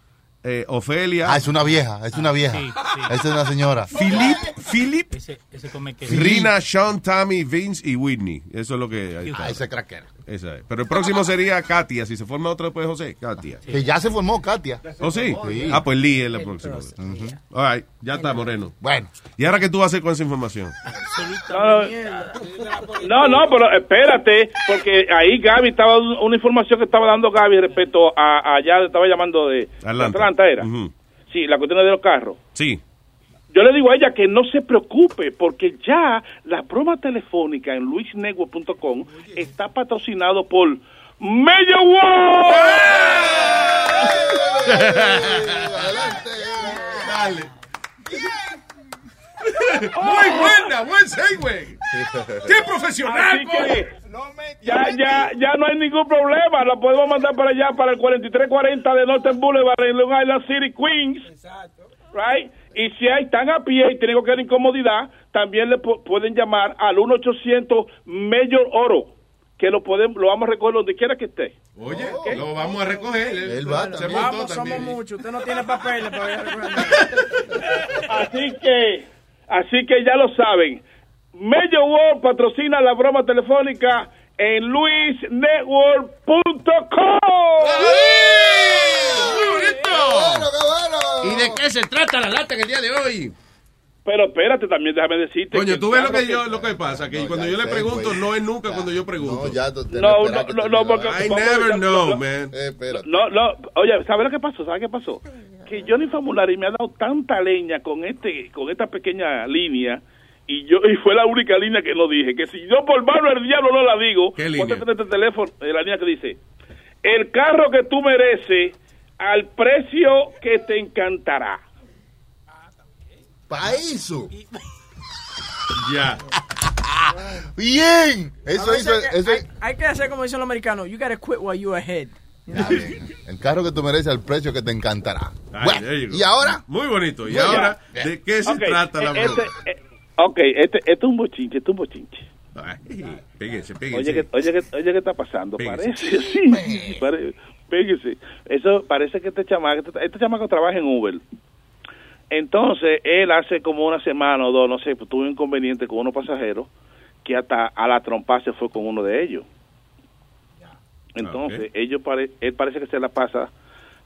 eh, Ofelia.
Ah, es una vieja, es una vieja.
Sí, sí.
Esa es una señora.
Philip, Philip,
Ese, ese come que.
Rina, Sean, Tammy, Vince y Whitney. Eso es lo que ahí está.
Ah, ese cracker.
Esa es. Pero el próximo sería Katia. Si se forma otro después, José. Katia.
Que ya se formó Katia.
¿Oh, sí?
Sí.
Ah, pues Lee es la próxima. Ujú. All right. Ya está, Moreno.
Bueno.
¿Y ahora qué tú vas a hacer con esa información?
No, no, no, pero espérate, porque ahí Gaby estaba una información que estaba dando Gaby respecto a allá estaba llamando de de
Atlanta.
Atlanta era.
Ujú.
Sí, la cuestión de los carros.
Sí.
Yo le digo a ella que no se preocupe porque ya la prueba telefónica en luisnegro.com está patrocinado por Mayor
Dale.
Muy buena, buen segue. ¡Qué profesional,
Ya, ya, ya no hay ningún problema. La podemos mandar para allá, para el 4340 de Northern Boulevard en Long Island City, Queens. Right? Y si hay, están a pie y tienen cualquier incomodidad, también le pu- pueden llamar al 1-800 Mayor Oro, que lo podemos, lo vamos a recoger donde quiera que esté.
Oye, lo vamos a recoger. eh. Él
va
se montó
Vamos, somos
también.
muchos. Usted no tiene papeles para ir a recoger nada.
Así que, así que ya lo saben. Major World patrocina la broma telefónica en luisnetwork.com.
¿Y de qué se trata la lata en el día de hoy?
Pero espérate, también déjame decirte.
Coño,
que-
tú ves lo que, yo, lo que pasa, que cuando yo le pregunto,
pues.
no es nunca cuando yo pregunto.
No, no, no, no, porque.
I
porque-
never
no,
know,
no,
man. espérate.
No, no, oye, ¿sabes lo que pasó? ¿Sabes qué pasó? Que Johnny Famulari me ha dado tanta leña con este con esta pequeña línea y yo y fue la única línea que no dije, que si yo por mano el diablo no la digo,
¿Qué línea?
ponte en este teléfono, eh, la línea que dice, "El carro que tú mereces al precio que te encantará."
Para eso.
Ya.
Bien. Eso
A
hizo.
veces que-
Eso,
hay, hay que hacer como dicen los americanos. You gotta quit while you're ahead.
el carro que tú mereces al precio que te encantará.
Ay,
Bueno,
there you go.
y ahora.
Muy bonito. ¿Y
Muy
ahora
bien.
de qué se
Ok,
trata la
eh,
broma?
este, eh, Ok, este, este es un bochinche, este es un bochinche.
Ay, Péguense, péguense.
Oye, que, oye, que, oye, ¿qué está pasando?
Pégase.
Parece, sí, pare- pégese. Eso parece que este chamaco, este, este chamaco trabaja en Uber. Entonces, él hace como una semana o dos, no sé, pues, tuvo un inconveniente con unos pasajeros que hasta a la trompa se fue con uno de ellos. Entonces, ellos pare- él parece que se la pasa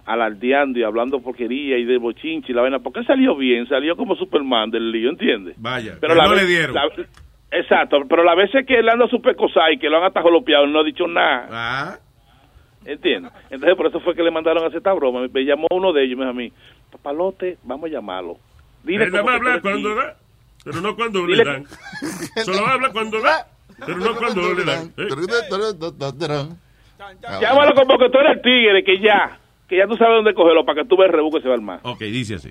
alardeando y hablando porquería y de bochinche y la vaina, porque él salió bien, salió como Superman del lío, ¿entiendes?
Vaya,
Pero
que
la
no
vez-
le dieron.
la- exacto, pero las veces que él anda super cosa y que lo han hasta jolopeado, él no ha dicho nada.
Ah,
¿Entiendes? Entonces por eso fue que le mandaron a hacer esta broma. Me llamó uno de ellos y me dijo a mí, papalote, vamos a llamarlo. Dile
Él
cómo
va a
que
hablar
tú eres
cuando
aquí".
da, pero no cuando
Dile-
le dan. Solo habla cuando da, pero no cuando le dan. Eh.
Llámalo como que tú eres el tigre, que ya, que ya tú sabes dónde cogerlo para que tú veas el rebuque se va al mar.
Ok, dice así.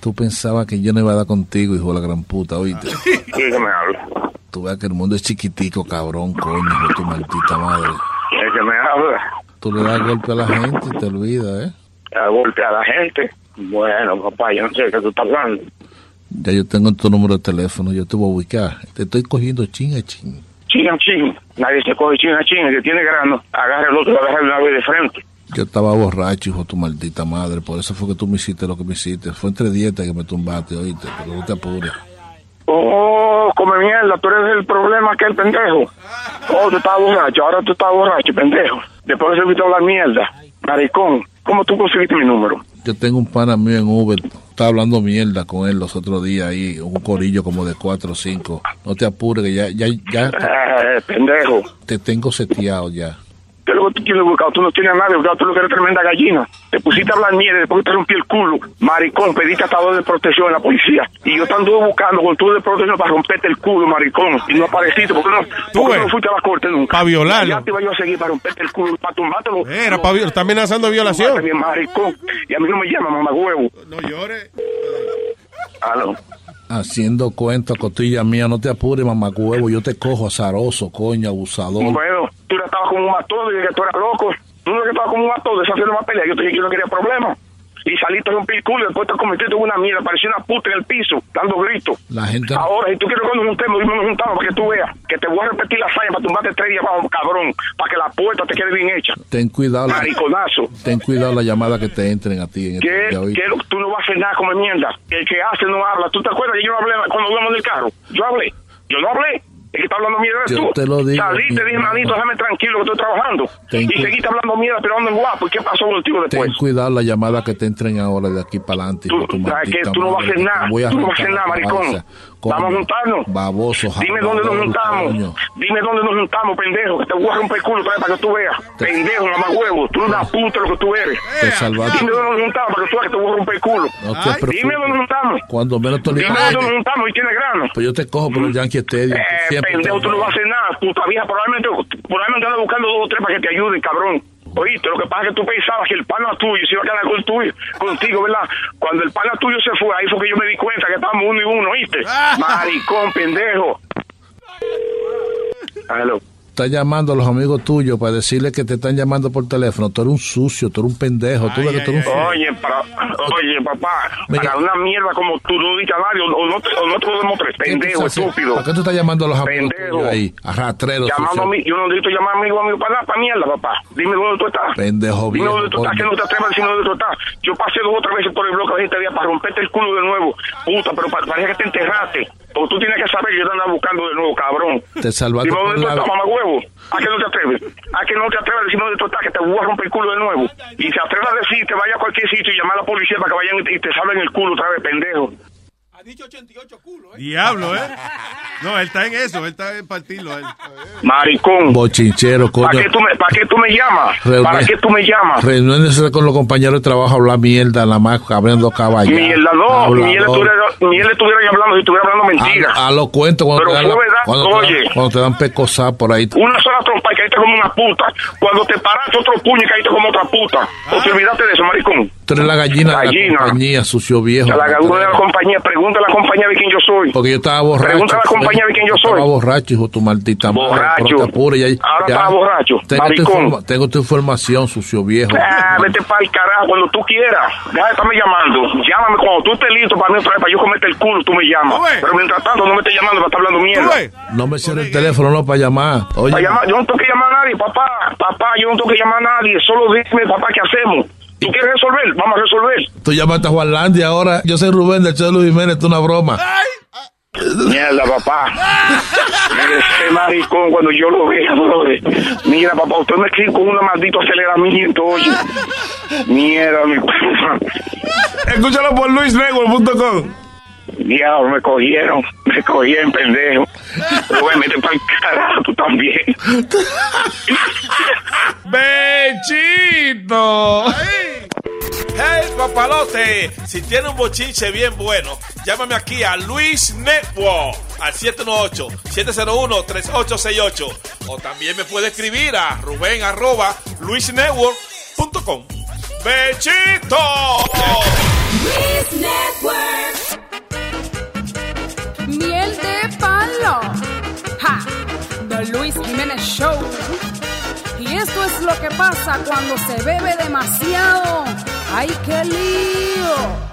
Tú pensabas que yo no iba a dar contigo, hijo de la gran puta, oíste.
Dígame, habla.
Tú veas que el mundo es chiquitico, cabrón, coño, de tu maldita madre.
Dígame, habla.
Tú le das golpe a la gente y te olvidas, ¿eh?
A golpe a la gente. Bueno, papá, yo no sé de qué tú estás hablando.
Ya yo tengo tu número de teléfono, yo te voy a ubicar. Te estoy cogiendo chin a chin.
Chinga, chinga. Nadie se coge chinga, chinga. El que tiene grano, agarra el otro y agarra una vez de frente.
Yo estaba borracho, hijo de tu maldita madre. Por eso fue que tú me hiciste lo que me hiciste. Fue entre dietas que me tumbaste, oíste. Porque no te apures.
Oh, come mierda, tú eres el problema que el pendejo. Oh, tú estás borracho, ahora tú estás borracho, pendejo. Después de serviste a hablar mierda. Maricón, ¿cómo tú conseguiste mi número?
Yo tengo un pana mío en Uber. Estaba hablando mierda con él los otros días ahí. Un corillo como de cuatro o cinco. No te apures, que ya, ya, ya
Eh, pendejo.
te tengo seteado ya.
¿Qué es lo que tú tienes buscado? Tú no tienes nada de buscado, tú lo que eres tremenda gallina. Te pusiste a hablar mierda, después te rompí el culo. Maricón, pediste atado de protección a la policía. Y yo te anduve buscando con tu de protección para romperte el culo, maricón. Y no apareciste, porque no, ¿por qué no fuiste a la corte nunca.
Pa' violarlo.
Ya te iba yo a seguir para romperte el culo, para tumbártelo.
Era, pa- está amenazando
Tumbarte,
violación.
mi maricón. Y a mí no me llama, mamá huevo. No llores. Aló.
Haciendo cuenta, costilla mía. No te apures, mamacuevo. Yo te cojo azaroso, coño, abusador.
Bueno, tú ya estabas como un matón, y que tú eras loco. Tú no que estabas como un matón, esa fue una pelea. Yo te dije que yo no quería problemas. Y saliste a romper el culo y después te convertiste en una mierda. Parecía una puta en el piso, dando gritos.
La gente.
Ahora, si tú quieres que nos juntemos, dime nos juntamos para que tú veas que te voy a repetir la hazaña para tumbarte tres días abajo, cabrón, para que la puerta te quede bien hecha.
Ten cuidado. la-
Mariconazo.
Ten cuidado la llamada que te entren a ti en este
Que,
día, oíste.
que tú no vas a hacer nada como mierda. El que hace no habla. ¿Tú te acuerdas que yo no hablé cuando hablamos del carro? Yo hablé. Yo no hablé. El que está hablando mierda eres
Yo
tú.
te lo digo,
Salí, te
mi
dije, manito, déjame tranquilo que estoy trabajando.
Te
y
encu-
seguiste hablando mierda, pero ando en guapo. ¿Y qué pasó contigo después?
Ten cuidado la llamada que te entren ahora de aquí para adelante. hijo de tu
pues? Tú sabes que
maldita
tú no vas a
madre,
hacer
que
nada.
te voy
Tú no vas a
arrancar
hacer nada,
la
maricón.
cabeza. Coño,
Vamos a juntarnos.
Baboso,
Dime dónde nos
jalador,
juntamos.
coño.
Dime dónde nos juntamos, pendejo. Que te voy a romper el culo otra vez para que tú veas. Pendejo, mamá huevo. Tú eres una puta lo que tú eres.
Te salvaste.
Dime dónde nos juntamos para que tú veas que te voy a romper el culo.
No te preocupes.
Dime dónde nos juntamos.
Cuando menos te lo
Dime dónde nos juntamos y tiene grano.
Pues yo te cojo por el Yankee Stadium.
Eh,
Siempre te-
pendejo, tú no vas a hacer nada, puta vieja. Probablemente, probablemente andas buscando dos o tres para que te ayuden, cabrón. Oíste, lo que pasa es que tú pensabas que el pana tuyo se iba a quedar con el tuyo, contigo, ¿verdad? Cuando el pana tuyo se fue, ahí fue que yo me di cuenta que estábamos uno y uno, ¿oíste? Maricón, pendejo. Aló.
Está llamando a los amigos tuyos para decirles que te están llamando por teléfono. Tú eres un sucio, tú eres un pendejo, tú eres, tú eres un...
Oye, para, oye, papá, para una mierda como tú no digas a nadie, o, o no te, o no te lo demuestres, pendejo, estúpido.
¿Por qué tú estás llamando a los amigos
Pendejo.
tuyos ahí? Arrastrero,
Llamando a
sucio.
mí, yo no necesito llamar a amigo amigo para nada, para mierda, papá. Dime dónde tú estás.
Pendejo
Dime
viejo,
dónde tú estás, que
coño.
no te atrevas a decirme dónde tú estás. Yo pasé dos o tres veces por el bloque de este día para romperte el culo de nuevo. Puta, pero pa- parecía que te enterraste. Porque tú tienes que saber que yo te andaba buscando de nuevo, cabrón.
Te salvaste
Dime
por
dónde tú
la...
estás, mamá huevo. ¿A qué no te atreves? ¿A qué no te atreves a decirme dónde tú estás, que te voy a romper el culo de nuevo? Y te atreves a decir, te vaya a cualquier sitio y llamar a la policía para que vayan y te, y te salven el culo otra vez, pendejo.
Diablo, ¿eh? No, él está en eso, él está en partirlo. Él.
Maricón.
Bochinchero, coño.
¿Para qué tú me, para qué tú me llamas? ¿Para
Reúne-
qué tú me llamas?
Reúnense con los compañeros de trabajo a hablar mierda, nada más abriendo caballos.
Mierda, no,
Hablador.
Miguel estuviera, Miguel estuviera ahí hablando, si estuviera
Ah,
hablando mentira.
A los cuentos cuando,
Pero
te dan,
fue verdad,
cuando, te dan-
oye.
cuando te dan pecosá por ahí.
Una sola trompa y caíste como una puta. Cuando te paraste otro puño y caíste como otra puta. O te olvidaste de eso, maricón.
Tú eres la gallina, de la
Gallina.
compañía, sucio viejo.
A la gallina de la compañía, pregunta a la compañía de quién yo soy.
Porque yo estaba borracho.
Pregunta a la compañía de quién yo
Estaba
soy.
borracho, hijo tu maldita madre.
Borracho.
Pero te apures, ya-
Ahora
ya.
estaba borracho,
Tengo tu,
maricón.
informa- tengo tu información, sucio viejo.
Ah, vete para el carajo cuando tú quieras. Deja de estarme llamando. Llámame cuando tú estés listo para mí otra vez, para yo comerte el culo, tú me llamas.
Tú ves.
Pero mientras tanto no me estés llamando para estar hablando mierda.
No me cierres el teléfono, no, para llamar. Oye,
Para llamar- yo no tengo que llamar a nadie, papá. Papá, yo no tengo que llamar a nadie. Solo dime, papá, ¿qué hacemos? ¿Tú quieres resolver? Vamos a resolver.
tú llamaste a Juan Landy ahora. Yo soy Rubén del Chelo Jiménez, tú una broma.
Mierda, papá. Mira, Ese maricón, cuando yo lo vea, brother. Mira, papá, usted me escribe con un maldito aceleramiento, oye. Mierda, mi papá. Escúchalo por luisnetwork.com. Diablo, me cogieron. Me cogieron, pendejo. Lo voy a meter para el carajo, tú también.
¡Bechito! ¡Hey, papá! Papalote, si tiene un bochinche bien bueno, llámame aquí a Luis Network al 718-701-3868. O también me puede escribir a Rubén arroba luisnetwork.com. ¡Bechito!
Luis Network. Miel de palo. Ja. The Luis Jiménez Show. Y esto es lo que pasa cuando se bebe demasiado. ¡Ay, qué lío!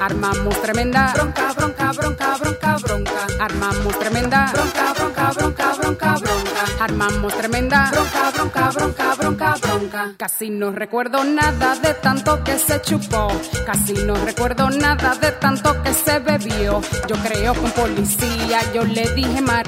Armamos tremenda bronca, bronca, bronca, bronca, bronca. Armamos tremenda bronca, bronca, bronca, bronca, bronca. Armamos tremenda bronca, bronca, bronca, bronca, bronca. Casi no recuerdo nada de tanto que se chupó. Casi no recuerdo nada de tanto que se bebió. Yo creo con policía, yo le dije mar.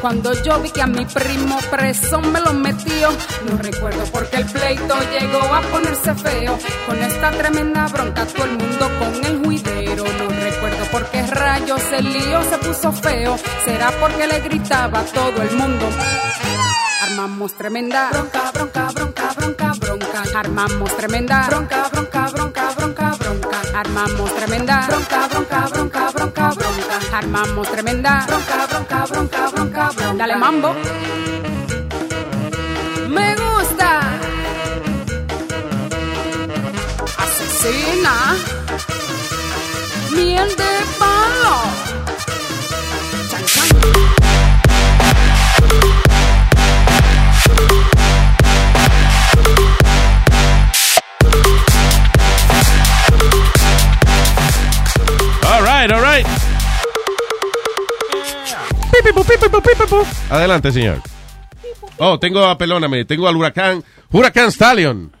Cuando yo vi que a mi primo preso me lo metió, no recuerdo porque el pleito llegó a ponerse feo. Con esta tremenda bronca todo el mundo con el juidero. No recuerdo por qué rayos el lío se puso feo. Será porque le gritaba a todo el mundo. Armamos tremenda bronca, bronca, bronca, bronca, bronca. Armamos tremenda bronca, bronca, bronca, bronca, bronca. Armamos tremenda bronca, bronca, bronca, bronca, bronca. Armamos tremenda bronca, bronca, bronca, bronca, bronca. Dale mambo. Me gusta. Asesina. Miel de palo. Chan, chan.
All right, all right. Adelante, señor. Oh, tengo a Pelóname, tengo al huracán, huracán Stallion.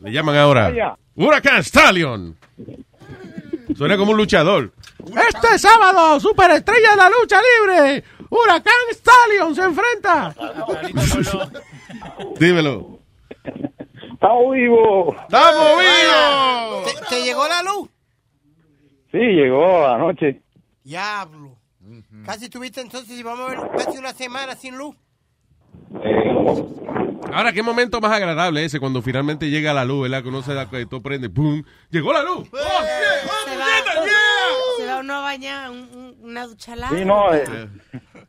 Le llaman ahora. Huracán Stallion. Suena como un luchador.
Este sábado, superestrella de la lucha libre, Huracán Stallion se enfrenta.
Ah,
Dímelo.
¡Estamos vivos!
¡Estamos
vivos!
¿Te, te llegó la luz?
Sí, llegó anoche.
Diablo. Casi tuviste entonces, y vamos a ver, casi una semana sin luz.
Ahora, qué momento más agradable ese cuando finalmente llega la luz, ¿verdad? Que uno se da cuenta, todo prende, ¡pum! ¡Llegó la luz!
Se va, se va uno a bañar, un- un- una ducha larga.
Sí, no, eh,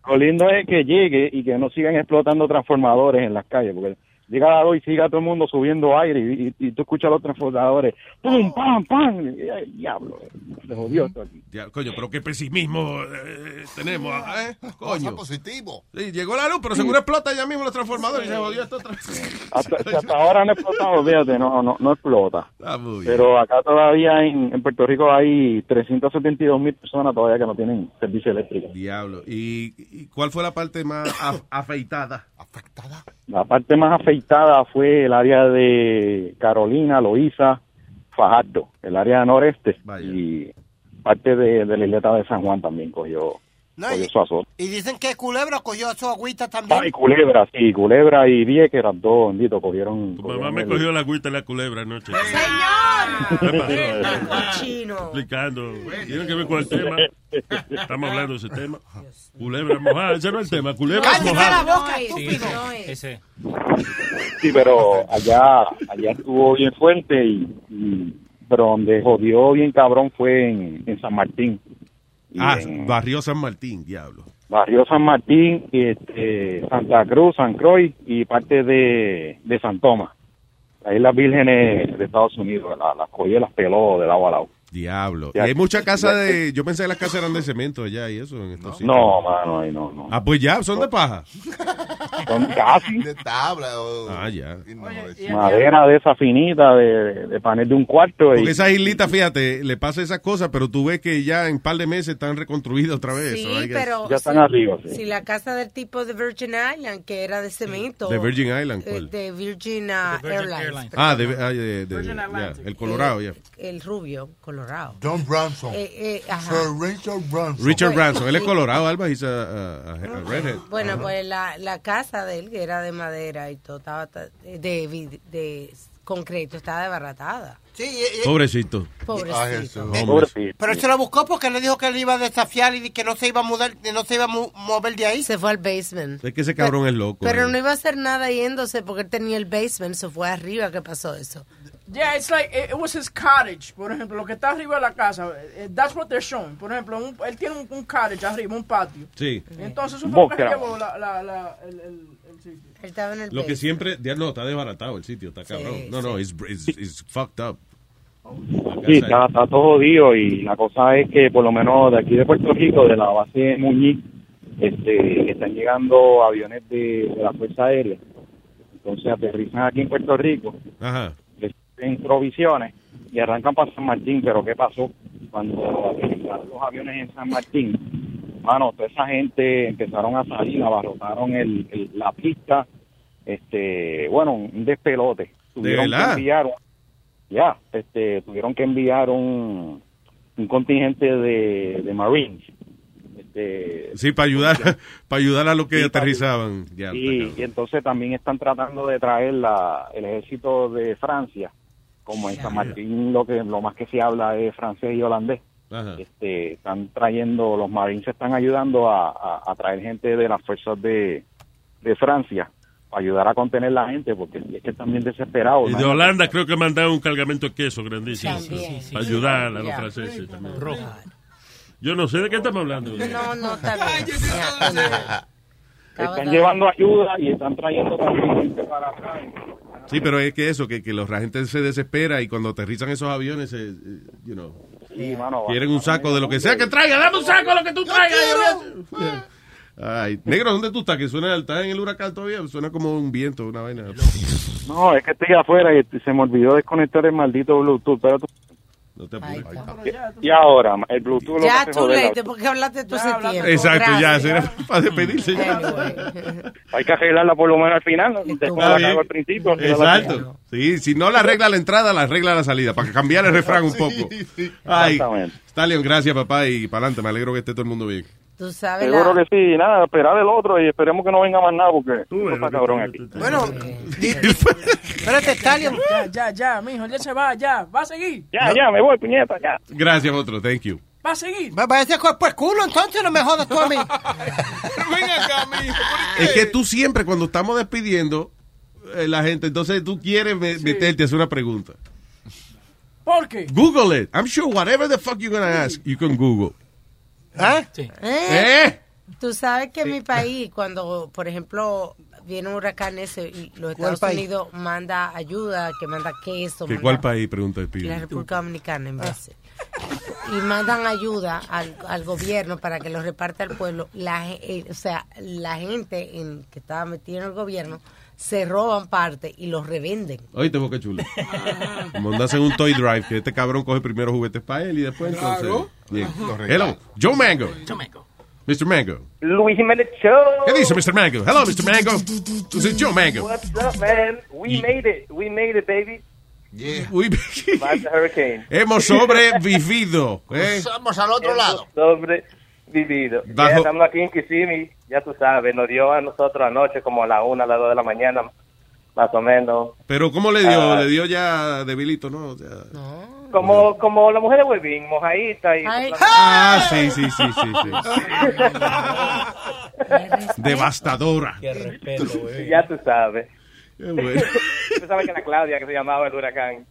lo lindo es que llegue y que no sigan explotando transformadores en las calles, porque llega la luz y siga todo el mundo subiendo aire y, y- y tú escuchas los transformadores, ¡pum, pam, pam! Y, ay, diablo, se jodió esto aquí.
Ya, coño, pero qué pesimismo eh, tenemos, ¿eh?
Cosa
Coño.
positivo.
Sí, llegó la luz, pero seguro explota ya mismo los transformadores y se jodió esto otra vez.
Hasta, si hasta ahora no explota, olvídate, no, no, no explota.
Está Ah, muy bien.
Pero acá todavía en, en Puerto Rico hay 372 mil personas todavía que no tienen servicio eléctrico.
Diablo. ¿Y, y cuál fue la parte más af- afeitada?
La parte más afectada fue el área de Carolina, Loíza, Fajardo, el área noreste y parte de, de la isleta de San Juan también cogió,
No,
cogió
y,
su azote.
y dicen que Culebra cogió su agüita también.
Ay, Culebra, sí, Culebra y Vieques, las dos, bendito, cogieron...
Mamá
cogieron
me
el-
cogió la agüita de la culebra anoche.
¡Señor!
Cochino. Explicando. Tienen que ver con el tema. Estamos hablando de ese tema. Culebra mojada. Ese no es el tema. Culebra
Cállese
mojada.
la
boca, estúpido. Ese.
Sí, pero allá, allá estuvo bien fuerte y, y- pero donde jodió bien cabrón fue en, en San Martín. Y
Ah,
en-
barrio San Martín, diablo.
Barrio San Martín, este, Santa Cruz, San Croix y parte de, de San Tomás. Ahí las vírgenes de Estados Unidos, la- las cogió y las peló de lado a lado.
Diablo.
Ya.
Y hay muchas casas
Ya.
de. Yo pensé que las casas eran de cemento allá y eso en estos sitios.
No, mano, ahí no, no.
Ah, pues ya, son de paja.
Son casi.
De tabla o...
Ah, ya.
Madera de esa finita, de, de panel de un cuarto. Y,
Porque esas islitas, fíjate, le pasa esas cosas, pero tú ves que ya en un par de meses están reconstruidas otra vez.
Sí,
so I guess-
pero si- Si la casa del tipo de Virgin Island, que era de cemento.
De Virgin Island,
eh,
¿cuál?
De Virgin, ah,
De Virgin
Airlines.
Airlines.
perdón.
Ah, de- ah, de- de-
Virgin
ya,
Atlantic.
el Colorado, ya.
El rubio, Colorado.
John Branson.
Eh, eh, ajá.
Sir Richard Branson.
Richard
Bueno,
Branson, él es
sí.
colorado, Alba, he's a, a- a uh, redhead.
Bueno, pues la, la casa de él, que era de madera y todo, estaba ta- de, vid- de concreto, estaba desbaratada.
Sí, eh, eh,
Pobrecito.
Pobrecito.
Ay,
Pobrecito.
Pero él se la buscó porque le dijo que él iba a desafiar y que no se iba a mudar, que no se iba a mu- mover de ahí.
Se fue al basement.
Es que ese cabrón es loco.
Pero
eh.
no iba a hacer nada yéndose porque él tenía el basement, se fue arriba, ¿qué pasó eso?
Yeah, it's like it, it was his cottage, por ejemplo, lo que está arriba de la casa. eh, That's what they're showing. Por ejemplo, un- él tiene un, un cottage arriba, un patio.
Sí.
Entonces eso fue lo que
Bocra.
llevó la, la, la, el, el, el sitio.
Él estaba en el
Lo que siempre, ya no, está desbaratado el sitio, está cabrón. no, no, it's, it's, it's fucked up.
sí, está, está todo jodido. Y la cosa es que, por lo menos de aquí de Puerto Rico, de la base de Muñiz, este, están llegando aviones de, de la Fuerza Aérea. Entonces aterrizan aquí en Puerto Rico
Ajá.
en provisiones y arrancan para San Martín. Pero ¿qué pasó? Cuando aterrizaron los aviones en San Martín, mano, toda esa gente empezaron a salir, abarrotaron el, el- la pista, este, bueno, un despelote. Tuvieron que
verdad?
enviar, un- ya, este, tuvieron que enviar un, un contingente de, de Marines. Este,
Sí, para ayudar, para ayudar a los que aterrizaban. Ya,
y, y entonces también están tratando de traer la, el ejército de Francia, como en San Martín lo que lo más que se habla es francés y holandés. Este, están trayendo, los marines están ayudando a, a- a traer gente de las fuerzas de, de Francia para ayudar a contener la gente, porque es que están bien desesperados.
Y de
¿no?
Holanda creo que mandaron un cargamento de queso grandísimo.
También.
Para ayudar a los
Yeah.
franceses. también. Yo no sé de qué estamos hablando.
No, no, está bien.
Están llevando ayuda y están trayendo también gente para acá.
Sí, pero es que eso, que, que los- la gente se desespera y cuando aterrizan esos aviones, eh, eh, you know,
Sí, mano,
quieren un saco de lo que sea que traigan.
Traiga, dame un saco lo que tú traigas.
Ay, negro, ¿dónde tú estás? Que suena, estás en el huracán todavía, suena como un viento, una vaina.
No, es que estoy afuera y este, se me olvidó desconectar el maldito Bluetooth. Pero tú-
No te apures.
Y ahora, el Bluetooth lo
Ya,
hace
tú
joder la-
leíste, porque hablaste tú ese tiempo.
Exacto, ya,
Gracias.
será para despedirse. ya.
Hay que arreglarla por lo menos al final. ¿no? Después
Está
la
bien.
cago al principio. al final la
Exacto. Sí, si no la arregla la entrada, la arregla la salida, para cambiar el refrán un poco. Ay, Stallion, gracias papá y para adelante, me alegro que esté todo el mundo bien.
Tú sabes
Seguro
la-
que sí, nada, esperar el otro y esperemos que no venga más nada porque esto está cabrón aquí.
Bueno, di- di- espérate, Stallion.
Ya, ya, ya, mijo, ya se va, ya. ¿Va a seguir?
voy, puñeta, ya.
Gracias otro, thank you.
¿Va a seguir?
Va va a ser cuerpo el culo, entonces no me jodas tú a mí.
Es que tú siempre cuando estamos despidiendo eh, la gente, entonces tú quieres me- meterte a hacer una pregunta.
¿Por qué?
Google it. I'm sure whatever the fuck you're gonna ask, you can Google. ¿Ah?
¿Eh?
¿Eh?
Tú sabes que en mi país, cuando, por ejemplo, viene un huracán ese y los
¿Cuál
Estados
país?
Unidos manda ayuda, que manda queso.
¿Que
manda-
¿Cuál país? Pregunta el
La
pibe.
República Dominicana, en vez. Y mandan ayuda al, al gobierno para que lo reparta al pueblo. La, ge- eh, o sea, la gente en, que estaba metida en el gobierno se roban parte y los revenden.
Oíste, boca chula. Como andas en un toy drive, que este cabrón coge primero juguetes para él y después entonces.
Claro.
Bien.
Lo regala.
Hello, Joe Mango. Mr. Mango.
Luis Jiménez Show.
¿Qué dice Mr. Mango? Hello, Mr. Mango. This is Joe Mango.
What's up, man? We made it. We made it, baby.
Yeah. We Survived
the hurricane.
Hemos sobrevivido. ¿eh?
Estamos al otro lado. Sobrevivido.
Bajo-
Ya estamos aquí en Kissimmee. Ya tú sabes, nos dio a nosotros anoche como a la una, a las dos de la mañana, más o menos.
Pero ¿cómo le dio?
Ah.
Le dio ya debilito, ¿no? O sea-
Como, como la mujer de Webin, mojadita y...
Ah, sí, sí, sí, sí. sí. Devastadora.
ya tú sabes.
bueno.
tú sabes que era Claudia que se llamaba el huracán.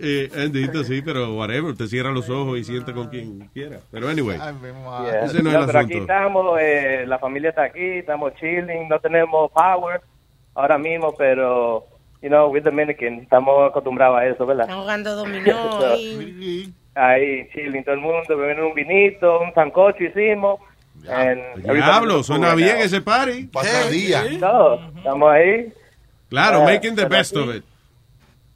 Eh, Andito, sí, pero whatever. Te cierra los ojos y sienta con quien quiera. Pero anyway,
Yeah.
ese no es el
pero aquí
asunto.
estamos, eh, la familia está aquí, estamos chilling, no tenemos power ahora mismo, pero
you know, we're Dominican, estamos acostumbrados a eso, ¿verdad?
Estamos jugando dominó.
Sí. Ahí, chilling todo el mundo, bebiendo un vinito, un sancocho hicimos. and
Diablo, suena bien ese party.
Pasadía.
No, estamos ahí.
Claro,
Ah,
making the
pero
best
aquí-
of it.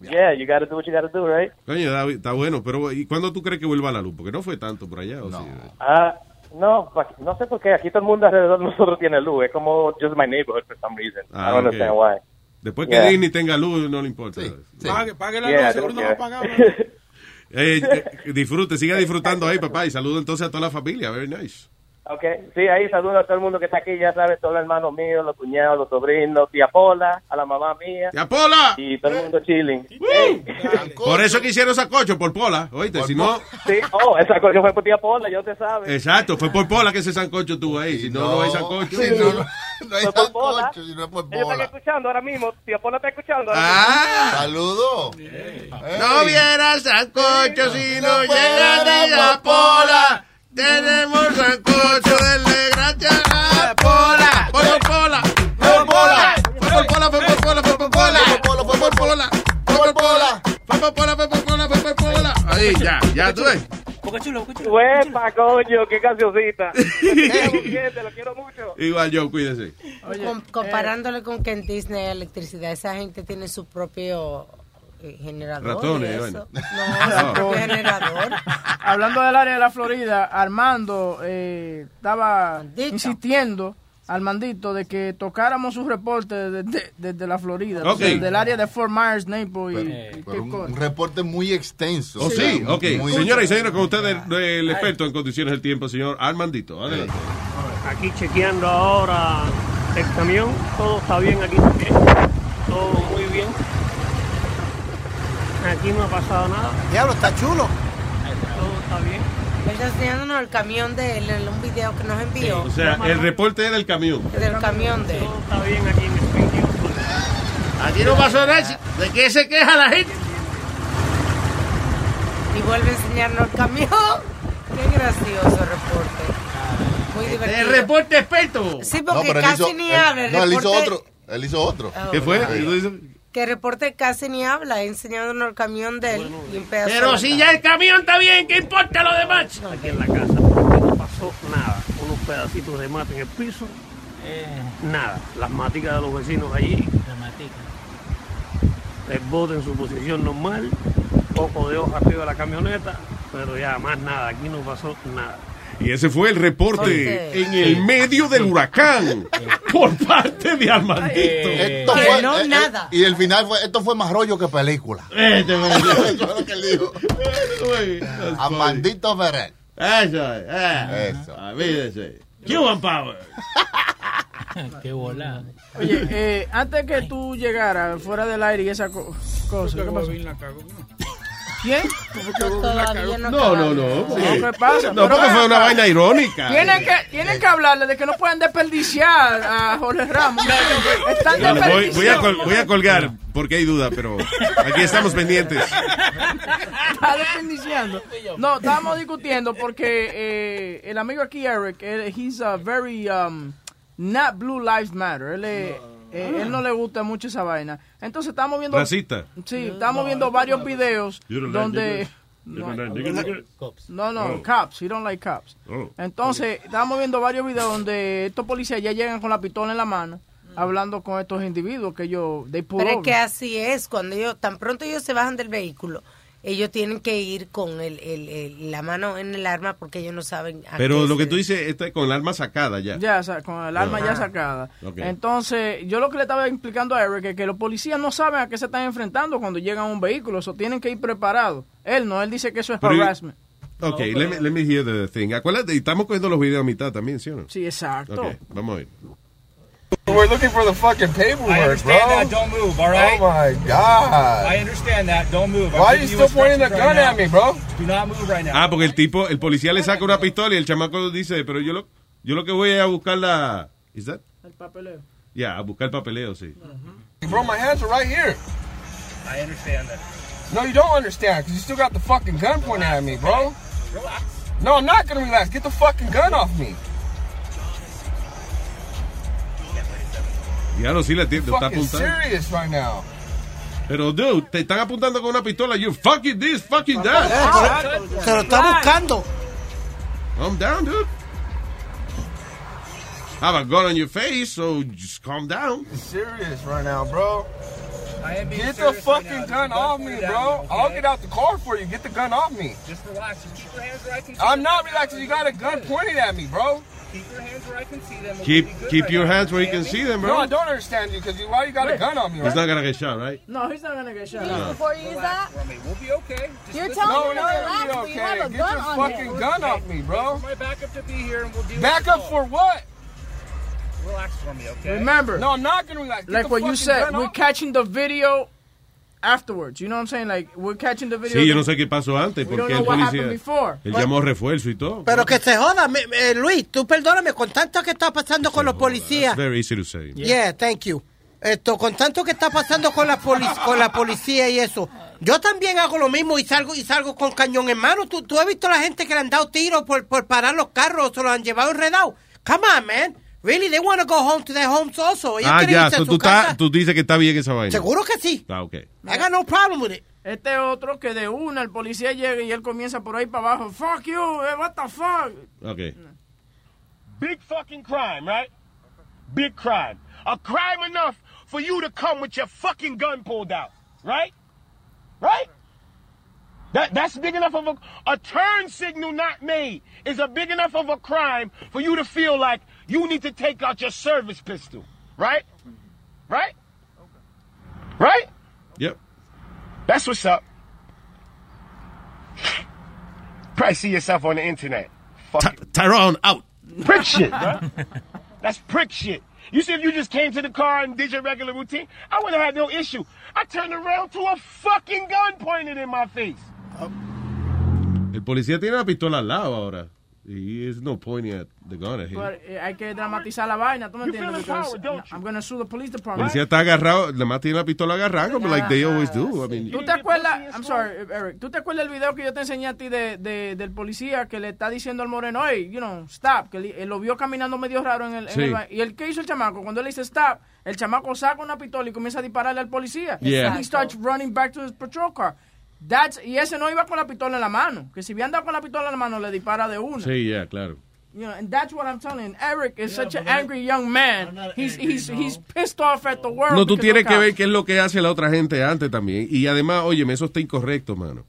Yeah, you gotta do what you gotta do, right?
Coño, David, está bueno, pero ¿y cuándo tú crees que vuelva la luz? Porque no fue tanto por allá. ¿o sí?
Ah, no, pa- no sé por qué. Aquí todo el mundo alrededor de nosotros tiene luz. Es como just my neighborhood for some reason.
Ah,
I
ok.
don't understand why.
Después
Yeah.
que Disney tenga luz, no le importa.
Pague, pague la
Yeah,
luz, seguro
I
no
don't
va a
care.
pagar.
Eh, eh, disfrute, siga disfrutando ahí, papá, y saludo entonces a toda la familia. Very nice.
Okay, sí, ahí saludo a todo el mundo que está aquí, ya sabes, todos los hermanos míos, los cuñados, los sobrinos, tía Pola, a la mamá mía.
¡Tía Pola!
Y todo el mundo chilling.
Por eso que hicieron sacocho, por Pola, oíste, si no...
Sí, oh, esa cosa fue por tía Pola, yo te sabes.
Eh,
Exacto, fue por Pola que ese sancocho tuvo ahí. Si no, no, hay sancocho.
Fue por Pola. Ellos están escuchando ahora mismo, tía Pola está escuchando. ahora
Ah.
mismo.
Saludo. Ah,
No viera sancocho si no llega de la pola. Tenemos sancocho, denle gracias a ah, pola. Fue por pola, fue por pola. Fue por pola, fue por pola, fue por pola. Fue por pola, fue por pola. Fue por pola, fue por pola, fue por pola. Ahí, ya, ya tú ves.
Huepa, coño, qué cancioncita. Te lo quiero mucho.
Igual yo, cuídese.
Com- comparándole con que en Disney hay electricidad, esa gente tiene su propio eh, generador.
Ratones,
y eso.
bueno.
No, su propio generador.
Hablando del área de la Florida, Armando eh, estaba insistiendo al mandito de que tocáramos un reporte desde desde la Florida,
Ok.
desde el área de Fort Myers, Naples y
Este,
Pero- pero un, un reporte muy extenso.
Oh, sí, ok.
Muy-
Señoras y señores, con ustedes el experto en condiciones del tiempo, señor Armandito. Adelante.
Aquí chequeando ahora el camión, todo está bien aquí también, todo muy bien. Aquí no ha pasado nada.
Diablo, está chulo.
Todo está bien.
Él está enseñándonos el camión de él, el- un video que nos envió.
O sea, el reporte era el camión.
del camión de él.
Está bien aquí en el
Aquí no pasó nada. chi- ¿De qué se queja la gente?
Y vuelve a enseñarnos el camión. Qué gracioso reporte. Muy divertido.
El reporte experto.
Sí,
No,
porque
pero él
casi
hizo-
ni
él-
habla. el
No, él hizo
reporte-
otro. Él hizo otro.
Ah, ¿Qué fue?
Sí.
eh,
Que el reporte casi ni habla, enseñándonos el camión de él y un pedazo de
Pero
la
si
calle.
ya el camión está bien, ¿qué importa lo demás? Aquí en la casa no pasó nada. Unos pedacitos de mate en el piso. Nada. Las maticas de los vecinos allí. Eh. Las maticas. El bote en su posición normal. Poco de hoja arriba de la camioneta. Pero ya más nada. Aquí no pasó nada.
Y ese fue el reporte en el medio del huracán por parte de Armandito.
Esto fue- eh, eh, Y el final fue, esto fue más rollo que película.
Este fue
Eso es lo que él dijo. A Mandito Ferrer.
Eso es. Eso. ¿Qué Juan Power?
Qué bola.
Oye, eh, antes que tú llegaras fuera del aire y esa co- cosa, ¿qué pasó? ¿Quién?
Todavía
no No, no, no.
No, ¿qué pasa?
No,
Pero
porque
ven
fue una
acá.
vaina irónica.
Tienen que, tienen que hablarle de que no pueden desperdiciar a Jorge Ramos. Están
Bueno, voy, voy a
desperdiciando.
col- voy a colgar porque hay duda, pero aquí estamos pendientes.
Está desperdiciando. No, estábamos discutiendo porque eh, el amigo aquí, Eric, él, he's a very um, not Blue Lives Matter. Él, es- eh, él no le gusta mucho esa vaina. Entonces estamos viendo...
Racista.
Sí, estamos viendo varios videos
You don't like
donde...
niggas? You don't like niggas, nigga?
No, no,
Oh.
cops. He don't like cops.
Oh.
Entonces, estábamos viendo varios videos donde estos policías ya llegan con la pistola en la mano, hablando con estos individuos que ellos... They pull
Pero es
over.
que así es, cuando ellos, tan pronto ellos se bajan del vehículo, ellos tienen que ir con el, el- el- la mano en el arma porque ellos no saben. a
Pero
qué
lo
se-
que tú dices está con el alma sacada ya.
Ya, o sea, con el arma
Ajá.
ya sacada.
Ah, Ok.
Entonces, yo lo que le estaba explicando a Eric es que los policías no saben a qué se están enfrentando cuando llegan a un vehículo, eso tienen que ir preparados. Él no, él dice que eso es
Pero-
harassment.
Ok, let, me, let me hear the thing. Acuérdate, y estamos cogiendo los videos a mitad también, ¿sí o no?
Sí, exacto.
Ok, vamos a ver.
We're looking for the fucking paperwork,
I understand
bro.
that. Don't move, all right?
Oh my god.
I understand that. Don't move. I'm
Why are you
giving
still pointing that gun
instructions right
at me, bro?
now. Do not move right now.
Ah, porque el tipo, el policía le saca una pistola y el chamaco dice, pero yo lo, yo lo que voy es a buscar la... ¿Is that?
El papeleo.
Yeah, a buscar papeleo, sí.
Ah.
Bro, my hands are right here.
I understand that.
No, you don't understand because you still got the fucking gun pointed at me, bro.
Relax.
No, I'm not gonna relax. Get the fucking gun off me.
Diablo, sí le tiene, está
fucking
apuntando.
serious right now.
Pero, dude, te están apuntando con una pistola. You fucking this, fucking that.
Ah, Se lo está buscando.
Calm down, dude. Have a gun on your face, so just calm down.
serious right now, bro.
I am being
Get the
serious right
fucking
now. Just
gun
don't
off
put
me,
it
bro.
down,
I'll
okay?
get out the car for you. Get the gun off me.
Just relax. You keep your hands where I can see
I'm
them.
not relaxing. You got a gun pointed at me, bro.
Keep your hands where I can see them.
Keep-
We'll be good
keep your
now.
hands where you can see them, bro.
No, I don't understand you because you, why you got a gun on me,
He's
right?
not gonna get shot, right?
No, he's not gonna get shot.
No.
Before you use that,
We'll be okay. Just
You're
listen.
telling
No,
me to
no,
relax,
you're
but you have a
okay. Get
gun
your
on
fucking
him.
gun off me, bro.
My backup to be here, and we'll deal
Back
with
up for what?
for. Relax for me, okay?
Remember.
No, I'm not gonna relax. Get
Like
the
what you
fucking
said,
gun
we're
off.
catching the video afterwards. You know what I'm saying? Like we're catching the video.
Sí, yo no sé qué pasó antes,
We don't
porque
know
el
what happened
policía.
before.
Él llamó refuerzo y todo.
Pero que se joda, me- eh, Luis, tú perdóname con tanto que está pasando con los policías.
Very easy to say.
Yeah, thank you. Esto, con tanto que está pasando con la, poli- con la policía y eso, yo también hago lo mismo y salgo y salgo con cañón en mano. ¿Tú, tú has visto la gente que le han dado tiros por, por parar los carros, se los han llevado enredados? Come on, man. Really, they want to go home to their homes also. Ellos
Ah,
quieren
ya,
irse a
so
su
tú,
casa.
estás- tú dices que está bien esa vaina.
Seguro que sí.
Ah, ok.
I got no problem with it.
Este otro que de una el policía llega y él comienza por ahí para abajo. Fuck you, eh, what the fuck.
Ok.
Big fucking crime, right? Big crime. A crime enough for you to come with your fucking gun pulled out, right? Right? That, that's big enough of a, a turn signal not made is a big enough of a crime for you to feel like you need to take out your service pistol, right? Right? Right?
Yep.
That's what's up. Probably see yourself on the internet.
Tyrone out.
Prick shit, bro. That's prick shit. You see, if you just came to the car and did your regular routine, I would have had no issue. I turned around to a fucking gun pointed in my face.
El policía tiene la pistola al lado ahora. He is no pointing at the gun at him.
Pero, eh, hay que dramatizar la vaina, ¿tú me
You
entiendes?
feel empowered,
Because I'm gonna sue the police
El
department.
policía está agarrado, además tiene la pistola agarrada, como like they always do.
¿Tú
I mean,
te acuerdas, I'm sorry, Eric, ¿tú te acuerdas el video que yo te enseñé a ti de, de- del policía que le está diciendo al moreno, hey, you know, stop, que le- él lo vio caminando medio raro en el... en
Sí.
el ba- y el que hizo el chamaco, cuando él le dice stop, el chamaco saca una pistola y comienza a dispararle al policía.
Yeah.
And He starts running back to his patrol car. That's, y ese no iba con la pistola en la mano, que si había andado con la pistola en la mano le dispara de una.
sí, yeah, claro.
You know, and that's what I'm telling. you. Eric is such an angry young man. He's he's he's pissed off at the world.
No, tú
because
tienes
of
que
cops.
ver qué es lo que hace la otra gente antes también. Y además, óyeme, eso está incorrecto, mano.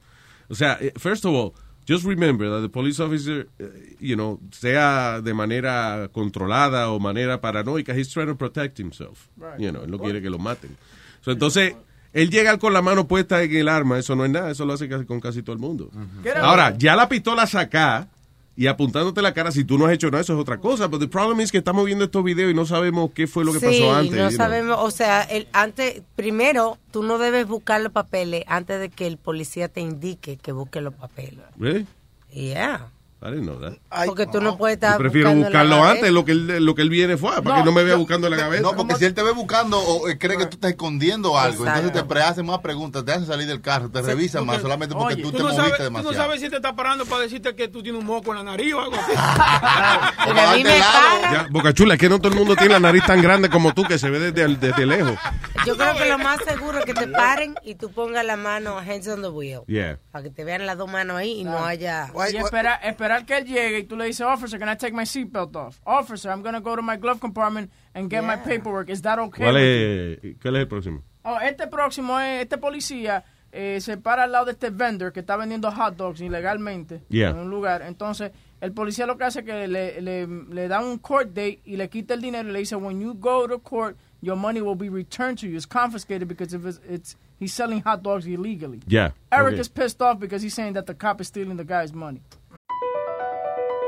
O sea, eh, first of all, just remember that the police officer, eh, you know, sea de manera controlada o manera paranoica, he's trying to protect himself.
Right.
You know, él no quiere que lo maten. So, entonces, él llega con la mano puesta en el arma, eso no es nada, eso lo hace casi- con casi todo el mundo.
Get out.
Ahora, ya la pistola sacada y apuntándote la cara, si tú no has hecho nada, eso es otra cosa. Pero el problema es que estamos viendo estos videos y no sabemos qué fue lo que
sí,
pasó antes.
no
you know.
sabemos, o sea, el, antes, primero, tú no debes buscar los papeles antes de que el policía te indique que busque los papeles.
Really?
Yeah.
¿Eh? I didn't know that.
Porque tú no puedes estar
Yo prefiero
buscando en la
buscarlo
gaveta.
antes, lo que él, lo que él viene fue, "Ah, para que no me vea
yo-
buscando en la cabeza.
No, porque si él te ve buscando o eh, cree que tú estás escondiendo algo,
Exacto.
entonces te pre- hace más preguntas, te hace salir del carro, te
Sí,
revisa
porque-
más, solamente porque
Oye,
tú, te
no
moviste
sabes,
demasiado.
Tú no sabes si te está parando para decirte que tú tienes un moco en la nariz o algo así.
a mí me
Ya, Boca Chula, es que no todo el mundo tiene la nariz tan grande como tú, que se ve desde, el- desde lejos.
Yo creo que lo más seguro es que te paren y tú pongas la mano hands on the wheel.
Yeah.
Para que te vean las dos manos ahí y no
Ah.
haya...
Y esperar, esperar que él llegue y tú le dices, officer, can I take my seatbelt off? Officer, I'm going to go to my glove compartment and get my paperwork. Is that okay?
¿Cuál
with you?"
es, ¿Cuál es el próximo?
Oh, este próximo, es- este policía eh, se para al lado de este vendor que está vendiendo hot dogs ilegalmente
Yeah.
en un lugar. Entonces, el policía lo que hace es que le, le- le da un court date y le quita el dinero y le dice, when you go to court, your money will be returned to you. It's confiscated because if it's, it's- he's selling hot dogs illegally.
Yeah,
Eric
okay.
is pissed off because he's saying that the cop is stealing the guy's money.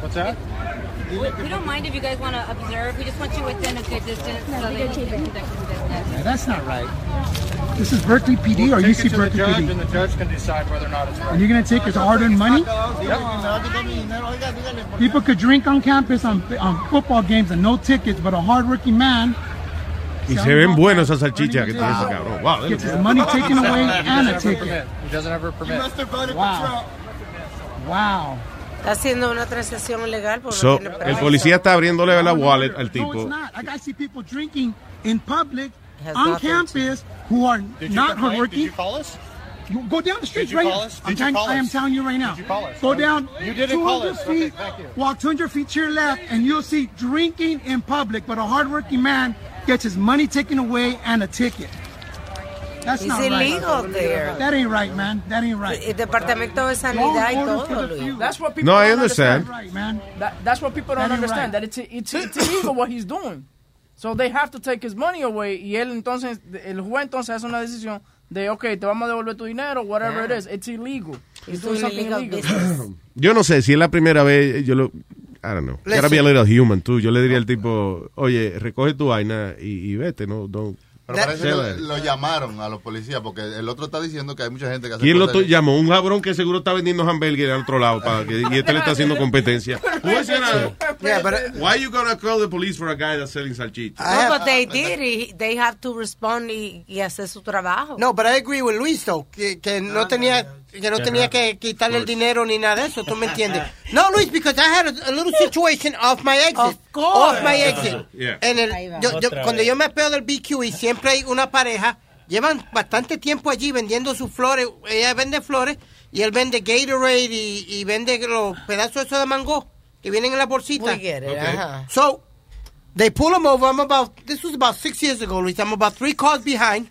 What's that?
We don't mind if you guys want to observe. We just want you within a good distance so they can conduct the business.
Yeah, that's not right. This is Berkeley PD or
We'll take
UC
it to the
Berkeley
judge,
PD.
and the judge can decide whether or not it's right.
And you're going to take his hard-earned money? People could drink on campus on, on football games and no tickets, but a hardworking man
Y se ven buenos esas salchichas que tiene ese cabrón. oh, Wow, dale.
gets his money taken away and a ticket.
He doesn't have a permit.
Wow. Wow.
Está haciendo una transacción ilegal porque no
So,
tiene
el policía está abriéndole la wallet
No,
al
it's
tipo.
not. Like I see people drinking in public
Has
on
nothing
campus who are
Did you
not
complain? Did
hardworking.
you call us?
You go down the streets
you
right
call
now.
us?
I'm
Did you
telling,
call
I am
us?
telling you right now.
you call us?
Go down
You didn't call
200
us. Okay,
feet,
thank you.
walk 200 feet to your left, and you'll see drinking in public, but a hardworking man gets his money taken away and a ticket. That's
It's
not
illegal
right.
there.
That ain't right, man. That ain't right.
El Departamento de Sanidad y
Don't order
todo, Luis.
That's what people
No, I
don't
understand.
Right, man.
That, that's what people don't
That ain't
understand. That it's, E it's, it's illegal what he's doing. So they have to take his money away. Y él entonces, el juez entonces hace una decisión de, okay, te vamos a devolver tu dinero, whatever
Yeah.
it is. It's illegal. He's
doing
doing something
Ah. illegal
illegal.
Yo no sé si es la primera vez. eh, Yo lo. I don't know. Gotta be a little human, too. Yo le diría al tipo, oye, recoge tu vaina y, y vete, no. Don't
Pero parece que
sell
lo,
it.
lo llamaron a los policías porque el otro está diciendo que hay mucha gente que hace
¿Quién lo
cosas
tu- llamó? Un cabrón que seguro está vendiendo hamburgues al otro lado para que, y este le está haciendo competencia. Who's gonna-
Yeah, but uh,
Why you gonna call the police for a guy that's selling salchichas?
Ah,
No, but they did. He- They have to respond y, y hacer su trabajo.
No, pero I agree with Luis, though, que, que
Ah,
no tenía que no
Yeah,
tenía
right.
que quitarle
Pues.
el dinero ni nada de eso, ¿tú me entiendes? No, Luis, because I had a, a little situation off my exit. Of
course.
Off my exit.
Yeah.
En
Ahí va.
el, yo- yo-
Otra
cuando
vez.
yo me apeo del BQ y siempre hay una pareja, llevan bastante tiempo allí vendiendo sus flores, ella vende flores y él vende Gatorade y, y vende los pedazos esos de mango que vienen en la bolsita.
We get it, Okay. ajá.
So, They pull him over. I'm about, this was about six years ago, Luis. I'm about three cars behind.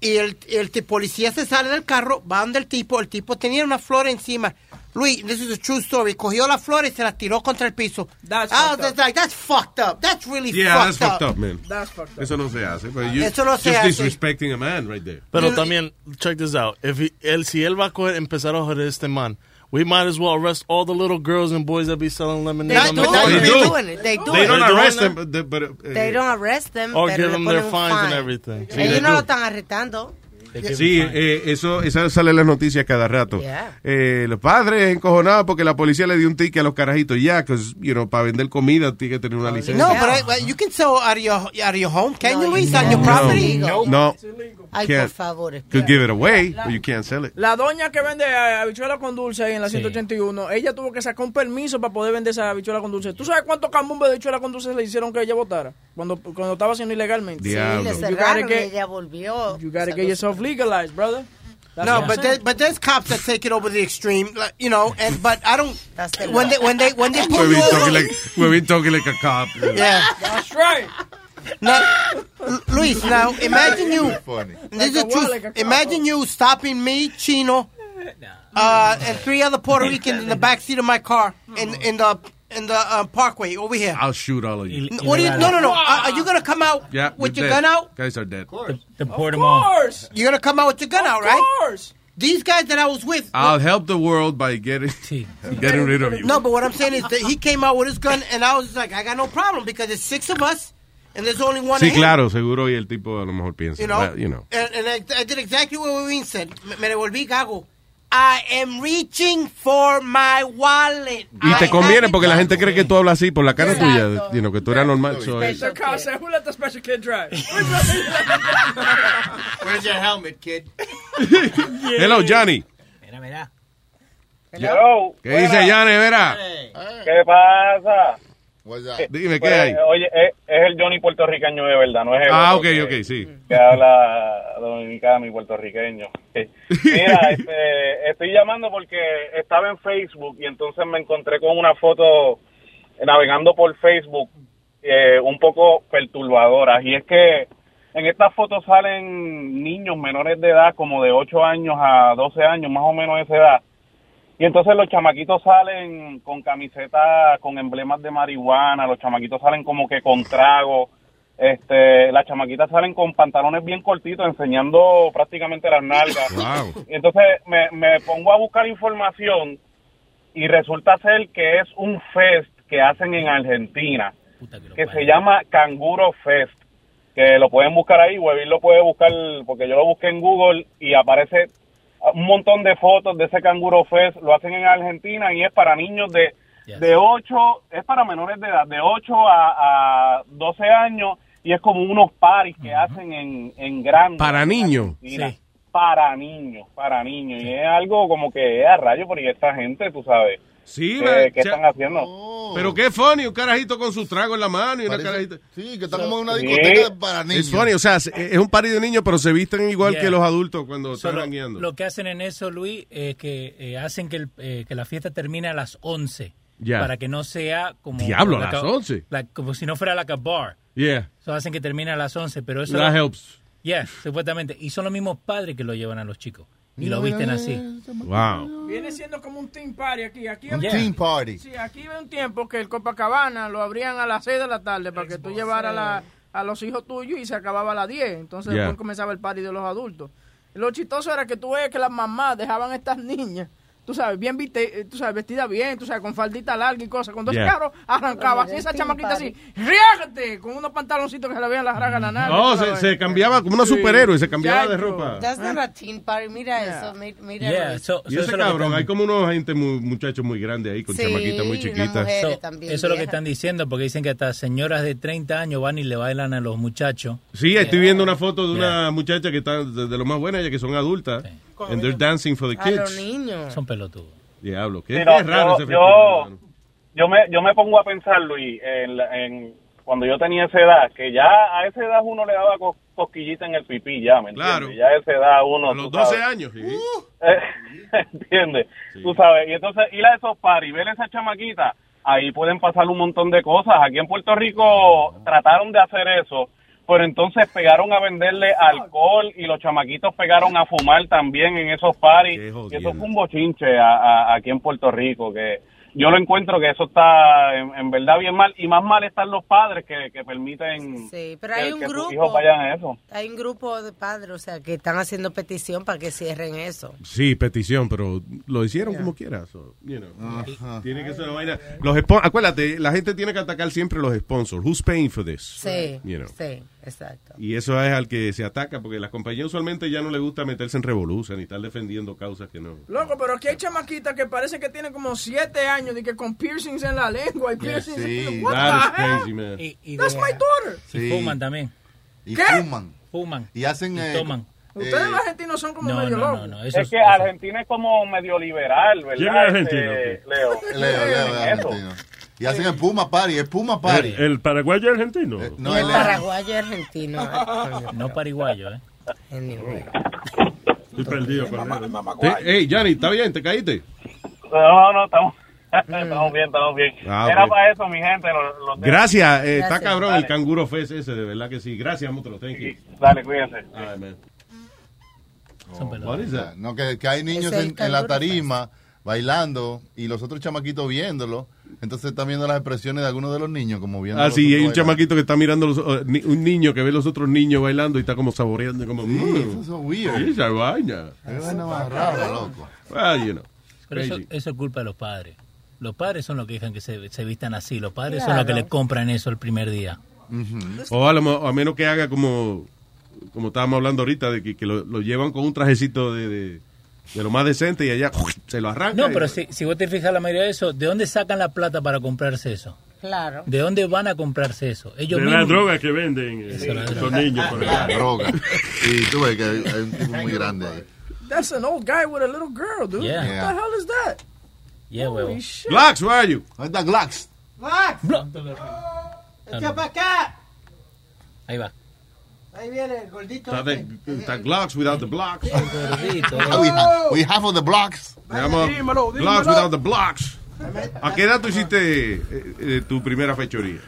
Y el, el t- policía se sale del carro, va donde el tipo. El tipo tenía una flor encima. Luis, this is a true story. Cogió la flor y se la tiró contra el piso. Ah, That's
fucked up.
like, that's fucked up. That's really
Yeah, that's
fucked,
fucked
up.
up, man.
That's fucked
Eso no se hace. Pero you,
Eso no se
just
hace.
disrespecting a man right there.
Pero también, check this out. If he, él, si él va a coger, empezar a joder a este man, we might as well arrest all the little girls and boys that be selling lemonade.
They
on
do
the
it. They do
corner.
it. They do
They
it.
don't
They're doing
arrest
it.
them, but, the- but, uh,
They don't arrest them,
Or
pero
give
le
them their
ponen un
fines and
fine.
everything.
Sí, eh. they
Ellos no
do.
lo están arrestando.
Sí, eh, eso, esa sale en las noticias cada rato.
Yeah.
Eh, los padres encojonados porque la policía le dio un ticket a los carajitos. Ya, que para vender comida tiene que tener una licencia.
No, but I, but you can sell out of your, out of your home, can you, Luis? On your
No.
property?
No. No.
Ay,
Can't.
por favor, espera.
Could give it away,
La-
but you can't sell it.
La doña que vende eh, habichuela con dulce ahí en la 181, ella tuvo que sacar un permiso para poder vender esa habichuela con dulce. ¿Tú sabes cuántos cambumbes de habichuela con dulce le hicieron que ella votara? Cuando, cuando estaba haciendo ilegalmente.
Diablo.
Le
You
cerraron
gotta
y
get-
ella volvió.
You gotta get yourself legalized, brother. That's
no,
what
but
I'm
there,
saying.
but there's cops that take it over the extreme, like, you know. And but I don't. when they when they when they pull
We've been
you over,
talking like, we've been talking like a cop.
yeah.
That's right.
Now, L- Luis, now imagine you.
Funny.
This
Like
is
a
true.
what, like a
imagine you stopping me, Chino, uh, and three other Puerto Ricans in the back seat of my car in in the in the uh, parkway over here.
I'll shoot all of you.
N- What are you? No, no, no. Are, are you gonna come out
Yeah,
with
you're
your
dead.
gun out?
Guys are dead.
Deport
Of
them all.
course.
You're gonna come out with your gun out, right? Of
course.
These guys that I was with.
I'll help the world by getting getting rid of you.
No, but what I'm saying is that he came out with his gun, and I was just like, I got no problem because it's six of us, and there's only one.
Sí,
hand.
claro, seguro y el tipo a lo mejor piensa.
You know,
that, you know.
And, and I, I did exactly what Wayne said. Me, me devolví gago.
I am reaching for my wallet.
Y
I
te
have
conviene
it
porque la gente cree que tú hablas así por la cara tuya, sino que tú eras normal. so, eh,
Special car said, who let the special kid drive?
Where's your helmet, kid?
Hello, Johnny.
Mira, mira.
Yo,
¿Qué dice Johnny? Vera?
¿Qué pasa?
Dime, ¿qué
Pues,
hay?
Oye, es, es el Johnny puertorriqueño de verdad, no es el
Ah, ok,
otro
ok, sí.
que habla dominicano y puertorriqueño. Mira, este, estoy llamando porque estaba en Facebook y entonces me encontré con una foto navegando por Facebook eh, un poco perturbadora. Y es que en estas fotos salen niños menores de edad, como de 8 años a 12 años, más o menos de esa edad. Y entonces los chamaquitos salen con camisetas con emblemas de marihuana, los chamaquitos salen como que con trago, este, las chamaquitas salen con pantalones bien cortitos enseñando prácticamente las nalgas.
Wow.
Y entonces me, me pongo a buscar información y resulta ser que es un fest que hacen en Argentina, que se llama Canguro Fest, que lo pueden buscar ahí, Webin lo puede buscar porque yo lo busqué en Google y aparece un montón de fotos de ese Canguro Fest, lo hacen en Argentina y es para niños de, de 8, es para menores de edad, de 8 a, a 12 años y es como unos paris que hacen en, en grandes.
Para niños.
Mira, para niños, para niños. Y es algo como que es a rayo, porque esta gente, tú sabes.
Sí,
¿Qué,
ve,
qué
se-
están haciendo?
Pero qué funny, un carajito con su trago en la Ah, mano y una carajita.
Sí, que está como en una
Sí.
discoteca de para niños.
Es funny, o sea, es- es un party de niños, pero se visten igual
Yeah.
que los adultos cuando
So,
están
lo,
rangueando.
lo que hacen en eso, Luis, es que eh, hacen que, el- eh, que la fiesta termine a las 11.
Ya.
Para que no sea como...
Diablo, a
like
las 11.
like- como si no fuera like a bar.
Yeah,
So hacen que termine a las 11, pero eso...
that helps.
Yeah, supuestamente. Y son los mismos padres que lo llevan a los chicos. Y lo
Mira,
visten
mira,
así.
Wow.
Viene siendo como un team party aquí. aquí
Un team
party.
Sí, aquí ve un tiempo que el Copacabana lo abrían a las 6 de la tarde para que tú llevaras la- a los hijos tuyos y se acababa a las 10. Entonces
Yeah.
después comenzaba el party de los adultos. Lo chistoso era que tú ves que las mamás dejaban a estas niñas. Tú sabes, bien viste, eh, tú sabes, vestida bien, tú sabes, con faldita larga y cosas. Cuando
Yeah.
ese carro arrancaba así, esa chamaquita así, ¡riágate! Con unos pantaloncitos que se le veían las ragas a la nalga.
No,
toda
se,
la
se cambiaba como una
Sí.
superhéroe, se cambiaba de
Chacho.
ropa.
That's not a teen party. Mira eso. mi- Mira eso.
y ese cabrón, hay como unos gente muy, muchachos muy grandes ahí, con
Sí,
chamaquitas muy
unas
chiquitas.
mujeres
So,
también,
eso es lo que
vieja.
están diciendo, porque dicen que hasta señoras de 30 años van y le bailan a los muchachos. Eh,
Sí, estoy viendo una foto de una muchacha que está de, de lo más buena, ya que son adultas. And they're dancing for the
A los
kids.
niños.
Son pelotudos.
Diablo, qué
Sí,
qué
no,
raro
yo,
ese festival,
yo, yo me, yo me pongo a pensar, Luis, en, la- en cuando yo tenía esa edad, que ya a esa edad uno le daba co- cosquillita en el pipí, ya, ¿me entiendes?
Claro.
Ya a esa edad uno...
A los
tú
12
sabes. Eh,
años. sí.
¿Entiendes? Tú sabes, y entonces ir a esos paris, ver a esa chamaquita, ahí pueden pasar un montón de cosas. Aquí en Puerto Rico trataron de hacer eso, pero entonces pegaron a venderle alcohol y los chamaquitos pegaron a fumar también en esos paris. Y eso fue un bochinche a- a- aquí en Puerto Rico, que yo lo encuentro que eso está en, en verdad bien mal, y más mal están los padres que, que permiten
Sí, pero
que,
hay un
que sus
grupo.
hijos vayan a eso.
Hay un grupo de padres, o sea, que están haciendo petición para que cierren eso.
Sí, petición, pero lo hicieron como quieras. you know.
Uh-huh.
Ajá.
Tiene que ser una vaina. Los spon- acuérdate, la gente tiene que atacar siempre los sponsors. Who's paying for this?
Sí,
You know.
sí, exacto.
Y eso es al que se ataca, porque las compañías usualmente ya no les gusta meterse en revolución y estar defendiendo causas que no.
Loco, pero aquí hay chamaquitas que parece que tienen como 7 años y que con piercings en la lengua y piercings en
Sí,
What
that is
the hell?
crazy, man.
Y, y
That's
de-
my daughter.
Y fuman también.
Y
¿Qué?
fuman.
Fuman.
Y hacen.
Y
eh,
toman.
Ustedes los argentinos son como
No,
medio
no, no,
locos.
no,
Es, que Argentina es como medio liberal, ¿verdad?
¿Quién es argentino?
Este, Leo.
Leo, Leo, Leo,
Eso.
argentino. Y hacen el Puma Party, el Puma Party. Eh,
¿El, el paraguayo argentino?
no,
El paraguayo argentino.
No paraguayo, ¿eh?
Estoy perdido. Palmero.
Te- Hey, Johnny, ¿está bien? ¿Te caíste?
No, no, estamos, estamos bien, estamos bien.
Ah,
Era
ok.
para eso, mi gente. los- los dejo.
Gracias, eh, está cabrón
Dale,
el canguro fez ese, de verdad que sí. Gracias, Mutro, thank you.
Dale, cuídense.
Ay, man. Oh,
What is that? No, que, que hay niños
Es el
en, en la
canguro
tarima bailando y los otros chamaquitos viéndolo. Entonces están viendo las expresiones de algunos de los niños como viendo.
Ah,
los
sí,
otros
hay un
bailar.
chamaquito que está mirando, los- o, ni- un niño que ve los otros niños bailando y está como saboreando, como... "Mm,
eso es so weird.
sí, Esa vaina.
Qué vaina más rara, loco.
Well, Ah, you know.
Pero eso,
Crazy.
eso es culpa de los padres. Los padres son los que dejan que se, se vistan así. Los padres son
Claro.
los que le compran eso el primer día.
O a, lo mo- a menos que haga como, como estábamos hablando ahorita, de que, que lo, lo llevan con un trajecito de, de, De lo más decente y allá se lo arranca.
No,
y-
pero si, si vos te fijas la mayoría de eso, ¿de dónde sacan la plata para comprarse eso?
Claro.
¿De dónde van a comprarse eso? Ellos
de la
mismos.
droga que venden eh,
Eso, la
esos
droga.
niños por
La
allá.
droga. Y tú ves que hay, hay un tipo muy grande ahí.
That's an old guy with a little girl, dude.
Yeah.
What
Yeah.
the hell is that?
Yeah,
Holy shit.
Glax, where are you?
Ahí está Glax.
Max,
echa
para acá.
Ahí va.
Ahí viene el gordito.
Está, de, está Glocks without the blocks.
Ah, We, ha- we have all the blocks.
Se llama
Dímelo, dímelo.
Glocks without the blocks. ¿A qué edad tú hiciste eh, eh, tu primera fechoría?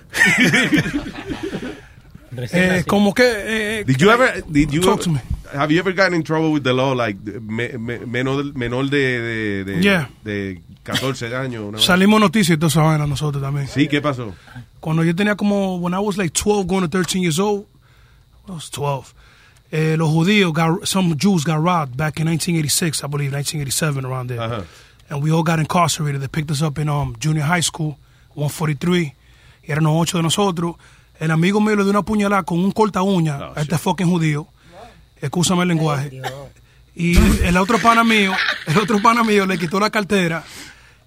Eh, como que. eh,
Did you ever, did you
Talk to me.
have you ever gotten in trouble with the law, like me- me- menor, menor de, de, de,
Yeah.
de 14 años? una vaina?
Salimos noticias y toda esa vaina nosotros también.
Sí, ¿qué pasó?
Cuando yo tenía como. When I was like 12, going to 13 years old. I was 12. eh, los judíos, got, some Jews got robbed back in 1986, I believe, 1987, around there. And we all got incarcerated. They picked us up in um, junior high school, 143. Y eran los ocho de nosotros. El amigo mío le dio una puñalada con un corta uña a este fucking judío. Escúchame el lenguaje. Y el otro pana mío, el otro pana mío le quitó la cartera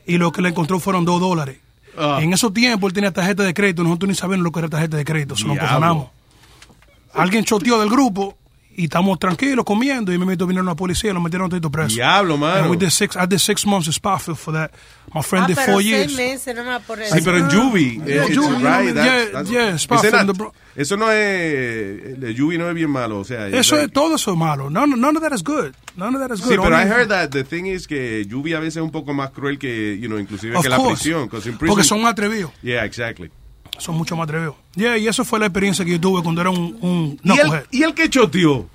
y lo que le encontró fueron dos dólares. En esos tiempos él tenía tarjeta de crédito, nosotros ni sabíamos lo que era tarjeta de crédito, se nos
Diablo.
cojonamos. Alguien choteó del grupo y estamos tranquilos comiendo y me meto vinieron la policía y lo metieron todo preso.
Diablo, mano.
And we did six, I did six months in Spoffield for that. My friend
Ah,
did
pero
four
seis
years.
meses nomás por eso.
Sí, pero en Juvi.
Yeah,
eh,
Juvie,
it's
you know,
right,
yeah,
that's- that's-
yeah,
Ese
Spaffer
na-
and the bro-
Eso no es. El Juvi no es bien malo. O sea,
Eso
like-
es todo eso es malo. None, none of that is good. None of that is
Sí,
good.
pero
Only-
I heard that the thing is que Juvi a veces es un poco más cruel que, you know, inclusive
Of
que la
course.
prisión. 'cause in prison-
Porque son más atrevidos.
Yeah, exactly.
Son mucho más atrevidos. Yeah, y eso fue la experiencia que yo tuve cuando era un, un
¿Y el-
knucklehead.
¿Y el que choteó?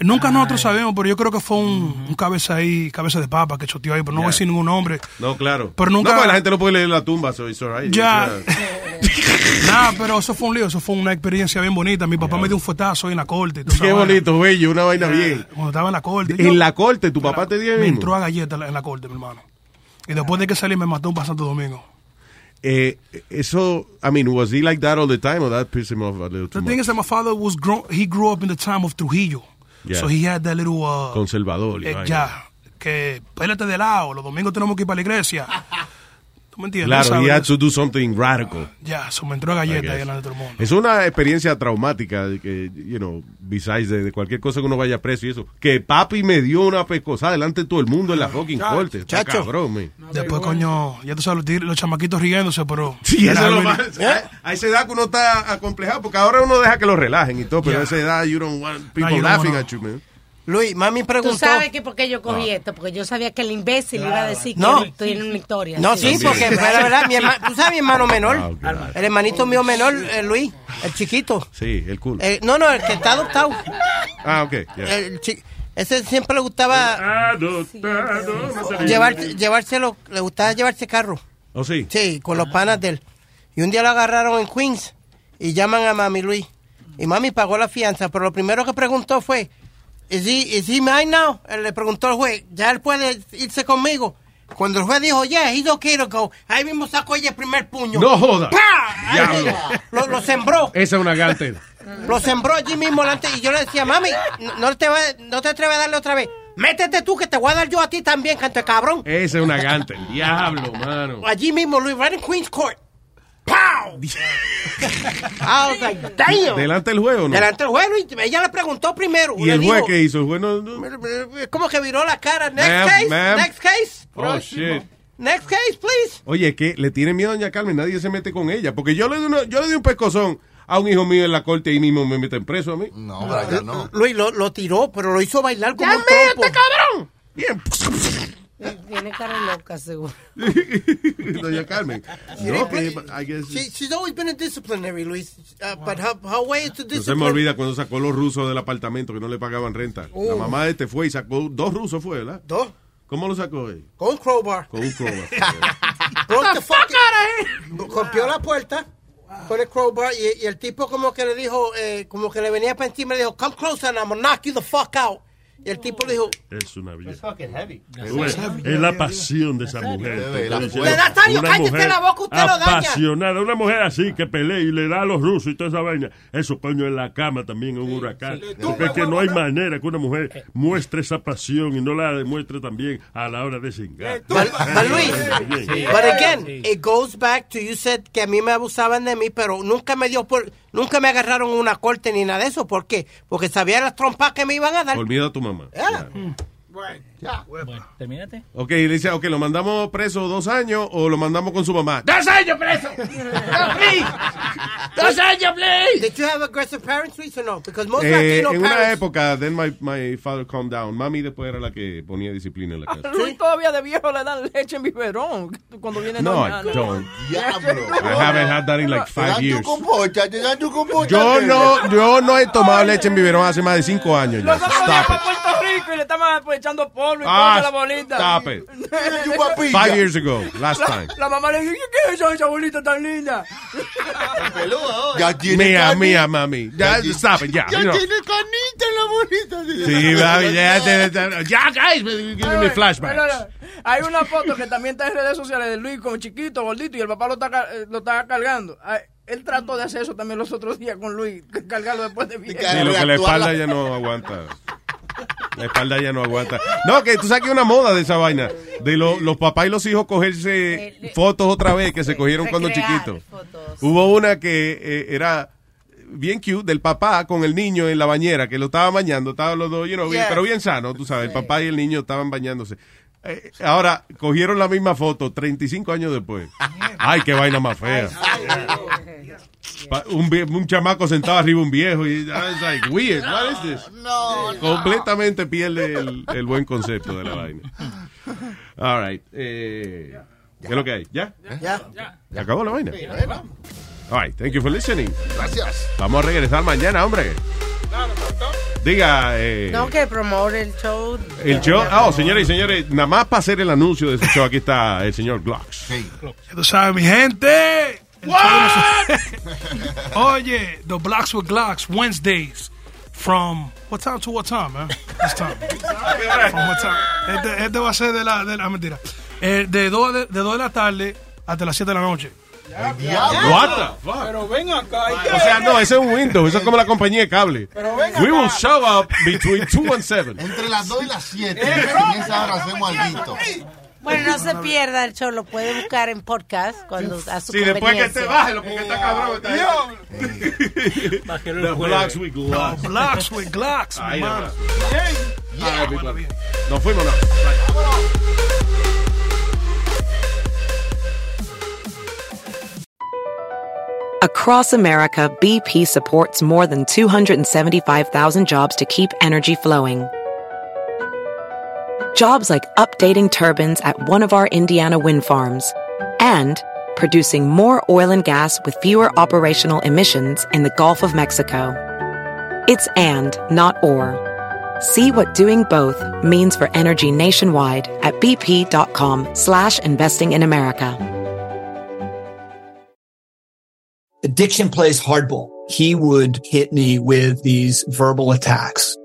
Nunca nosotros sabemos, pero yo creo que fue un, un cabeza ahí, cabeza de papa que choteó ahí, pero no voy a
Yeah.
decir ningún nombre.
No, claro.
Pero nunca-
No, porque la gente no puede leer la tumba, so it's all right.
Ya.
It's, uh,
Nada, pero eso fue un lío, eso fue una experiencia bien bonita. Mi papá me dio un fuetazo ahí en la corte. y toda esa
Qué
vaina.
bonito, bello, una vaina bien.
Cuando estaba en la corte. yo-
En la corte, tu papá te dio
Me
mismo?
entró a galleta en la- en la corte, mi hermano. Y después de que salí me mató un para Santo Domingo.
Eh, eso, I mean, was he like that all the time or that pissed him off a little
The
too
thing
much?
is that my father was grown, he grew up in the time of Trujillo.
Yeah.
So he had that little uh,
Conservador. y
Eh,
vaina.
ya, que pélate de lado, los domingos tenemos que ir para la iglesia. ¿Tú me entiendes?
Claro,
¿Sabes?
he had to do something radical.
Ya, se me entró a galleta
I
ahí
guess.
en la de todo el mundo.
Es una experiencia traumática, de que, you know, besides de, de cualquier cosa que uno vaya preso y eso. Que papi me dio una pescosa delante de todo el mundo en la fucking
Chacho.
corte. Está
Chacho.
cabrón, man.
Después, coño, ya tú sabes, los tigres- los chamaquitos riéndose, pero...
Sí,
Era
eso es lo
algo-
más. ¿Eh? A, a esa edad que uno está acomplejado, porque ahora uno deja que lo relajen y todo, pero
Yeah.
a esa edad you don't want people
you don't
laughing
wanna-
at you, man.
Luis, mami
Tú
preguntó.
sabes que por qué yo cogí esto, porque yo sabía que el imbécil iba a decir que
No.
no. estoy en una historia.
No, sí, porque fue la verdad. Mi herma- tú sabes, mi hermano menor.
Oh, God.
el hermanito mío menor, eh, Luis, el chiquito.
Sí, el culo.
Eh, no, no, el que está adoptado.
ah, ok. yeah.
El chi- Eh, ese siempre le gustaba llevar, llevárselo, le gustaba llevarse carro.
¿Oh, sí?
Sí, con los panas de él. Y un día lo agarraron en Queens y llaman a mami Luis. Y mami pagó la fianza, pero lo primero que preguntó fue, ¿Is he, is he mine now? Él le preguntó al juez, ¿ya él puede irse conmigo? Cuando el juez dijo, yeah, he's okay to go, ahí mismo sacó ella el primer puño.
No joda.
¡Pah! Ahí
Diablo.
mismo. Lo, lo sembró.
Esa es una gártena.
Lo sembró allí mismo delante. Y yo le decía, mami, no, no te, va, no te atreves a darle otra vez. Métete tú, que te voy a dar yo a ti también, canto de cabrón.
Esa es una gártena. Diablo, mano.
Allí mismo, Luis, right in Queens Court. ¡Pow! I was like, damn.
¿Delante del juego, no?
Delante del juez, Luis. Ella le preguntó primero.
¿Y
Le
el juez
dijo,
qué hizo? El juez no... no-
eh, Como que viró la cara. Next
Ma'am,
case,
ma'am.
next case.
Oh, shit.
Next case, please.
Oye, que le tiene miedo a doña Carmen, nadie se mete con ella. Porque yo le di, una- yo le di un pescozón a un hijo mío en la corte y mismo me meten preso a mí.
No, pero acá no.
Luis lo, lo tiró, pero lo hizo bailar como un trompo.
cabrón!
Bien.
Tiene cara loca, seguro.
Doña Carmen. No, que, I guess-
She- she's always been a disciplinary, Luis. Uh, But her, her way to
No se me
discipline.
olvida cuando sacó los rusos del apartamento que no le pagaban renta. La
Oh.
mamá de este fue y sacó dos rusos, fue, ¿verdad?
Dos.
¿Cómo lo sacó él?
Con un crowbar.
Con un croma.
Broke the fucking- Rompió la puerta con el crowbar y, y el tipo como que le dijo, eh, como que le venía para encima y le dijo, come closer and I'm gonna knock you the fuck out. Y el tipo dijo,
Es una vieja.
fucking heavy.
Tú ves, Es la pasión de esa mujer.
De
Te
la
estoy
fuerza.
diciendo,
Nazario,
una
cállate
mujer
la boca, usted lo daña.
Apasionada, una mujer así que pelea y le da a los rusos y toda esa vaina. Eso, coño, en la cama también es un huracán. Porque es que no hay manera que una
Eh.
mujer muestre esa pasión y no la demuestre también a la hora de cingar.
But Luis, but again, it goes back to you said que a mí me abusaban de mí, pero nunca me dio por, nunca me agarraron una corte ni nada de eso. ¿Por qué? Porque sabía las trompas que me iban a dar.
Olvida a tu mamá.
Yeah.
Bueno, termínate.
Ok, y le dice, ok, lo mandamos preso dos años o lo mandamos con su mamá.
¡Dos años preso! ¡No, please! ¡Dos años, please!
Did you have aggressive parents, Luis, or no? Because most
Eh,
Latino
en una
parents.
época, then my, my father calmed down. Mami después era la que ponía disciplina en la casa.
Luis todavía de viejo le dan leche en biberón cuando viene
No,
doña
I
Ana.
don't.
Diablo.
I haven't had that in like five years.
compocha, te dan tu compocha.
Yo no, yo no he tomado leche en biberón hace más de cinco años. ya.
Los otros días
Stop
fue a
it.
Puerto Rico y le estaban pues, echando polvo y
Ah,
toda la bolita.
stop it.
pues,
Five years ago, last
La-
time.
La mamá le dijo, ¿qué es eso, esa bolita tan linda?
Mía, mía, mami. Ya, stop it, ya. you know.
canita la bonita.
Sí, mami, ya, te- te- ya, guys, give me
No,
flashbacks.
no, no. Hay una foto que también está en redes sociales de Luis con chiquito, gordito, y el papá lo está, ca- eh, lo está cargando. Ah, Él trató de hacer eso también los otros días con Luis, cargarlo después de viejo.
Sí, lo que la espalda ya no aguanta. La espalda ya no aguanta. No, que tú saques una moda de esa vaina. De lo- los papás y los hijos cogerse fotos otra vez que se cogieron cuando
recrear
chiquitos. Hubo una que eh, era bien cute del papá con el niño en la bañera que lo estaba bañando. Estaban los dos, you know, bien-
Yeah.
pero bien sano, tú sabes. El papá y el niño estaban bañándose. Eh, ahora cogieron la misma foto 35 años después. Ay, qué vaina más fea. Pa- Un, vie- un chamaco sentado arriba de un viejo y I was like, weird, what is this? Completamente pierde el, el buen concepto de la vaina. All right. eh, ¿Qué es lo que hay? ¿Ya?
Ya.
¿Ya acabó la vaina? All right, thank you for listening.
Gracias.
Vamos a regresar mañana, hombre. Diga, eh,
No, que promover el show.
el show. Ah, oh, señores y señores, nada más para hacer el anuncio de ese show, aquí está el señor Glocks.
Ya tú sabes, mi gente. El show- Oye, The Blocks with Glocks, Wednesdays. From what time to what time, man? This time. From what time? Este, este va a ser de la. De la ah, mentira. Eh, de 2 de, de, dos de la tarde hasta las 7 de la noche.
What the fuck?
Pero ven acá. ¿y qué?
O sea, no, ese es un Windows, eso es como la compañía de cable.
Pero venga
We will
acá.
show up between 2 and 7.
Entre las 2 y las 7.
Eh,
En esa hora hacemos algo.
Bueno, no se pierda el show, lo puede buscar en podcast cuando a su
Sí, después que te baje,
baje
lo porque
Eh,
está cabrón. está-
The Blocks with Glocks.
The Blocks with Glocks, mi
Ahí
hermano.
Ah, everybody. Nos fuimos, ¿no?
Across America, BP supports more than 275,000 jobs to keep energy flowing. Jobs like updating turbines at one of our Indiana wind farms and producing more oil and gas with fewer operational emissions in the Gulf of Mexico. It's and, not or. See what doing both means for energy nationwide at bp.com slash investing in America.
Addiction plays hardball. He would hit me with these verbal attacks.